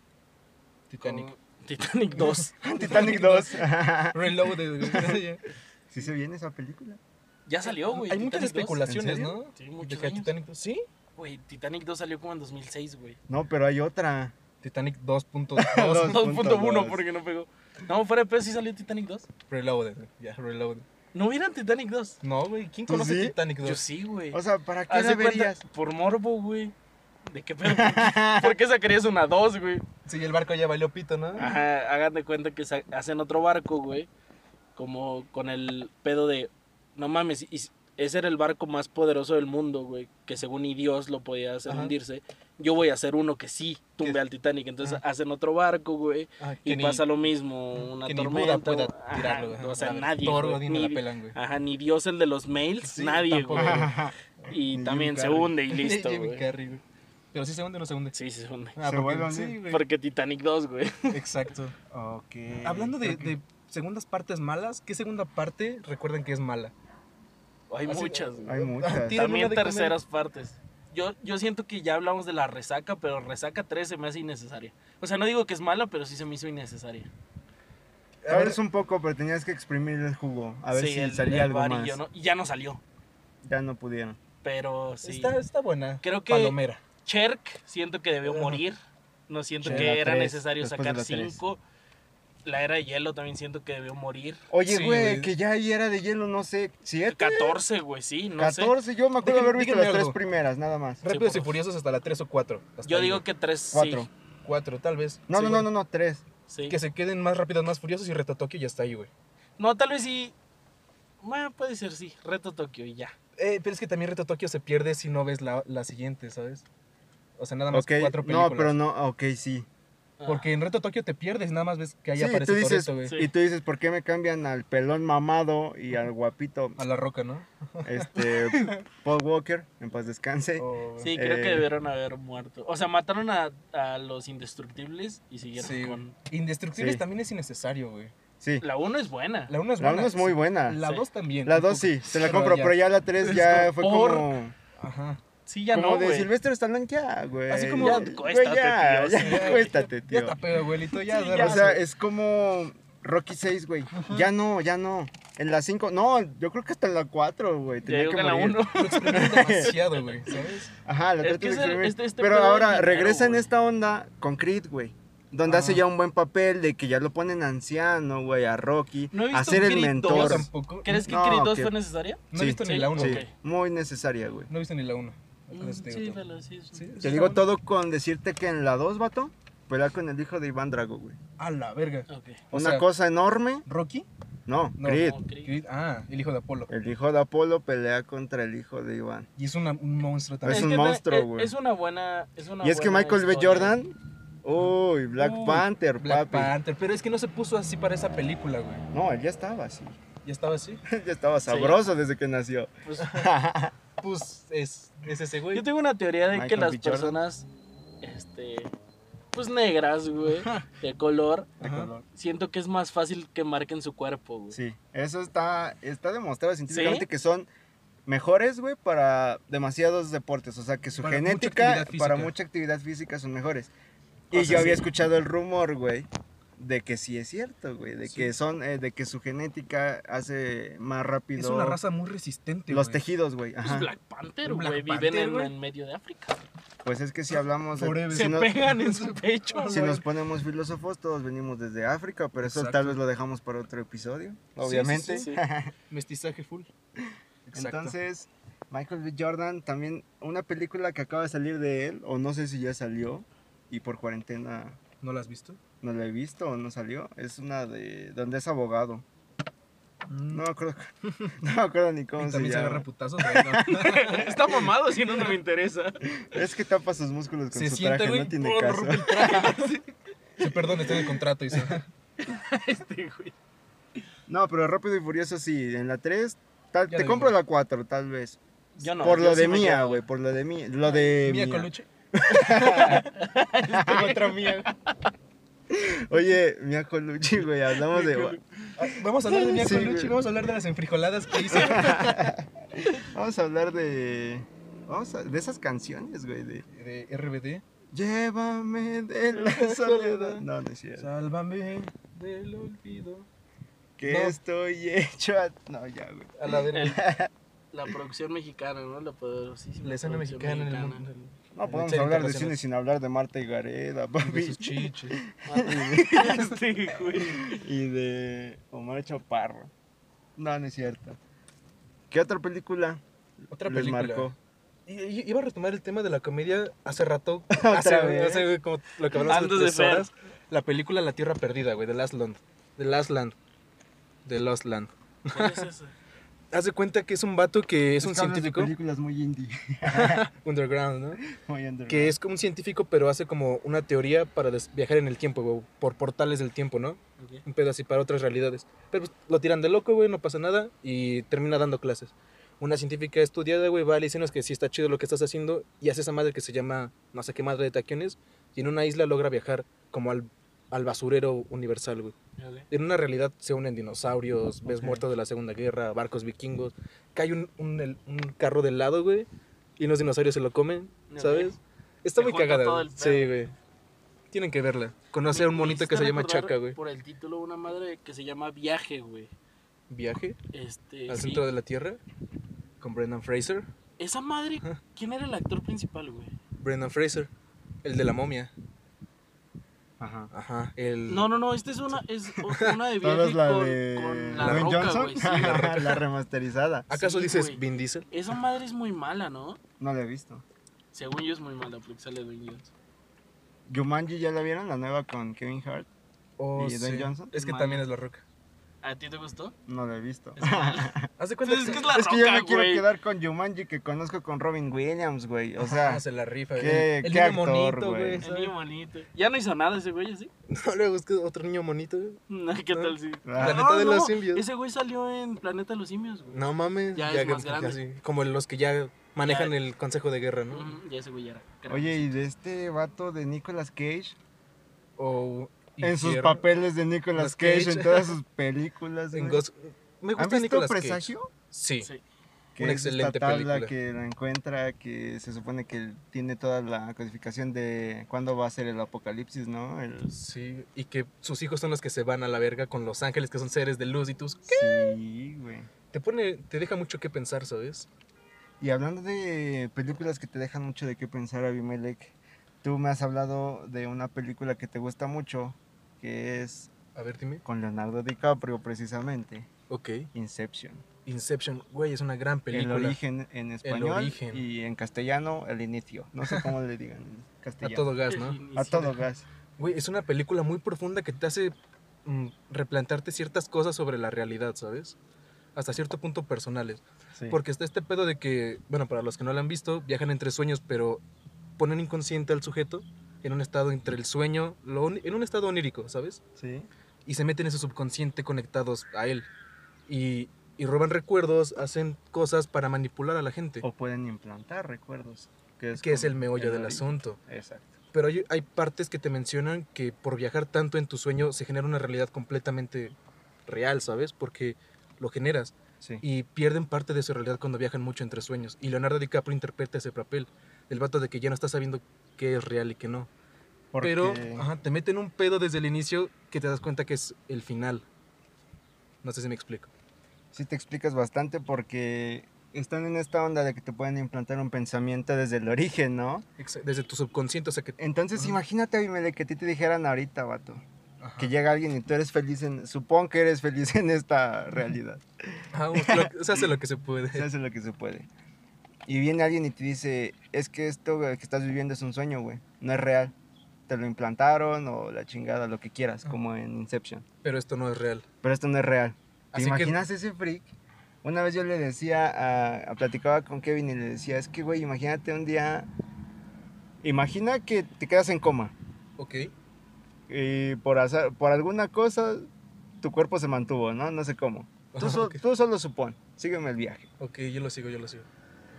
[SPEAKER 3] Titanic.
[SPEAKER 2] Con- Titanic 2.
[SPEAKER 3] *laughs*
[SPEAKER 1] Titanic 2.
[SPEAKER 3] Reloaded, güey.
[SPEAKER 1] *laughs* ¿Sí se viene esa película?
[SPEAKER 2] *laughs* ya salió, güey.
[SPEAKER 3] Hay muchas
[SPEAKER 2] Titanic 2.
[SPEAKER 3] especulaciones,
[SPEAKER 1] ¿En
[SPEAKER 3] ¿no?
[SPEAKER 2] Sí,
[SPEAKER 3] De
[SPEAKER 2] muchos
[SPEAKER 3] que
[SPEAKER 2] años.
[SPEAKER 3] Titanic 2. ¿Sí?
[SPEAKER 2] Güey, Titanic 2 salió como en 2006, güey.
[SPEAKER 1] No, pero hay otra.
[SPEAKER 3] Titanic
[SPEAKER 1] Dos. *laughs*
[SPEAKER 3] 2.2.
[SPEAKER 2] 2.1
[SPEAKER 1] 2.1
[SPEAKER 2] porque no pegó. No, fuera de pedo, sí salió Titanic 2.
[SPEAKER 3] reloaded, güey. Ya, reloaded.
[SPEAKER 2] ¿No vieron Titanic 2?
[SPEAKER 3] No, güey. ¿Quién
[SPEAKER 1] ¿Tú
[SPEAKER 3] conoce
[SPEAKER 1] Pues sí?
[SPEAKER 3] Titanic 2?
[SPEAKER 2] Yo sí, güey.
[SPEAKER 1] O sea, ¿para qué
[SPEAKER 2] Haz
[SPEAKER 1] la
[SPEAKER 2] de cuenta,
[SPEAKER 1] verías?
[SPEAKER 2] Por morbo, güey. ¿De qué
[SPEAKER 1] *laughs*
[SPEAKER 2] pedo? ¿Por qué sacarías una 2, güey?
[SPEAKER 3] Sí, el barco ya valió pito, ¿no?
[SPEAKER 1] Ah,
[SPEAKER 2] Ajá, hagan de cuenta que sa- hacen otro barco, güey. Como con el pedo de. No mames, y s- ese era el barco más poderoso del mundo, güey. Que según y Dios lo podía hacer
[SPEAKER 3] Ajá.
[SPEAKER 2] hundirse. Yo voy a hacer uno que sí tumbe
[SPEAKER 3] Que-
[SPEAKER 2] al Titanic. Entonces
[SPEAKER 3] Ajá.
[SPEAKER 2] hacen otro barco, güey.
[SPEAKER 3] Ah,
[SPEAKER 2] Y
[SPEAKER 3] que ni-
[SPEAKER 2] pasa lo mismo, una
[SPEAKER 3] que
[SPEAKER 2] tormenta.
[SPEAKER 3] ni Buda pueda
[SPEAKER 2] Ajá,
[SPEAKER 3] tirarlo, güey.
[SPEAKER 2] O sea,
[SPEAKER 3] La-
[SPEAKER 2] nadie.
[SPEAKER 3] Thor,
[SPEAKER 2] güey,
[SPEAKER 3] güey, ni
[SPEAKER 2] ni,
[SPEAKER 3] la pelan, güey.
[SPEAKER 2] ajá, ni Dios el de los mails,
[SPEAKER 3] Sí,
[SPEAKER 2] nadie,
[SPEAKER 3] tampoco,
[SPEAKER 2] güey.
[SPEAKER 3] güey.
[SPEAKER 2] *laughs*
[SPEAKER 3] *laughs*
[SPEAKER 2] Y
[SPEAKER 1] Ni
[SPEAKER 2] también
[SPEAKER 1] Jim
[SPEAKER 2] se
[SPEAKER 1] Carrey.
[SPEAKER 2] hunde y listo,
[SPEAKER 3] Jim
[SPEAKER 2] güey.
[SPEAKER 3] Carrey, güey. Pero si se hunde o no se hunde.
[SPEAKER 2] Sí, se hunde.
[SPEAKER 1] Se vuelve a hundir.
[SPEAKER 3] sí, güey.
[SPEAKER 2] Porque Titanic 2, güey. *laughs*
[SPEAKER 1] *laughs*
[SPEAKER 3] Exacto.
[SPEAKER 1] Ok.
[SPEAKER 3] Hablando de,
[SPEAKER 1] creo que-
[SPEAKER 3] de segundas partes malas, ¿qué segunda parte recuerdan que es mala?
[SPEAKER 2] Hay
[SPEAKER 3] Así-
[SPEAKER 2] muchas, güey.
[SPEAKER 3] *laughs*
[SPEAKER 1] Hay muchas.
[SPEAKER 3] Tiene- Tienen una
[SPEAKER 2] También
[SPEAKER 3] de comer.
[SPEAKER 2] terceras partes. Yo, yo siento que ya hablamos de la resaca, pero resaca 3 se me hace innecesaria. O sea, no digo que es mala, pero sí se me hizo innecesaria.
[SPEAKER 3] A ver,
[SPEAKER 1] Sabes un poco, pero tenías que exprimir el jugo. A ver
[SPEAKER 2] Sí,
[SPEAKER 1] si
[SPEAKER 2] el-
[SPEAKER 1] salía
[SPEAKER 2] el
[SPEAKER 1] algo más.
[SPEAKER 2] varillo, ¿no? Y ya no salió.
[SPEAKER 1] Ya no pudieron.
[SPEAKER 2] Pero sí.
[SPEAKER 3] está, está buena.
[SPEAKER 2] Creo que-
[SPEAKER 3] Palomera.
[SPEAKER 2] Cherk, siento que debió morir. No siento
[SPEAKER 1] Cherk,
[SPEAKER 2] que
[SPEAKER 1] la
[SPEAKER 2] era
[SPEAKER 1] tres,
[SPEAKER 2] necesario
[SPEAKER 1] después de
[SPEAKER 2] sacar
[SPEAKER 1] la tres.
[SPEAKER 2] 5. La era de hielo también siento que debió morir.
[SPEAKER 1] Oye,
[SPEAKER 3] Sí,
[SPEAKER 1] güey,
[SPEAKER 3] güey.
[SPEAKER 1] que ya ahí era de hielo, no sé, siete.
[SPEAKER 2] 14, güey, sí, no sé.
[SPEAKER 1] 14, yo me acuerdo
[SPEAKER 3] Déjenme-
[SPEAKER 1] haber visto
[SPEAKER 3] déjenme
[SPEAKER 1] las tres
[SPEAKER 3] algo.
[SPEAKER 1] primeras, nada más.
[SPEAKER 3] Rápidos
[SPEAKER 2] Sí,
[SPEAKER 3] y
[SPEAKER 2] por-
[SPEAKER 3] furiosos hasta la 3 o 4.
[SPEAKER 2] Yo digo que 3,
[SPEAKER 1] Cuatro.
[SPEAKER 2] sí.
[SPEAKER 3] 4, tal vez.
[SPEAKER 1] No,
[SPEAKER 3] Sí,
[SPEAKER 1] no, no,
[SPEAKER 3] güey.
[SPEAKER 1] no, no, tres.
[SPEAKER 2] sí.
[SPEAKER 3] Que se queden más rápidos, más furiosos y Reto Tokio ya está ahí, güey.
[SPEAKER 2] No, tal vez sí. Bueno, puede ser sí. Reto Tokio y ya.
[SPEAKER 3] Eh, pero es que también Reto Tokio se pierde si no ves la, la siguiente, ¿sabes? O sea, nada más
[SPEAKER 1] Ok,
[SPEAKER 3] cuatro
[SPEAKER 1] no,
[SPEAKER 3] películas.
[SPEAKER 1] pero no, ok, sí.
[SPEAKER 2] Ah.
[SPEAKER 3] Porque en Reto Tokio te pierdes, nada más ves que ahí
[SPEAKER 1] Sí,
[SPEAKER 3] aparece
[SPEAKER 1] tú dices-
[SPEAKER 3] Toretto, güey.
[SPEAKER 2] Sí.
[SPEAKER 1] Y tú dices, ¿por qué me cambian al pelón mamado y al guapito,
[SPEAKER 3] A la roca, ¿no?
[SPEAKER 1] *laughs* este, Paul Walker, en paz descanse?
[SPEAKER 3] O-
[SPEAKER 2] Sí, creo que
[SPEAKER 1] Eh.
[SPEAKER 2] debieron haber muerto. O sea, mataron a, a los indestructibles y siguieron
[SPEAKER 3] Sí,
[SPEAKER 2] con.
[SPEAKER 3] Indestructibles
[SPEAKER 1] Sí.
[SPEAKER 3] también es innecesario, güey.
[SPEAKER 1] Sí,
[SPEAKER 2] La 1 es buena.
[SPEAKER 3] La 1 es
[SPEAKER 1] la
[SPEAKER 3] buena.
[SPEAKER 1] uno es muy buena.
[SPEAKER 3] La
[SPEAKER 2] Sí.
[SPEAKER 3] 2 también.
[SPEAKER 1] La
[SPEAKER 3] un
[SPEAKER 1] dos
[SPEAKER 3] poco.
[SPEAKER 1] sí, se la
[SPEAKER 3] Pero
[SPEAKER 1] compro, pero ya la tres
[SPEAKER 3] Es
[SPEAKER 1] ya
[SPEAKER 3] como,
[SPEAKER 1] fue
[SPEAKER 2] por-
[SPEAKER 1] como...
[SPEAKER 3] Ajá.
[SPEAKER 2] Sí, ya
[SPEAKER 1] como
[SPEAKER 2] no,
[SPEAKER 1] de
[SPEAKER 2] güey.
[SPEAKER 1] Silvestre Stallone, ya, güey.
[SPEAKER 3] Así como,
[SPEAKER 1] ya,
[SPEAKER 2] cuéstate,
[SPEAKER 1] güey, ya, *laughs*
[SPEAKER 2] tío,
[SPEAKER 1] ya,
[SPEAKER 2] sí,
[SPEAKER 3] ya,
[SPEAKER 1] cuéstate, tío.
[SPEAKER 3] Ya está pedo, abuelito, ya.
[SPEAKER 2] Sí,
[SPEAKER 3] de
[SPEAKER 2] ya.
[SPEAKER 1] O
[SPEAKER 3] raza.
[SPEAKER 1] sea, es como Rocky 6, güey. Ya no, ya no. En la 5, no, yo creo que hasta en la 4, güey.
[SPEAKER 2] Ya
[SPEAKER 1] Tenía
[SPEAKER 2] digo
[SPEAKER 1] que
[SPEAKER 2] que la
[SPEAKER 1] morir.
[SPEAKER 2] 1.
[SPEAKER 3] Lo
[SPEAKER 1] *laughs*
[SPEAKER 3] exprimieron demasiado, güey, ¿sabes?
[SPEAKER 1] Ajá, la
[SPEAKER 2] Es que
[SPEAKER 1] trata de
[SPEAKER 2] es el-
[SPEAKER 1] exprimir.
[SPEAKER 2] este- este
[SPEAKER 1] Pero
[SPEAKER 2] pedo del
[SPEAKER 1] ahora
[SPEAKER 2] dinero,
[SPEAKER 1] regresa en
[SPEAKER 2] güey.
[SPEAKER 1] esta onda con Creed, güey. Donde hace
[SPEAKER 3] Ah.
[SPEAKER 1] ya un buen papel de que ya lo ponen anciano, güey, a Rocky.
[SPEAKER 2] No he visto
[SPEAKER 1] a ser
[SPEAKER 2] un
[SPEAKER 1] el
[SPEAKER 2] Creed
[SPEAKER 3] Yo
[SPEAKER 1] mentor.
[SPEAKER 2] dos.
[SPEAKER 3] tampoco.
[SPEAKER 2] *laughs* ¿Crees que
[SPEAKER 1] No,
[SPEAKER 2] Creed 2
[SPEAKER 1] que-
[SPEAKER 2] fue necesaria?
[SPEAKER 3] No
[SPEAKER 1] Sí,
[SPEAKER 3] he visto ni la 1.
[SPEAKER 1] Sí,
[SPEAKER 2] Ok.
[SPEAKER 1] muy necesaria, güey.
[SPEAKER 3] No he visto ni la 1.
[SPEAKER 2] Mm, Sí, pero sí. es-
[SPEAKER 3] Sí,
[SPEAKER 1] Te digo todo con decirte que en la 2, vato, pelea con el hijo de Iván Drago, güey.
[SPEAKER 3] A la verga.
[SPEAKER 2] Ok.
[SPEAKER 3] O
[SPEAKER 1] Una
[SPEAKER 3] sea-
[SPEAKER 1] cosa enorme.
[SPEAKER 3] ¿Rocky?
[SPEAKER 1] No,
[SPEAKER 3] No,
[SPEAKER 1] Creed.
[SPEAKER 2] No, Creed.
[SPEAKER 3] Creed, Ah, el hijo de Apolo.
[SPEAKER 1] El hijo de Apolo pelea contra el hijo de Iván.
[SPEAKER 3] Y es una- un monstruo
[SPEAKER 1] Es
[SPEAKER 3] también.
[SPEAKER 1] un
[SPEAKER 2] que ta-
[SPEAKER 1] monstruo,
[SPEAKER 2] es-
[SPEAKER 1] güey.
[SPEAKER 2] Es una buena. Es una
[SPEAKER 1] y es que
[SPEAKER 2] buena
[SPEAKER 1] Michael B.
[SPEAKER 2] historia.
[SPEAKER 1] Jordan. Uy, Black
[SPEAKER 3] Uy,
[SPEAKER 1] Panther,
[SPEAKER 3] Black
[SPEAKER 1] papi.
[SPEAKER 3] Panther. Pero es que no se puso así para esa película, güey.
[SPEAKER 1] no, él ya estaba así. *laughs*
[SPEAKER 3] Ya estaba así.
[SPEAKER 1] ya estaba sabroso desde que nació.
[SPEAKER 2] Pues,
[SPEAKER 3] Pues es, es ese güey.
[SPEAKER 2] yo tengo una teoría de que
[SPEAKER 1] Michael
[SPEAKER 2] las
[SPEAKER 1] B. Jordan.
[SPEAKER 2] personas. Este. Pues negras,
[SPEAKER 1] *laughs*
[SPEAKER 2] güey. De color.
[SPEAKER 1] De
[SPEAKER 3] Ajá.
[SPEAKER 1] color.
[SPEAKER 2] Siento que es más fácil que marquen su cuerpo, güey.
[SPEAKER 1] Sí, eso está, está demostrado científicamente que son mejores, güey, para demasiados deportes. O sea, que su
[SPEAKER 3] Para mucha
[SPEAKER 1] genética,
[SPEAKER 3] actividad
[SPEAKER 1] para
[SPEAKER 3] física.
[SPEAKER 1] mucha actividad física son mejores.
[SPEAKER 3] O
[SPEAKER 1] Y
[SPEAKER 3] sea,
[SPEAKER 1] yo había
[SPEAKER 3] sí.
[SPEAKER 1] escuchado el rumor, güey, de que sí es cierto, güey, de
[SPEAKER 3] Sí.
[SPEAKER 1] que son, eh, de que su genética hace más rápido
[SPEAKER 3] Es una raza muy resistente,
[SPEAKER 1] los
[SPEAKER 3] güey.
[SPEAKER 1] tejidos, güey.
[SPEAKER 2] Pues
[SPEAKER 1] Ajá.
[SPEAKER 2] Black Panther,
[SPEAKER 3] Black
[SPEAKER 2] güey. Viven
[SPEAKER 3] Panther,
[SPEAKER 2] en,
[SPEAKER 3] güey.
[SPEAKER 2] en medio de África.
[SPEAKER 1] Pues es que si hablamos de,
[SPEAKER 3] Forever.
[SPEAKER 1] si
[SPEAKER 2] Se
[SPEAKER 1] no-
[SPEAKER 2] pegan en su pecho,
[SPEAKER 1] si
[SPEAKER 2] güey.
[SPEAKER 1] nos ponemos filósofos, todos venimos desde África, pero eso
[SPEAKER 3] Exacto.
[SPEAKER 1] tal vez lo dejamos para otro episodio,
[SPEAKER 3] sí,
[SPEAKER 1] obviamente.
[SPEAKER 2] Sí, sí.
[SPEAKER 1] *laughs*
[SPEAKER 3] Mestizaje full. Exacto.
[SPEAKER 1] Entonces, Michael B. Jordan, también una película que acaba de salir de él, o no sé si ya salió, y por cuarentena
[SPEAKER 3] ¿No la has visto?
[SPEAKER 1] no la he visto o no salió, es una de donde es abogado. No me acuerdo, *laughs* no me acuerdo ni cómo
[SPEAKER 3] Y
[SPEAKER 1] se
[SPEAKER 3] también se agarra
[SPEAKER 1] llama.
[SPEAKER 3] putazos. güey, no. *laughs*
[SPEAKER 2] Está mamado si no, no
[SPEAKER 1] *laughs*
[SPEAKER 2] me interesa.
[SPEAKER 1] Es que tapa sus músculos con
[SPEAKER 3] Se
[SPEAKER 1] su
[SPEAKER 3] sienta,
[SPEAKER 1] traje,
[SPEAKER 3] güey.
[SPEAKER 1] no tiene
[SPEAKER 3] ¡pum!
[SPEAKER 1] caso.
[SPEAKER 3] rompe el traje, ¿no? Sí. Sí, perdón, está en el contrato. Dice.
[SPEAKER 2] Este, güey.
[SPEAKER 1] No, pero Rápido y Furioso sí, en la 3, tal-
[SPEAKER 3] Ya
[SPEAKER 1] te
[SPEAKER 3] la
[SPEAKER 1] compro
[SPEAKER 3] vi.
[SPEAKER 1] la 4 tal vez.
[SPEAKER 2] Yo Ah, no.
[SPEAKER 1] por
[SPEAKER 2] yo
[SPEAKER 1] lo
[SPEAKER 2] sí
[SPEAKER 1] de
[SPEAKER 2] me
[SPEAKER 1] mía,
[SPEAKER 2] llevo.
[SPEAKER 1] güey, por lo de mía. Lo *laughs* de
[SPEAKER 3] Mía
[SPEAKER 1] Mía. *laughs*
[SPEAKER 3] Coluche. Otra mía.
[SPEAKER 1] Oye, Mía Colucci, güey, hablamos de...
[SPEAKER 3] Vamos a hablar de Mía
[SPEAKER 1] Sí,
[SPEAKER 3] Coluche.
[SPEAKER 1] güey.
[SPEAKER 3] Vamos a hablar de las enfrijoladas que hizo.
[SPEAKER 1] Vamos a hablar de. Vamos a- de esas canciones, güey. De.
[SPEAKER 3] De RBD.
[SPEAKER 1] Llévame de la soledad. No, no es cierto.
[SPEAKER 3] Sálvame del olvido.
[SPEAKER 1] Que
[SPEAKER 3] No.
[SPEAKER 1] estoy hecho a. No, ya, güey.
[SPEAKER 3] A la verga.
[SPEAKER 1] *laughs*
[SPEAKER 2] El- la producción mexicana, ¿no? La poderosísima.
[SPEAKER 3] La escena
[SPEAKER 2] producción
[SPEAKER 3] mexicana en el
[SPEAKER 2] mexicana.
[SPEAKER 3] mundo.
[SPEAKER 1] No podemos
[SPEAKER 3] Sí,
[SPEAKER 1] hablar de
[SPEAKER 3] internacional.
[SPEAKER 1] cine sin hablar de Marta y Gareda,
[SPEAKER 3] De
[SPEAKER 1] papi.
[SPEAKER 3] sus chiches.
[SPEAKER 2] Este, güey.
[SPEAKER 1] Y de Omar Chaparro. No, no es cierto. ¿Qué otra película
[SPEAKER 3] Otra
[SPEAKER 1] les
[SPEAKER 3] película.
[SPEAKER 1] marcó?
[SPEAKER 3] Y- y- Iba a retomar el tema de la comedia hace rato.
[SPEAKER 1] *laughs* Otra
[SPEAKER 3] hace,
[SPEAKER 1] vez.
[SPEAKER 3] hace, güey, como lo que hablamos
[SPEAKER 2] Antes
[SPEAKER 3] antes
[SPEAKER 2] de
[SPEAKER 3] de
[SPEAKER 2] Fer.
[SPEAKER 3] horas. La película La Tierra Perdida, güey, de Last Land. De Last Land. De Lost Land.
[SPEAKER 2] ¿Cuál es esa?
[SPEAKER 3] Haz de cuenta que es un vato que es un
[SPEAKER 1] que hablas de
[SPEAKER 3] científico.
[SPEAKER 1] películas muy indie. *laughs*
[SPEAKER 3] Underground, ¿no?
[SPEAKER 1] Muy underground.
[SPEAKER 3] Que es como un científico, pero hace como una teoría para des- viajar en el tiempo, güey, por portales del tiempo, ¿no?
[SPEAKER 2] Ok.
[SPEAKER 3] un pedo así para otras realidades. Pero pues, lo tiran de loco, güey, no pasa nada y termina dando clases. Una científica estudiada, güey, va a decirnos que sí está chido lo que estás haciendo y hace esa madre que se llama no sé qué madre de taquiones y en una isla logra viajar como al, al basurero universal, güey.
[SPEAKER 2] Ok.
[SPEAKER 3] En una realidad se unen dinosaurios, ves
[SPEAKER 1] Ok.
[SPEAKER 3] muertos de la Segunda Guerra, barcos vikingos, cae un, un, hel- un carro de helado, güey, y los dinosaurios se lo comen,
[SPEAKER 2] Ok.
[SPEAKER 3] ¿sabes? Está
[SPEAKER 2] Se
[SPEAKER 3] muy
[SPEAKER 2] junta
[SPEAKER 3] cagada,
[SPEAKER 2] todo
[SPEAKER 3] güey.
[SPEAKER 2] el pedo.
[SPEAKER 3] Sí, güey. Tienen que verla. Conoce a un
[SPEAKER 2] Me- me
[SPEAKER 3] monito que
[SPEAKER 2] hiciste
[SPEAKER 3] se llama
[SPEAKER 2] recordar
[SPEAKER 3] Chaca, güey.
[SPEAKER 2] Por el título, una madre que se llama Viaje, güey.
[SPEAKER 3] ¿Viaje?
[SPEAKER 2] Este.
[SPEAKER 3] al
[SPEAKER 2] sí.
[SPEAKER 3] centro de la Tierra con Brendan Fraser.
[SPEAKER 2] Esa madre,
[SPEAKER 3] Ajá.
[SPEAKER 2] ¿quién era el actor principal, güey?
[SPEAKER 3] Brendan Fraser, el de la momia.
[SPEAKER 1] Ajá.
[SPEAKER 3] Ajá.
[SPEAKER 4] El...
[SPEAKER 2] No, no, no, esta es una, es
[SPEAKER 3] *laughs*
[SPEAKER 2] una de
[SPEAKER 1] Todas
[SPEAKER 2] Biopic
[SPEAKER 1] la
[SPEAKER 2] con,
[SPEAKER 1] de
[SPEAKER 2] con la
[SPEAKER 1] Dwayne
[SPEAKER 2] roca,
[SPEAKER 1] Johnson. *laughs*
[SPEAKER 2] güey. sí.
[SPEAKER 1] Ajá, la remasterizada.
[SPEAKER 3] ¿Acaso
[SPEAKER 2] Sí,
[SPEAKER 3] dices
[SPEAKER 2] güey.
[SPEAKER 3] Vin Diesel?
[SPEAKER 2] Esa madre es muy mala, ¿no?
[SPEAKER 1] No la he visto.
[SPEAKER 2] Según yo es muy mala porque sale Dwayne Johnson.
[SPEAKER 1] Jumanji, ¿ya la vieron? La nueva con Kevin Hart.
[SPEAKER 4] Oh,
[SPEAKER 1] ¿Y Dwayne
[SPEAKER 4] sí.
[SPEAKER 1] Johnson?
[SPEAKER 4] Es que
[SPEAKER 2] Mala.
[SPEAKER 4] también es La Roca.
[SPEAKER 2] ¿A ti te gustó?
[SPEAKER 1] No la he visto. *laughs*
[SPEAKER 2] Es mala.
[SPEAKER 4] Haz de cuenta
[SPEAKER 2] Pues es
[SPEAKER 4] que-
[SPEAKER 2] que es la
[SPEAKER 1] es que
[SPEAKER 2] roca,
[SPEAKER 1] yo me quiero
[SPEAKER 2] güey.
[SPEAKER 1] quedar con Jumanji que conozco con Robin Williams, güey. O sea,
[SPEAKER 4] Ah, se la rifa.
[SPEAKER 1] qué-
[SPEAKER 4] güey. el
[SPEAKER 1] qué
[SPEAKER 4] niño
[SPEAKER 1] actor,
[SPEAKER 4] monito,
[SPEAKER 1] güey.
[SPEAKER 4] güey.
[SPEAKER 1] El
[SPEAKER 2] Es
[SPEAKER 4] ¿sabes?
[SPEAKER 2] muy bonito. Ya no hizo nada ese *laughs* güey, así.
[SPEAKER 3] No, le busques otro niño bonito, güey.
[SPEAKER 2] ¿Qué tal si?
[SPEAKER 1] Ah.
[SPEAKER 3] Planeta de los Simios.
[SPEAKER 2] Ese güey salió en Planeta de los Simios, güey.
[SPEAKER 3] No mames.
[SPEAKER 2] Ya es
[SPEAKER 3] que-
[SPEAKER 2] más grande.
[SPEAKER 3] sí, como los que ya manejan
[SPEAKER 2] Ya-
[SPEAKER 3] el Consejo de Guerra, ¿no?
[SPEAKER 2] Ujú, Ya ese güey ya era. grande.
[SPEAKER 1] oye, ¿y de este vato de Nicolas Cage?
[SPEAKER 4] O
[SPEAKER 1] en sus
[SPEAKER 4] Infierno.
[SPEAKER 1] papeles de Nicolas
[SPEAKER 3] Las
[SPEAKER 1] Cage,
[SPEAKER 3] Cage.
[SPEAKER 1] en todas sus películas.
[SPEAKER 3] En
[SPEAKER 1] güey.
[SPEAKER 3] Ghost- Me
[SPEAKER 1] ¿Han
[SPEAKER 3] gusta
[SPEAKER 1] visto
[SPEAKER 3] Nicolas Cage.
[SPEAKER 1] Presagio?
[SPEAKER 3] Sí.
[SPEAKER 2] Sí.
[SPEAKER 1] Que
[SPEAKER 3] Una
[SPEAKER 1] es
[SPEAKER 3] excelente
[SPEAKER 1] esta tabla
[SPEAKER 3] película.
[SPEAKER 1] que la encuentra, que se supone que tiene toda la codificación de cuándo va a ser el apocalipsis, ¿no? El-
[SPEAKER 3] Sí, y que sus hijos son los que se van a la verga con los ángeles que son seres de luz y tú
[SPEAKER 1] Sí, güey.
[SPEAKER 3] te pone te deja mucho que pensar, ¿sabes?
[SPEAKER 1] Y hablando de películas que te dejan mucho de qué pensar, Abimelech, tú me has hablado de una película que te gusta mucho, que es
[SPEAKER 3] A ver, dime.
[SPEAKER 1] con Leonardo DiCaprio, precisamente,
[SPEAKER 3] Ok.
[SPEAKER 1] Inception.
[SPEAKER 3] Inception, güey, es una gran película.
[SPEAKER 1] El origen en español
[SPEAKER 3] origen.
[SPEAKER 1] y en castellano, el inicio. No sé cómo le digan en
[SPEAKER 3] *laughs* A
[SPEAKER 1] castellano.
[SPEAKER 3] todo gas,
[SPEAKER 2] *laughs*
[SPEAKER 3] ¿no?
[SPEAKER 2] Ni
[SPEAKER 1] A
[SPEAKER 2] siquiera-
[SPEAKER 1] todo gas.
[SPEAKER 3] Güey, es una película muy profunda que te hace mm, replantarte ciertas cosas sobre la realidad, ¿sabes? Hasta cierto punto personales.
[SPEAKER 1] Sí.
[SPEAKER 3] Porque está este pedo de que, bueno, para los que no la han visto, viajan entre sueños, pero ponen inconsciente al sujeto en un estado entre el sueño, lo oni- en un estado onírico, ¿sabes?
[SPEAKER 1] Sí.
[SPEAKER 3] Y se meten en su subconsciente conectados a él. Y, y roban recuerdos, hacen cosas para manipular a la gente,
[SPEAKER 1] O pueden implantar recuerdos. Que es,
[SPEAKER 3] que es
[SPEAKER 1] como
[SPEAKER 3] el meollo del
[SPEAKER 1] origen.
[SPEAKER 3] asunto.
[SPEAKER 1] Exacto.
[SPEAKER 3] Pero hay, hay partes que te mencionan que por viajar tanto en tu sueño se genera una realidad completamente real, ¿sabes? Porque lo generas
[SPEAKER 1] Sí.
[SPEAKER 3] y pierden parte de su realidad cuando viajan mucho entre sueños. Y Leonardo DiCaprio interpreta ese papel, el vato de que ya no está sabiendo qué es real y qué no.
[SPEAKER 1] Porque-
[SPEAKER 3] Pero ajá, te meten un pedo desde el inicio que te das cuenta que es el final. No sé si me explico.
[SPEAKER 1] sí te explicas bastante porque están en esta onda de que te pueden implantar un pensamiento desde el origen, ¿no?
[SPEAKER 3] Exa- Desde tu subconsciente, o sea que...
[SPEAKER 1] Entonces
[SPEAKER 3] Ajá.
[SPEAKER 1] imagínate, Abimelech, que a ti te dijeran ahorita, vato,
[SPEAKER 3] Ajá.
[SPEAKER 1] que llega alguien y tú eres feliz en... Supón que eres feliz *laughs* en esta
[SPEAKER 3] *laughs*
[SPEAKER 1] realidad.
[SPEAKER 3] Ajá, lo- se hace lo que se puede.
[SPEAKER 1] Se hace lo que se puede. Y viene alguien y te dice, es que esto güey, que estás viviendo es un sueño, güey. No es real. Te lo implantaron o la chingada, lo que quieras,
[SPEAKER 3] Ajá.
[SPEAKER 1] como en Inception.
[SPEAKER 3] Pero esto no es real.
[SPEAKER 1] Pero esto no es real. ¿Te
[SPEAKER 3] Así que-
[SPEAKER 1] imaginas ese freak? Una vez yo le decía, a, a- platicaba con Kevin y le decía, es que, güey, imagínate un día, imagina que te quedas en coma
[SPEAKER 3] Ok.
[SPEAKER 1] y por, azar- por alguna cosa tu cuerpo se mantuvo, ¿no? No sé cómo. Tú,
[SPEAKER 3] Ajá,
[SPEAKER 1] so-
[SPEAKER 3] ok.
[SPEAKER 1] tú solo supón, sígueme el viaje.
[SPEAKER 3] ok, yo lo sigo, yo lo sigo.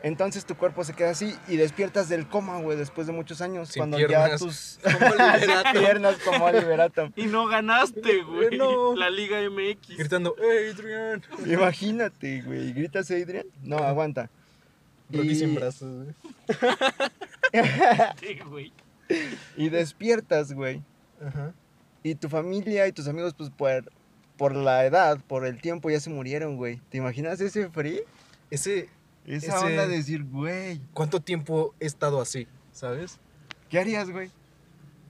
[SPEAKER 1] Entonces tu cuerpo se queda así y despiertas del coma, güey, después de muchos años,
[SPEAKER 3] Sin
[SPEAKER 1] cuando ya
[SPEAKER 3] piernas.
[SPEAKER 1] tus
[SPEAKER 3] Como
[SPEAKER 1] Sin piernas como liberato.
[SPEAKER 2] Y no ganaste, güey.
[SPEAKER 3] No.
[SPEAKER 2] La Liga MX.
[SPEAKER 3] Gritando, ¡Hey, Adrián!
[SPEAKER 1] Imagínate, güey, gritas Adrián. No, aguanta.
[SPEAKER 3] Rocky sin
[SPEAKER 1] Y-
[SPEAKER 3] brazos, güey.
[SPEAKER 2] Sí, este, güey.
[SPEAKER 1] Y despiertas, güey.
[SPEAKER 3] Ajá.
[SPEAKER 1] Y tu familia y tus amigos, pues por, por la edad, por el tiempo, ya se murieron, güey. ¿Te imaginas ese free?
[SPEAKER 3] Ese,
[SPEAKER 1] Esa
[SPEAKER 3] Ese-
[SPEAKER 1] onda de decir, güey,
[SPEAKER 3] ¿cuánto tiempo he estado así? ¿Sabes?
[SPEAKER 1] ¿qué harías, güey?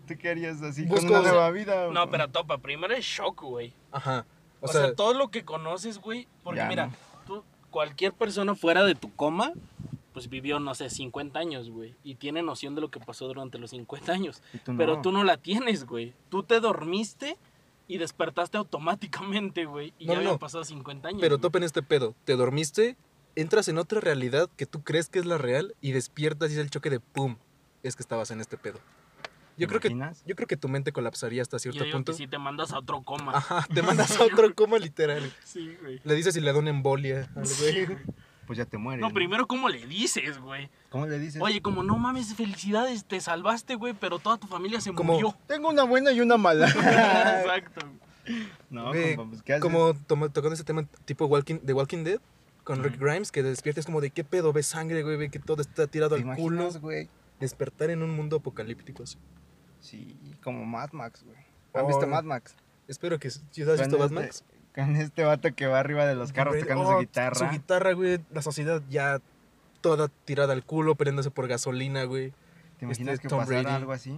[SPEAKER 1] ¿Tú qué harías así?
[SPEAKER 3] Busco-
[SPEAKER 1] ¿Con una nueva vida? o
[SPEAKER 2] No,
[SPEAKER 1] con-
[SPEAKER 2] pero topa, primero es shock, güey.
[SPEAKER 3] Ajá.
[SPEAKER 2] O, sea, todo lo que conoces, güey. Porque
[SPEAKER 1] Ya
[SPEAKER 2] mira,
[SPEAKER 1] no.
[SPEAKER 2] tú, cualquier persona fuera de tu coma, pues vivió, no sé, 50 años, güey. Y tiene noción de lo que pasó durante los 50 años.
[SPEAKER 1] Y tú
[SPEAKER 2] Pero
[SPEAKER 1] no.
[SPEAKER 2] tú no la tienes, güey. Tú te dormiste y despertaste automáticamente, güey. Y
[SPEAKER 3] No,
[SPEAKER 2] ya
[SPEAKER 3] no,
[SPEAKER 2] habían
[SPEAKER 3] no.
[SPEAKER 2] pasado 50 años.
[SPEAKER 3] pero
[SPEAKER 2] güey.
[SPEAKER 3] topen este pedo. Te dormiste, entras en otra realidad que tú crees que es la real y despiertas y es el choque de ¡pum! Es que estabas en este pedo.
[SPEAKER 1] ¿Te
[SPEAKER 3] Yo creo, que,
[SPEAKER 1] imaginas?
[SPEAKER 3] yo creo que tu mente colapsaría hasta
[SPEAKER 2] Yo
[SPEAKER 3] cierto
[SPEAKER 2] digo
[SPEAKER 3] punto. Ah.
[SPEAKER 2] que si te mandas a otro coma.
[SPEAKER 1] *laughs*
[SPEAKER 3] Ajá, te mandas a otro coma literal.
[SPEAKER 2] Sí, güey.
[SPEAKER 3] Le dices y le da una embolia al
[SPEAKER 2] Sí,
[SPEAKER 3] güey.
[SPEAKER 2] güey.
[SPEAKER 1] Pues ya te mueres.
[SPEAKER 2] No, primero, ¿cómo le dices, güey?
[SPEAKER 1] ¿Cómo le dices?
[SPEAKER 2] Oye, como no mames, felicidades, te salvaste, güey, pero toda tu familia se *laughs*
[SPEAKER 3] Como-
[SPEAKER 2] murió.
[SPEAKER 1] Tengo una buena y una mala.
[SPEAKER 2] Exacto.
[SPEAKER 1] *laughs* no,
[SPEAKER 3] Güey,
[SPEAKER 1] compa, pues, ¿qué haces?
[SPEAKER 3] Como toma- tocando ese tema tipo Walking, de Walking Dead con Rick
[SPEAKER 2] Ujú.
[SPEAKER 3] Grimes, que despiertes como de qué pedo, ves sangre, güey, ve que todo está tirado
[SPEAKER 1] ¿Te
[SPEAKER 3] al culo.
[SPEAKER 1] imaginas, güey?
[SPEAKER 3] Despertar en un mundo apocalíptico así.
[SPEAKER 1] Sí, como Mad Max, güey. ¿Han
[SPEAKER 3] Oh,
[SPEAKER 1] visto
[SPEAKER 3] no.
[SPEAKER 1] Mad Max?
[SPEAKER 3] Espero que. ¿Sí has
[SPEAKER 1] Con
[SPEAKER 3] visto Batman?
[SPEAKER 1] este- Con este vato que va arriba de los carros tocando su guitarra.
[SPEAKER 3] oh, Su guitarra, güey. La sociedad ya toda tirada al culo, peleándose por gasolina, güey.
[SPEAKER 1] ¿Te imaginas
[SPEAKER 3] este
[SPEAKER 1] que
[SPEAKER 3] Tom
[SPEAKER 1] pasara
[SPEAKER 3] Brady.
[SPEAKER 1] algo así?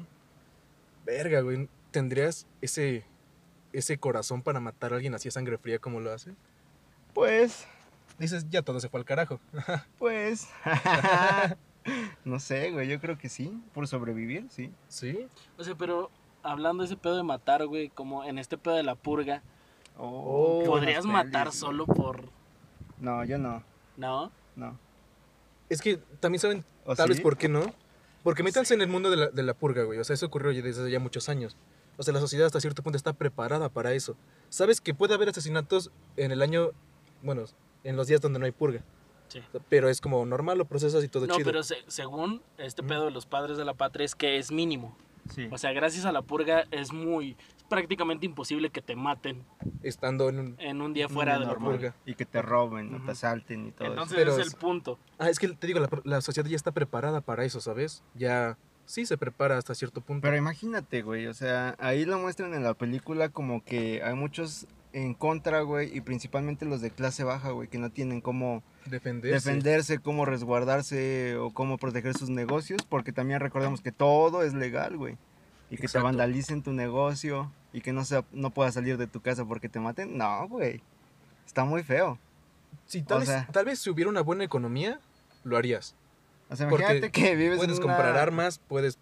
[SPEAKER 3] Verga, güey. ¿Tendrías ese, ese corazón para matar a alguien así a sangre fría como lo hace?
[SPEAKER 1] Pues,
[SPEAKER 3] Dices, ya todo se fue al carajo. *laughs*
[SPEAKER 1] pues. *laughs* no sé, güey, yo creo que sí. Por sobrevivir, sí.
[SPEAKER 3] ¿Sí?
[SPEAKER 2] O sea, pero hablando de ese pedo de matar, güey, como en este pedo de la purga,
[SPEAKER 1] Oh, qué
[SPEAKER 2] podrías
[SPEAKER 1] buenas
[SPEAKER 2] matar
[SPEAKER 1] pelis, güey.
[SPEAKER 2] solo por.
[SPEAKER 1] No, yo no.
[SPEAKER 2] ¿No?
[SPEAKER 1] No.
[SPEAKER 3] Es que también saben,
[SPEAKER 1] ¿O
[SPEAKER 3] tal
[SPEAKER 1] ¿Ah, sí?
[SPEAKER 3] vez por qué no. Porque métanse en el mundo de la, de la purga, güey. O sea, eso ocurrió ya desde hace ya muchos años. O sea, la sociedad hasta cierto punto está preparada para eso. Sabes que puede haber asesinatos en el año, bueno, en los días donde no hay purga.
[SPEAKER 2] Sí.
[SPEAKER 3] Pero es como normal, lo procesas y todo
[SPEAKER 2] No,
[SPEAKER 3] chido.
[SPEAKER 2] pero se- según este pedo de los padres de la patria es que es mínimo.
[SPEAKER 1] Sí.
[SPEAKER 2] O sea, gracias a la purga es muy. Es prácticamente imposible que te maten
[SPEAKER 3] Estando en un...
[SPEAKER 2] en un día fuera de Mm, la
[SPEAKER 1] normal.
[SPEAKER 2] purga.
[SPEAKER 3] purga.
[SPEAKER 1] Y que te roben, no
[SPEAKER 2] Ujú.
[SPEAKER 1] te asalten y todo
[SPEAKER 2] Entonces
[SPEAKER 3] Pero
[SPEAKER 2] ese es
[SPEAKER 3] es-
[SPEAKER 2] el *laughs* punto.
[SPEAKER 3] Ah, es que te digo, la, la sociedad ya está preparada para eso, ¿sabes? Ya sí se prepara hasta cierto punto.
[SPEAKER 1] Pero imagínate, güey, o sea, ahí lo muestran en la película como que hay muchos en contra, güey, y principalmente los de clase baja, güey, que no tienen cómo
[SPEAKER 3] defenderse.
[SPEAKER 1] defenderse, cómo resguardarse o cómo proteger sus negocios, porque también recordemos que todo es legal, güey, y que
[SPEAKER 3] Exacto.
[SPEAKER 1] te vandalicen tu negocio y que no, sea, no puedas salir de tu casa porque te maten, no, güey, está muy feo.
[SPEAKER 3] Sí, tal,
[SPEAKER 1] o
[SPEAKER 3] vez,
[SPEAKER 1] sea-
[SPEAKER 3] tal vez si hubiera una buena economía, lo harías.
[SPEAKER 1] O sea,
[SPEAKER 3] Porque
[SPEAKER 1] imagínate que vives
[SPEAKER 3] Puedes
[SPEAKER 1] en una-
[SPEAKER 3] comprar armas, puedes...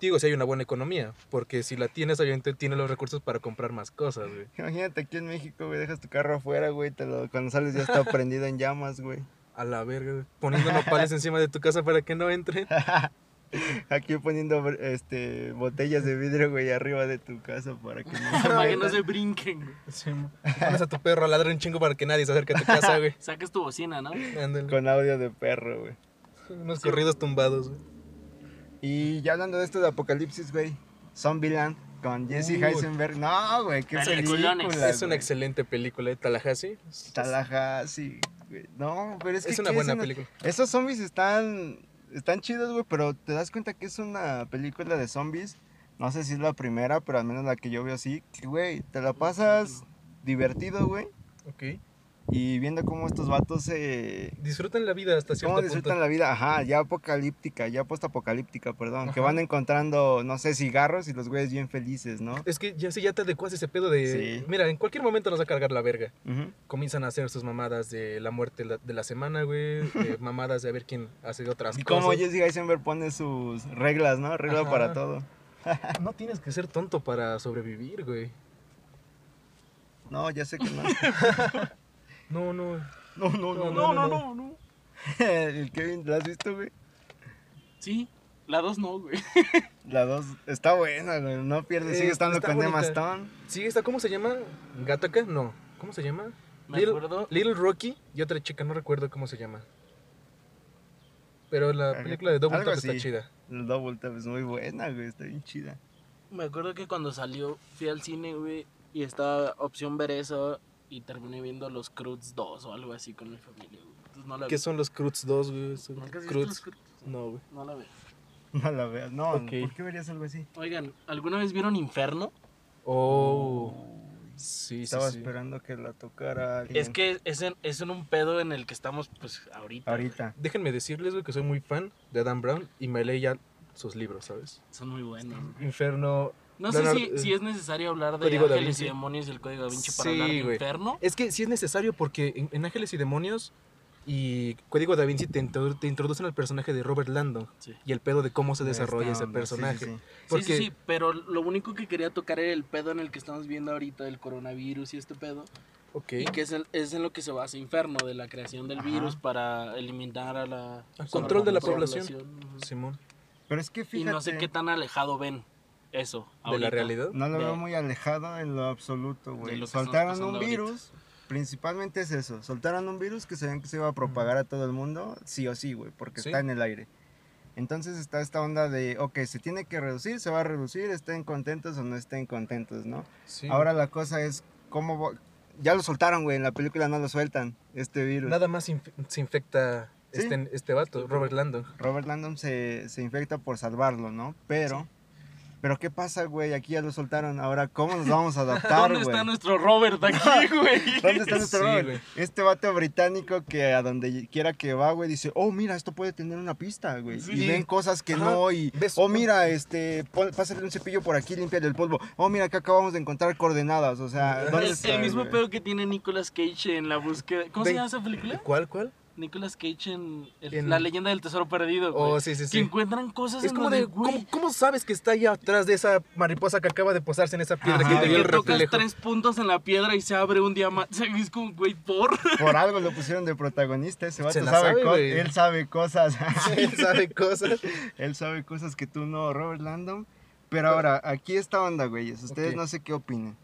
[SPEAKER 3] Digo, si hay una buena economía, porque si la tienes, obviamente tienes los recursos para comprar más cosas, güey.
[SPEAKER 1] Imagínate aquí en México, güey, dejas tu carro afuera, güey, te lo- cuando sales ya está prendido en llamas, güey.
[SPEAKER 3] A la verga, güey. poniendo nopales encima de tu casa para que no entren.
[SPEAKER 1] Aquí poniendo este, botellas de vidrio, güey, arriba de tu casa para que no se
[SPEAKER 2] Para que no
[SPEAKER 1] metan.
[SPEAKER 2] se brinquen. güey.
[SPEAKER 3] Sí, mo. Pones a tu perro a ladrar un chingo para que nadie se acerque a tu casa,
[SPEAKER 2] *laughs*
[SPEAKER 3] güey.
[SPEAKER 2] Saques tu bocina, ¿no?
[SPEAKER 3] Ándale.
[SPEAKER 1] Con audio de perro, güey.
[SPEAKER 3] Unos corridos tumbados, güey.
[SPEAKER 1] Y ya hablando de esto de Apocalipsis, güey. Zombieland con Jesse
[SPEAKER 3] Uy.
[SPEAKER 1] Heisenberg. No, güey, qué película.
[SPEAKER 2] Peliculones.
[SPEAKER 3] Es una
[SPEAKER 1] güey.
[SPEAKER 3] excelente película de Tallahassee.
[SPEAKER 1] Tallahassee, güey. No, pero es
[SPEAKER 3] Es,
[SPEAKER 1] que...
[SPEAKER 3] una
[SPEAKER 1] ¿qué
[SPEAKER 3] buena película.
[SPEAKER 1] Esos zombies están, están chidos, güey, pero te das cuenta que es una película de zombies. No sé si es la primera, pero al menos la que yo veo así. que, Güey, te la pasas divertido, güey.
[SPEAKER 3] Ok.
[SPEAKER 1] Y viendo cómo estos vatos se...
[SPEAKER 3] Disfrutan la vida hasta cierto
[SPEAKER 1] ¿Cómo disfrutan
[SPEAKER 3] punto.
[SPEAKER 1] la vida? Ajá, ya apocalíptica, ya postapocalíptica, perdón. Que
[SPEAKER 3] Ajá.
[SPEAKER 1] van encontrando, no sé, cigarros y los güeyes bien felices, ¿no?
[SPEAKER 3] Es que ya, sí, ya te adecuas a ese pedo de.
[SPEAKER 1] Sí.
[SPEAKER 3] Mira, en cualquier momento nos va a cargar la verga.
[SPEAKER 1] Ujú.
[SPEAKER 3] Comienzan a hacer sus mamadas de la muerte la- de la semana, güey.
[SPEAKER 2] *laughs*
[SPEAKER 3] de mamadas de a ver quién hace otras
[SPEAKER 1] Y
[SPEAKER 3] cosas.
[SPEAKER 1] como Jesse Heisenberg pone sus reglas, ¿no? Regla
[SPEAKER 3] Ajá.
[SPEAKER 1] para todo.
[SPEAKER 3] No tienes que ser tonto para sobrevivir, güey.
[SPEAKER 1] No, ya sé que
[SPEAKER 3] *laughs*
[SPEAKER 1] no.
[SPEAKER 3] No, no.
[SPEAKER 1] No, no, no.
[SPEAKER 2] No, no, no, no.
[SPEAKER 1] *laughs* El Kevin, ¿la has visto, güey?
[SPEAKER 2] Sí, la dos no, güey.
[SPEAKER 1] La 2 está buena, güey. No pierde,
[SPEAKER 3] Eh,
[SPEAKER 1] sigue estando
[SPEAKER 3] está
[SPEAKER 1] con Emma
[SPEAKER 3] bonita.
[SPEAKER 1] Stone.
[SPEAKER 3] Sí, esta, ¿cómo se llama? ¿Gataka? No. ¿Cómo se llama?
[SPEAKER 2] *laughs* Me
[SPEAKER 3] Little-
[SPEAKER 2] acuerdo.
[SPEAKER 3] Little Rocky y otra chica, no recuerdo cómo se llama. Pero la
[SPEAKER 1] Algo-
[SPEAKER 3] película de Double
[SPEAKER 1] algo
[SPEAKER 3] Tap está
[SPEAKER 1] así.
[SPEAKER 3] chida.
[SPEAKER 1] El Double Tap es muy buena, güey. Está bien chida. *laughs*
[SPEAKER 2] Me acuerdo que cuando salió fui al cine, güey, y estaba opción ver eso y terminé viendo los Cruz 2 o algo así con mi familia, güey. Entonces no la
[SPEAKER 3] ¿Qué
[SPEAKER 2] vi.
[SPEAKER 3] son los Cruz 2, güey? Son
[SPEAKER 2] ¿Nunca has visto los Cruz?
[SPEAKER 3] Cruz. No, güey.
[SPEAKER 2] No la vi.
[SPEAKER 1] No la veas. No,
[SPEAKER 3] Ok.
[SPEAKER 1] ¿por qué verías algo así?
[SPEAKER 2] Oigan, ¿alguna vez vieron Inferno?
[SPEAKER 3] Oh. Sí, sí,
[SPEAKER 1] Estaba
[SPEAKER 3] sí.
[SPEAKER 1] esperando que la tocara alguien.
[SPEAKER 2] Es que es en, es en un pedo en el que estamos, pues, ahorita.
[SPEAKER 1] Ahorita.
[SPEAKER 3] Déjenme decirles, güey, que soy muy fan de Dan Brown y me leí ya sus libros, ¿sabes?
[SPEAKER 2] Son muy buenos.
[SPEAKER 3] Inferno.
[SPEAKER 2] No sé
[SPEAKER 3] Leonardo-
[SPEAKER 2] si, si es necesario hablar de
[SPEAKER 3] eh, Código da
[SPEAKER 2] Ángeles y
[SPEAKER 3] Vinci.
[SPEAKER 2] Demonios y el Código da Vinci para
[SPEAKER 3] Sí,
[SPEAKER 2] hablar de
[SPEAKER 3] güey.
[SPEAKER 2] Inferno.
[SPEAKER 3] Es que sí es necesario porque en, en Ángeles y Demonios y Código da Vinci te, introdu- te introducen al personaje de Robert Landon
[SPEAKER 2] Sí.
[SPEAKER 3] y el pedo de cómo se
[SPEAKER 1] De
[SPEAKER 3] desarrolla
[SPEAKER 1] esta
[SPEAKER 3] ese
[SPEAKER 1] onda, sí, sí,
[SPEAKER 3] personaje.
[SPEAKER 1] sí.
[SPEAKER 3] Porque
[SPEAKER 2] Sí, sí, sí, pero lo único que quería tocar era el pedo en el que estamos viendo ahorita, el coronavirus y este pedo.
[SPEAKER 3] ok,
[SPEAKER 2] Y que es, el- es en lo que se basa Inferno, de la creación del
[SPEAKER 1] Ajá.
[SPEAKER 2] virus para eliminar a la...
[SPEAKER 3] Al control
[SPEAKER 1] de la
[SPEAKER 3] población.
[SPEAKER 2] ujú.
[SPEAKER 3] Simón,
[SPEAKER 1] Pero es que
[SPEAKER 2] Y
[SPEAKER 1] fíjate.
[SPEAKER 2] no sé qué tan alejado ven eso.
[SPEAKER 3] de la
[SPEAKER 2] ahorita.
[SPEAKER 3] realidad.
[SPEAKER 1] No lo
[SPEAKER 2] de-
[SPEAKER 1] veo muy alejado en lo absoluto,
[SPEAKER 2] de
[SPEAKER 1] güey.
[SPEAKER 2] lo que estamos
[SPEAKER 1] Soltaron
[SPEAKER 2] pasando
[SPEAKER 1] un
[SPEAKER 2] ahorita.
[SPEAKER 1] virus. Principalmente es eso. Soltaron un virus que sabían que se iba a propagar a todo el mundo, sí o sí, güey, porque
[SPEAKER 3] Sí.
[SPEAKER 1] está en el aire. Entonces está esta onda de, ok, se tiene que reducir, se va a reducir, estén contentos o no estén contentos, ¿no?
[SPEAKER 3] Sí,
[SPEAKER 1] Ahora la cosa es, ¿cómo.? vo- Ya lo soltaron, güey, en la película no lo sueltan, este virus.
[SPEAKER 3] Nada más inf- se infecta
[SPEAKER 1] Sí.
[SPEAKER 3] este, este vato, Robert Landon.
[SPEAKER 1] Robert Landon se, se infecta por salvarlo, ¿no? Pero Pero ¿qué pasa, güey? Aquí ya lo soltaron. Ahora, ¿cómo
[SPEAKER 3] *laughs*
[SPEAKER 1] nos vamos a adaptar,
[SPEAKER 2] *laughs* ¿Dónde
[SPEAKER 1] güey?
[SPEAKER 2] está nuestro Robert *laughs* aquí, güey?
[SPEAKER 1] ¿Dónde está nuestro
[SPEAKER 3] Sí,
[SPEAKER 1] Robert?
[SPEAKER 3] güey.
[SPEAKER 1] Este vato británico que a donde quiera que va, güey, dice, oh, mira, esto puede tener una pista, güey.
[SPEAKER 2] Sí.
[SPEAKER 1] Y ven cosas que
[SPEAKER 3] Ajá.
[SPEAKER 1] no, y,
[SPEAKER 3] Ves-
[SPEAKER 1] oh, mira, este, pon- pásale un cepillo por aquí, limpia el polvo. Oh, mira, acá acabamos de encontrar coordenadas, o sea, ¿dónde
[SPEAKER 2] Es
[SPEAKER 1] está,
[SPEAKER 2] el mismo
[SPEAKER 1] güey?
[SPEAKER 2] pedo que tiene Nicolas Cage en la búsqueda. ¿Cómo se
[SPEAKER 3] Ve-
[SPEAKER 2] llama esa película?
[SPEAKER 3] ¿Cuál, cuál?
[SPEAKER 2] Nicolas Cage en, el-
[SPEAKER 3] En-
[SPEAKER 2] La leyenda del tesoro perdido. güey.
[SPEAKER 3] Oh, sí, sí,
[SPEAKER 2] Que
[SPEAKER 3] sí.
[SPEAKER 2] encuentran cosas
[SPEAKER 3] Es
[SPEAKER 2] en
[SPEAKER 3] como
[SPEAKER 2] donde,
[SPEAKER 3] de,
[SPEAKER 2] güey,
[SPEAKER 3] ¿cómo, cómo sabes que está ahí atrás de esa mariposa que acaba de posarse en esa piedra
[SPEAKER 2] Ajá,
[SPEAKER 3] que te
[SPEAKER 2] de
[SPEAKER 3] dio el
[SPEAKER 2] que tocas
[SPEAKER 3] reflejo?
[SPEAKER 2] tres puntos en la piedra y se abre un diamante. *laughs* O sea, es como, güey, por.
[SPEAKER 1] Por algo lo pusieron de protagonista, ese vato
[SPEAKER 3] la
[SPEAKER 1] sabe,
[SPEAKER 3] sabe,
[SPEAKER 1] co-
[SPEAKER 3] güey.
[SPEAKER 1] él sabe
[SPEAKER 3] *laughs*
[SPEAKER 1] cosas.
[SPEAKER 3] Él *laughs* sabe cosas.
[SPEAKER 1] Él sabe cosas que tú no, Robert Landon. Pero ahora, aquí esta onda, güeyes. Ustedes
[SPEAKER 3] Ok.
[SPEAKER 1] no sé qué opinan.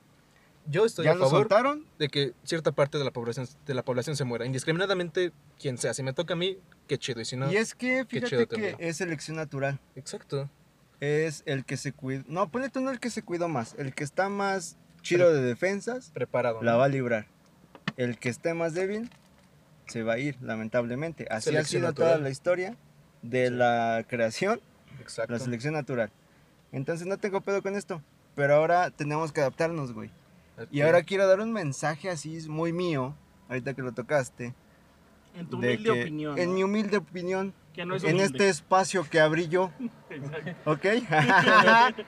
[SPEAKER 3] Yo estoy
[SPEAKER 1] ¿Ya
[SPEAKER 3] a
[SPEAKER 1] lo
[SPEAKER 3] favor
[SPEAKER 1] soltaron?
[SPEAKER 3] de que cierta parte de la población de la población se muera indiscriminadamente quien sea. Si me toca a mí, qué chido y si no,
[SPEAKER 1] Y es que,
[SPEAKER 3] Qué
[SPEAKER 1] fíjate
[SPEAKER 3] chido
[SPEAKER 1] que
[SPEAKER 3] también.
[SPEAKER 1] es selección natural.
[SPEAKER 3] exacto.
[SPEAKER 1] Es el que se cuida. No, ponle tú no el que se cuidó más. El que está más chido de defensas,
[SPEAKER 3] Preparado.
[SPEAKER 1] la
[SPEAKER 3] ¿no?
[SPEAKER 1] va a librar. El que esté más débil, se va a ir, lamentablemente. Así ha
[SPEAKER 3] Selección
[SPEAKER 1] sido
[SPEAKER 3] natural.
[SPEAKER 1] toda la historia de la creación
[SPEAKER 3] Exacto.
[SPEAKER 1] La selección natural. Entonces no tengo pedo con esto. Pero ahora tenemos que adaptarnos, güey. Y
[SPEAKER 3] Ok.
[SPEAKER 1] ahora quiero dar un mensaje así es muy mío, ahorita que lo tocaste.
[SPEAKER 2] En tu
[SPEAKER 1] de
[SPEAKER 2] humilde
[SPEAKER 1] que-
[SPEAKER 2] opinión.
[SPEAKER 1] En
[SPEAKER 2] ¿no?
[SPEAKER 1] mi humilde opinión,
[SPEAKER 2] Que no es
[SPEAKER 1] en este
[SPEAKER 2] humilde.
[SPEAKER 1] espacio que abrí yo,
[SPEAKER 2] *laughs* Exacto. *laughs*
[SPEAKER 1] ¿ok?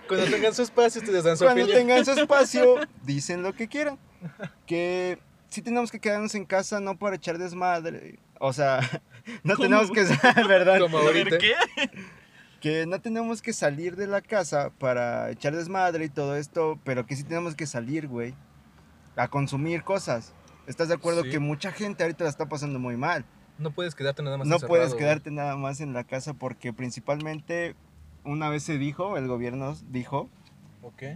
[SPEAKER 3] cuando tengan su espacio ustedes dan su
[SPEAKER 1] Cuando
[SPEAKER 3] opinión.
[SPEAKER 1] tengan su espacio,
[SPEAKER 3] *laughs*
[SPEAKER 1] dicen lo que quieran. Que sí tenemos que quedarnos en casa, no para echar desmadre. O sea, *laughs* no
[SPEAKER 2] ¿Cómo?
[SPEAKER 1] tenemos que, *laughs* ¿verdad?
[SPEAKER 3] Como
[SPEAKER 2] A ver,
[SPEAKER 3] ahorita.
[SPEAKER 2] ¿qué?
[SPEAKER 1] que no tenemos que salir de la casa para echar desmadre y todo esto, pero que sí tenemos que salir, güey, a consumir cosas. ¿Estás de acuerdo
[SPEAKER 3] Sí.
[SPEAKER 1] que mucha gente ahorita la está pasando muy mal?
[SPEAKER 3] No puedes quedarte nada más
[SPEAKER 1] no
[SPEAKER 3] encerrado,
[SPEAKER 1] puedes
[SPEAKER 3] güey.
[SPEAKER 1] quedarte nada más en la casa porque principalmente una vez se dijo, el gobierno dijo,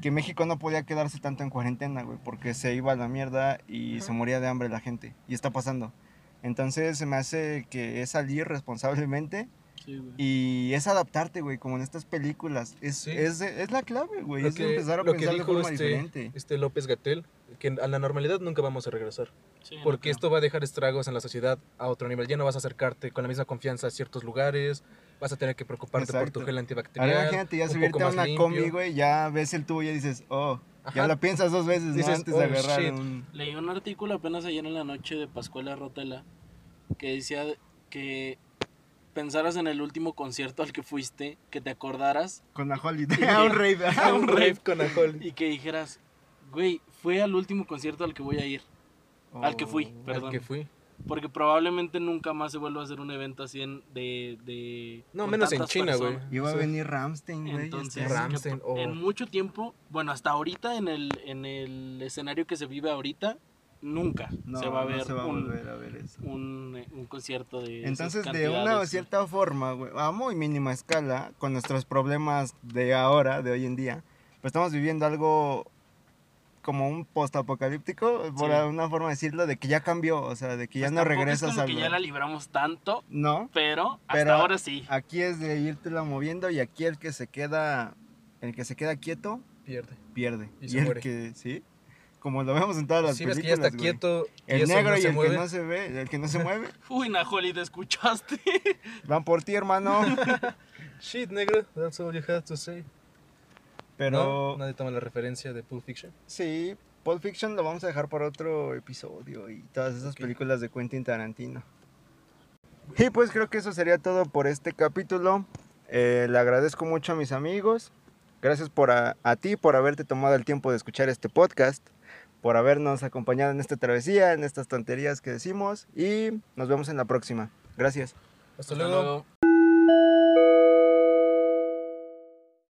[SPEAKER 1] que México no podía quedarse tanto en cuarentena, güey, porque se iba a la mierda y se moría de hambre la gente. Y está pasando. Entonces se me hace que es salir responsablemente
[SPEAKER 2] Sí, güey.
[SPEAKER 1] y es adaptarte, güey, como en estas películas. Es,
[SPEAKER 3] Sí.
[SPEAKER 1] es, es la clave, güey.
[SPEAKER 3] Lo
[SPEAKER 1] Es
[SPEAKER 3] que-
[SPEAKER 1] empezar a
[SPEAKER 3] lo que
[SPEAKER 1] pensar de
[SPEAKER 3] dijo
[SPEAKER 1] forma
[SPEAKER 3] este-
[SPEAKER 1] diferente.
[SPEAKER 3] Este López Gatel, que a la normalidad nunca vamos a regresar.
[SPEAKER 2] Sí,
[SPEAKER 3] Porque
[SPEAKER 2] no,
[SPEAKER 3] esto va a dejar estragos en la sociedad a otro nivel. Ya no vas a acercarte con la misma confianza a ciertos lugares. Vas a tener que preocuparte
[SPEAKER 1] Exacto.
[SPEAKER 3] por tu gel
[SPEAKER 1] Ahora
[SPEAKER 3] antibacterial.
[SPEAKER 1] imagínate ya
[SPEAKER 3] un poco
[SPEAKER 1] subirte a
[SPEAKER 3] más
[SPEAKER 1] una
[SPEAKER 3] limpio.
[SPEAKER 1] combi, güey, ya ves el tubo y ya dices, oh, ya
[SPEAKER 3] Ajá.
[SPEAKER 1] la piensas dos veces, ¿no?
[SPEAKER 3] Dices,
[SPEAKER 1] Antes de
[SPEAKER 3] "Oh,
[SPEAKER 1] agarrar
[SPEAKER 3] shit".
[SPEAKER 1] un...
[SPEAKER 2] Leí un artículo apenas ayer en la noche de Pascuala Rotela que decía que pensaras en el último concierto al que fuiste, que te acordaras
[SPEAKER 1] Con la *laughs* holiday. a un rave.
[SPEAKER 3] Ah, un rave con alcohol.
[SPEAKER 2] y que dijeras, güey, fue al último concierto al que voy a ir, al que fui,
[SPEAKER 1] Oh.
[SPEAKER 2] perdón.
[SPEAKER 3] Al que fui.
[SPEAKER 2] Porque probablemente nunca más se vuelva a hacer un evento así en, de, de...
[SPEAKER 3] No,
[SPEAKER 2] con
[SPEAKER 3] menos en
[SPEAKER 2] tantas
[SPEAKER 3] China, güey. oh.
[SPEAKER 2] personas.
[SPEAKER 1] Iba a
[SPEAKER 3] Sí.
[SPEAKER 1] venir Ramstein, güey.
[SPEAKER 2] Entonces,
[SPEAKER 1] este
[SPEAKER 3] Ram-
[SPEAKER 1] año.
[SPEAKER 3] Rammstein,
[SPEAKER 2] que por-
[SPEAKER 3] o-
[SPEAKER 2] en mucho tiempo, bueno, hasta ahorita en el, en el escenario que se vive ahorita, nunca
[SPEAKER 1] No,
[SPEAKER 2] se va a
[SPEAKER 1] no
[SPEAKER 2] ver
[SPEAKER 1] se va a
[SPEAKER 2] un,
[SPEAKER 1] volver a ver eso.
[SPEAKER 2] un, eh, un concierto de... esas
[SPEAKER 1] Entonces, de
[SPEAKER 2] cantidades, Pues
[SPEAKER 1] una
[SPEAKER 2] güey.
[SPEAKER 1] cierta forma, güey, a muy mínima escala, con nuestros problemas de ahora, de hoy en día, pues estamos viviendo algo como un postapocalíptico, por
[SPEAKER 2] Sí.
[SPEAKER 1] una forma de decirlo, de que ya cambió, o sea, de que ya
[SPEAKER 2] Pues
[SPEAKER 1] no
[SPEAKER 2] tampoco es
[SPEAKER 1] regresas
[SPEAKER 2] como
[SPEAKER 1] al...
[SPEAKER 2] que ya la libramos tanto,
[SPEAKER 1] No,
[SPEAKER 2] pero hasta
[SPEAKER 1] Pero-
[SPEAKER 2] ahora sí.
[SPEAKER 1] aquí es de írtela moviendo y aquí el que se queda, el que se queda quieto,
[SPEAKER 3] Pierde.
[SPEAKER 1] pierde.
[SPEAKER 3] Y
[SPEAKER 1] Y,
[SPEAKER 3] se
[SPEAKER 1] el
[SPEAKER 3] muere.
[SPEAKER 1] que, ¿sí? Como lo vemos en todas las
[SPEAKER 3] Si ves que ya
[SPEAKER 1] películas,
[SPEAKER 3] está
[SPEAKER 1] güey.
[SPEAKER 3] quieto,
[SPEAKER 1] El
[SPEAKER 3] eso
[SPEAKER 1] negro
[SPEAKER 3] no
[SPEAKER 1] y
[SPEAKER 3] se
[SPEAKER 1] el
[SPEAKER 3] mueve,
[SPEAKER 1] que no se ve, el que no se mueve,
[SPEAKER 2] Uy, Najoli, ¿te escuchaste?
[SPEAKER 1] van por ti,
[SPEAKER 3] *laughs*
[SPEAKER 1] hermano.
[SPEAKER 3] Shit, negro, that's all you had to say.
[SPEAKER 1] Pero...
[SPEAKER 3] No, nadie toma la referencia de Pulp Fiction.
[SPEAKER 1] Sí, Pulp Fiction lo vamos a dejar para otro episodio y todas esas
[SPEAKER 3] Ok.
[SPEAKER 1] películas de Quentin Tarantino. Y pues creo que eso sería todo por este capítulo. Eh, le agradezco mucho a mis amigos. Gracias por a, a ti por haberte tomado el tiempo de escuchar este podcast, por habernos acompañado en esta travesía, en estas tonterías que decimos y nos vemos en la próxima. Gracias.
[SPEAKER 3] Hasta luego.
[SPEAKER 2] luego.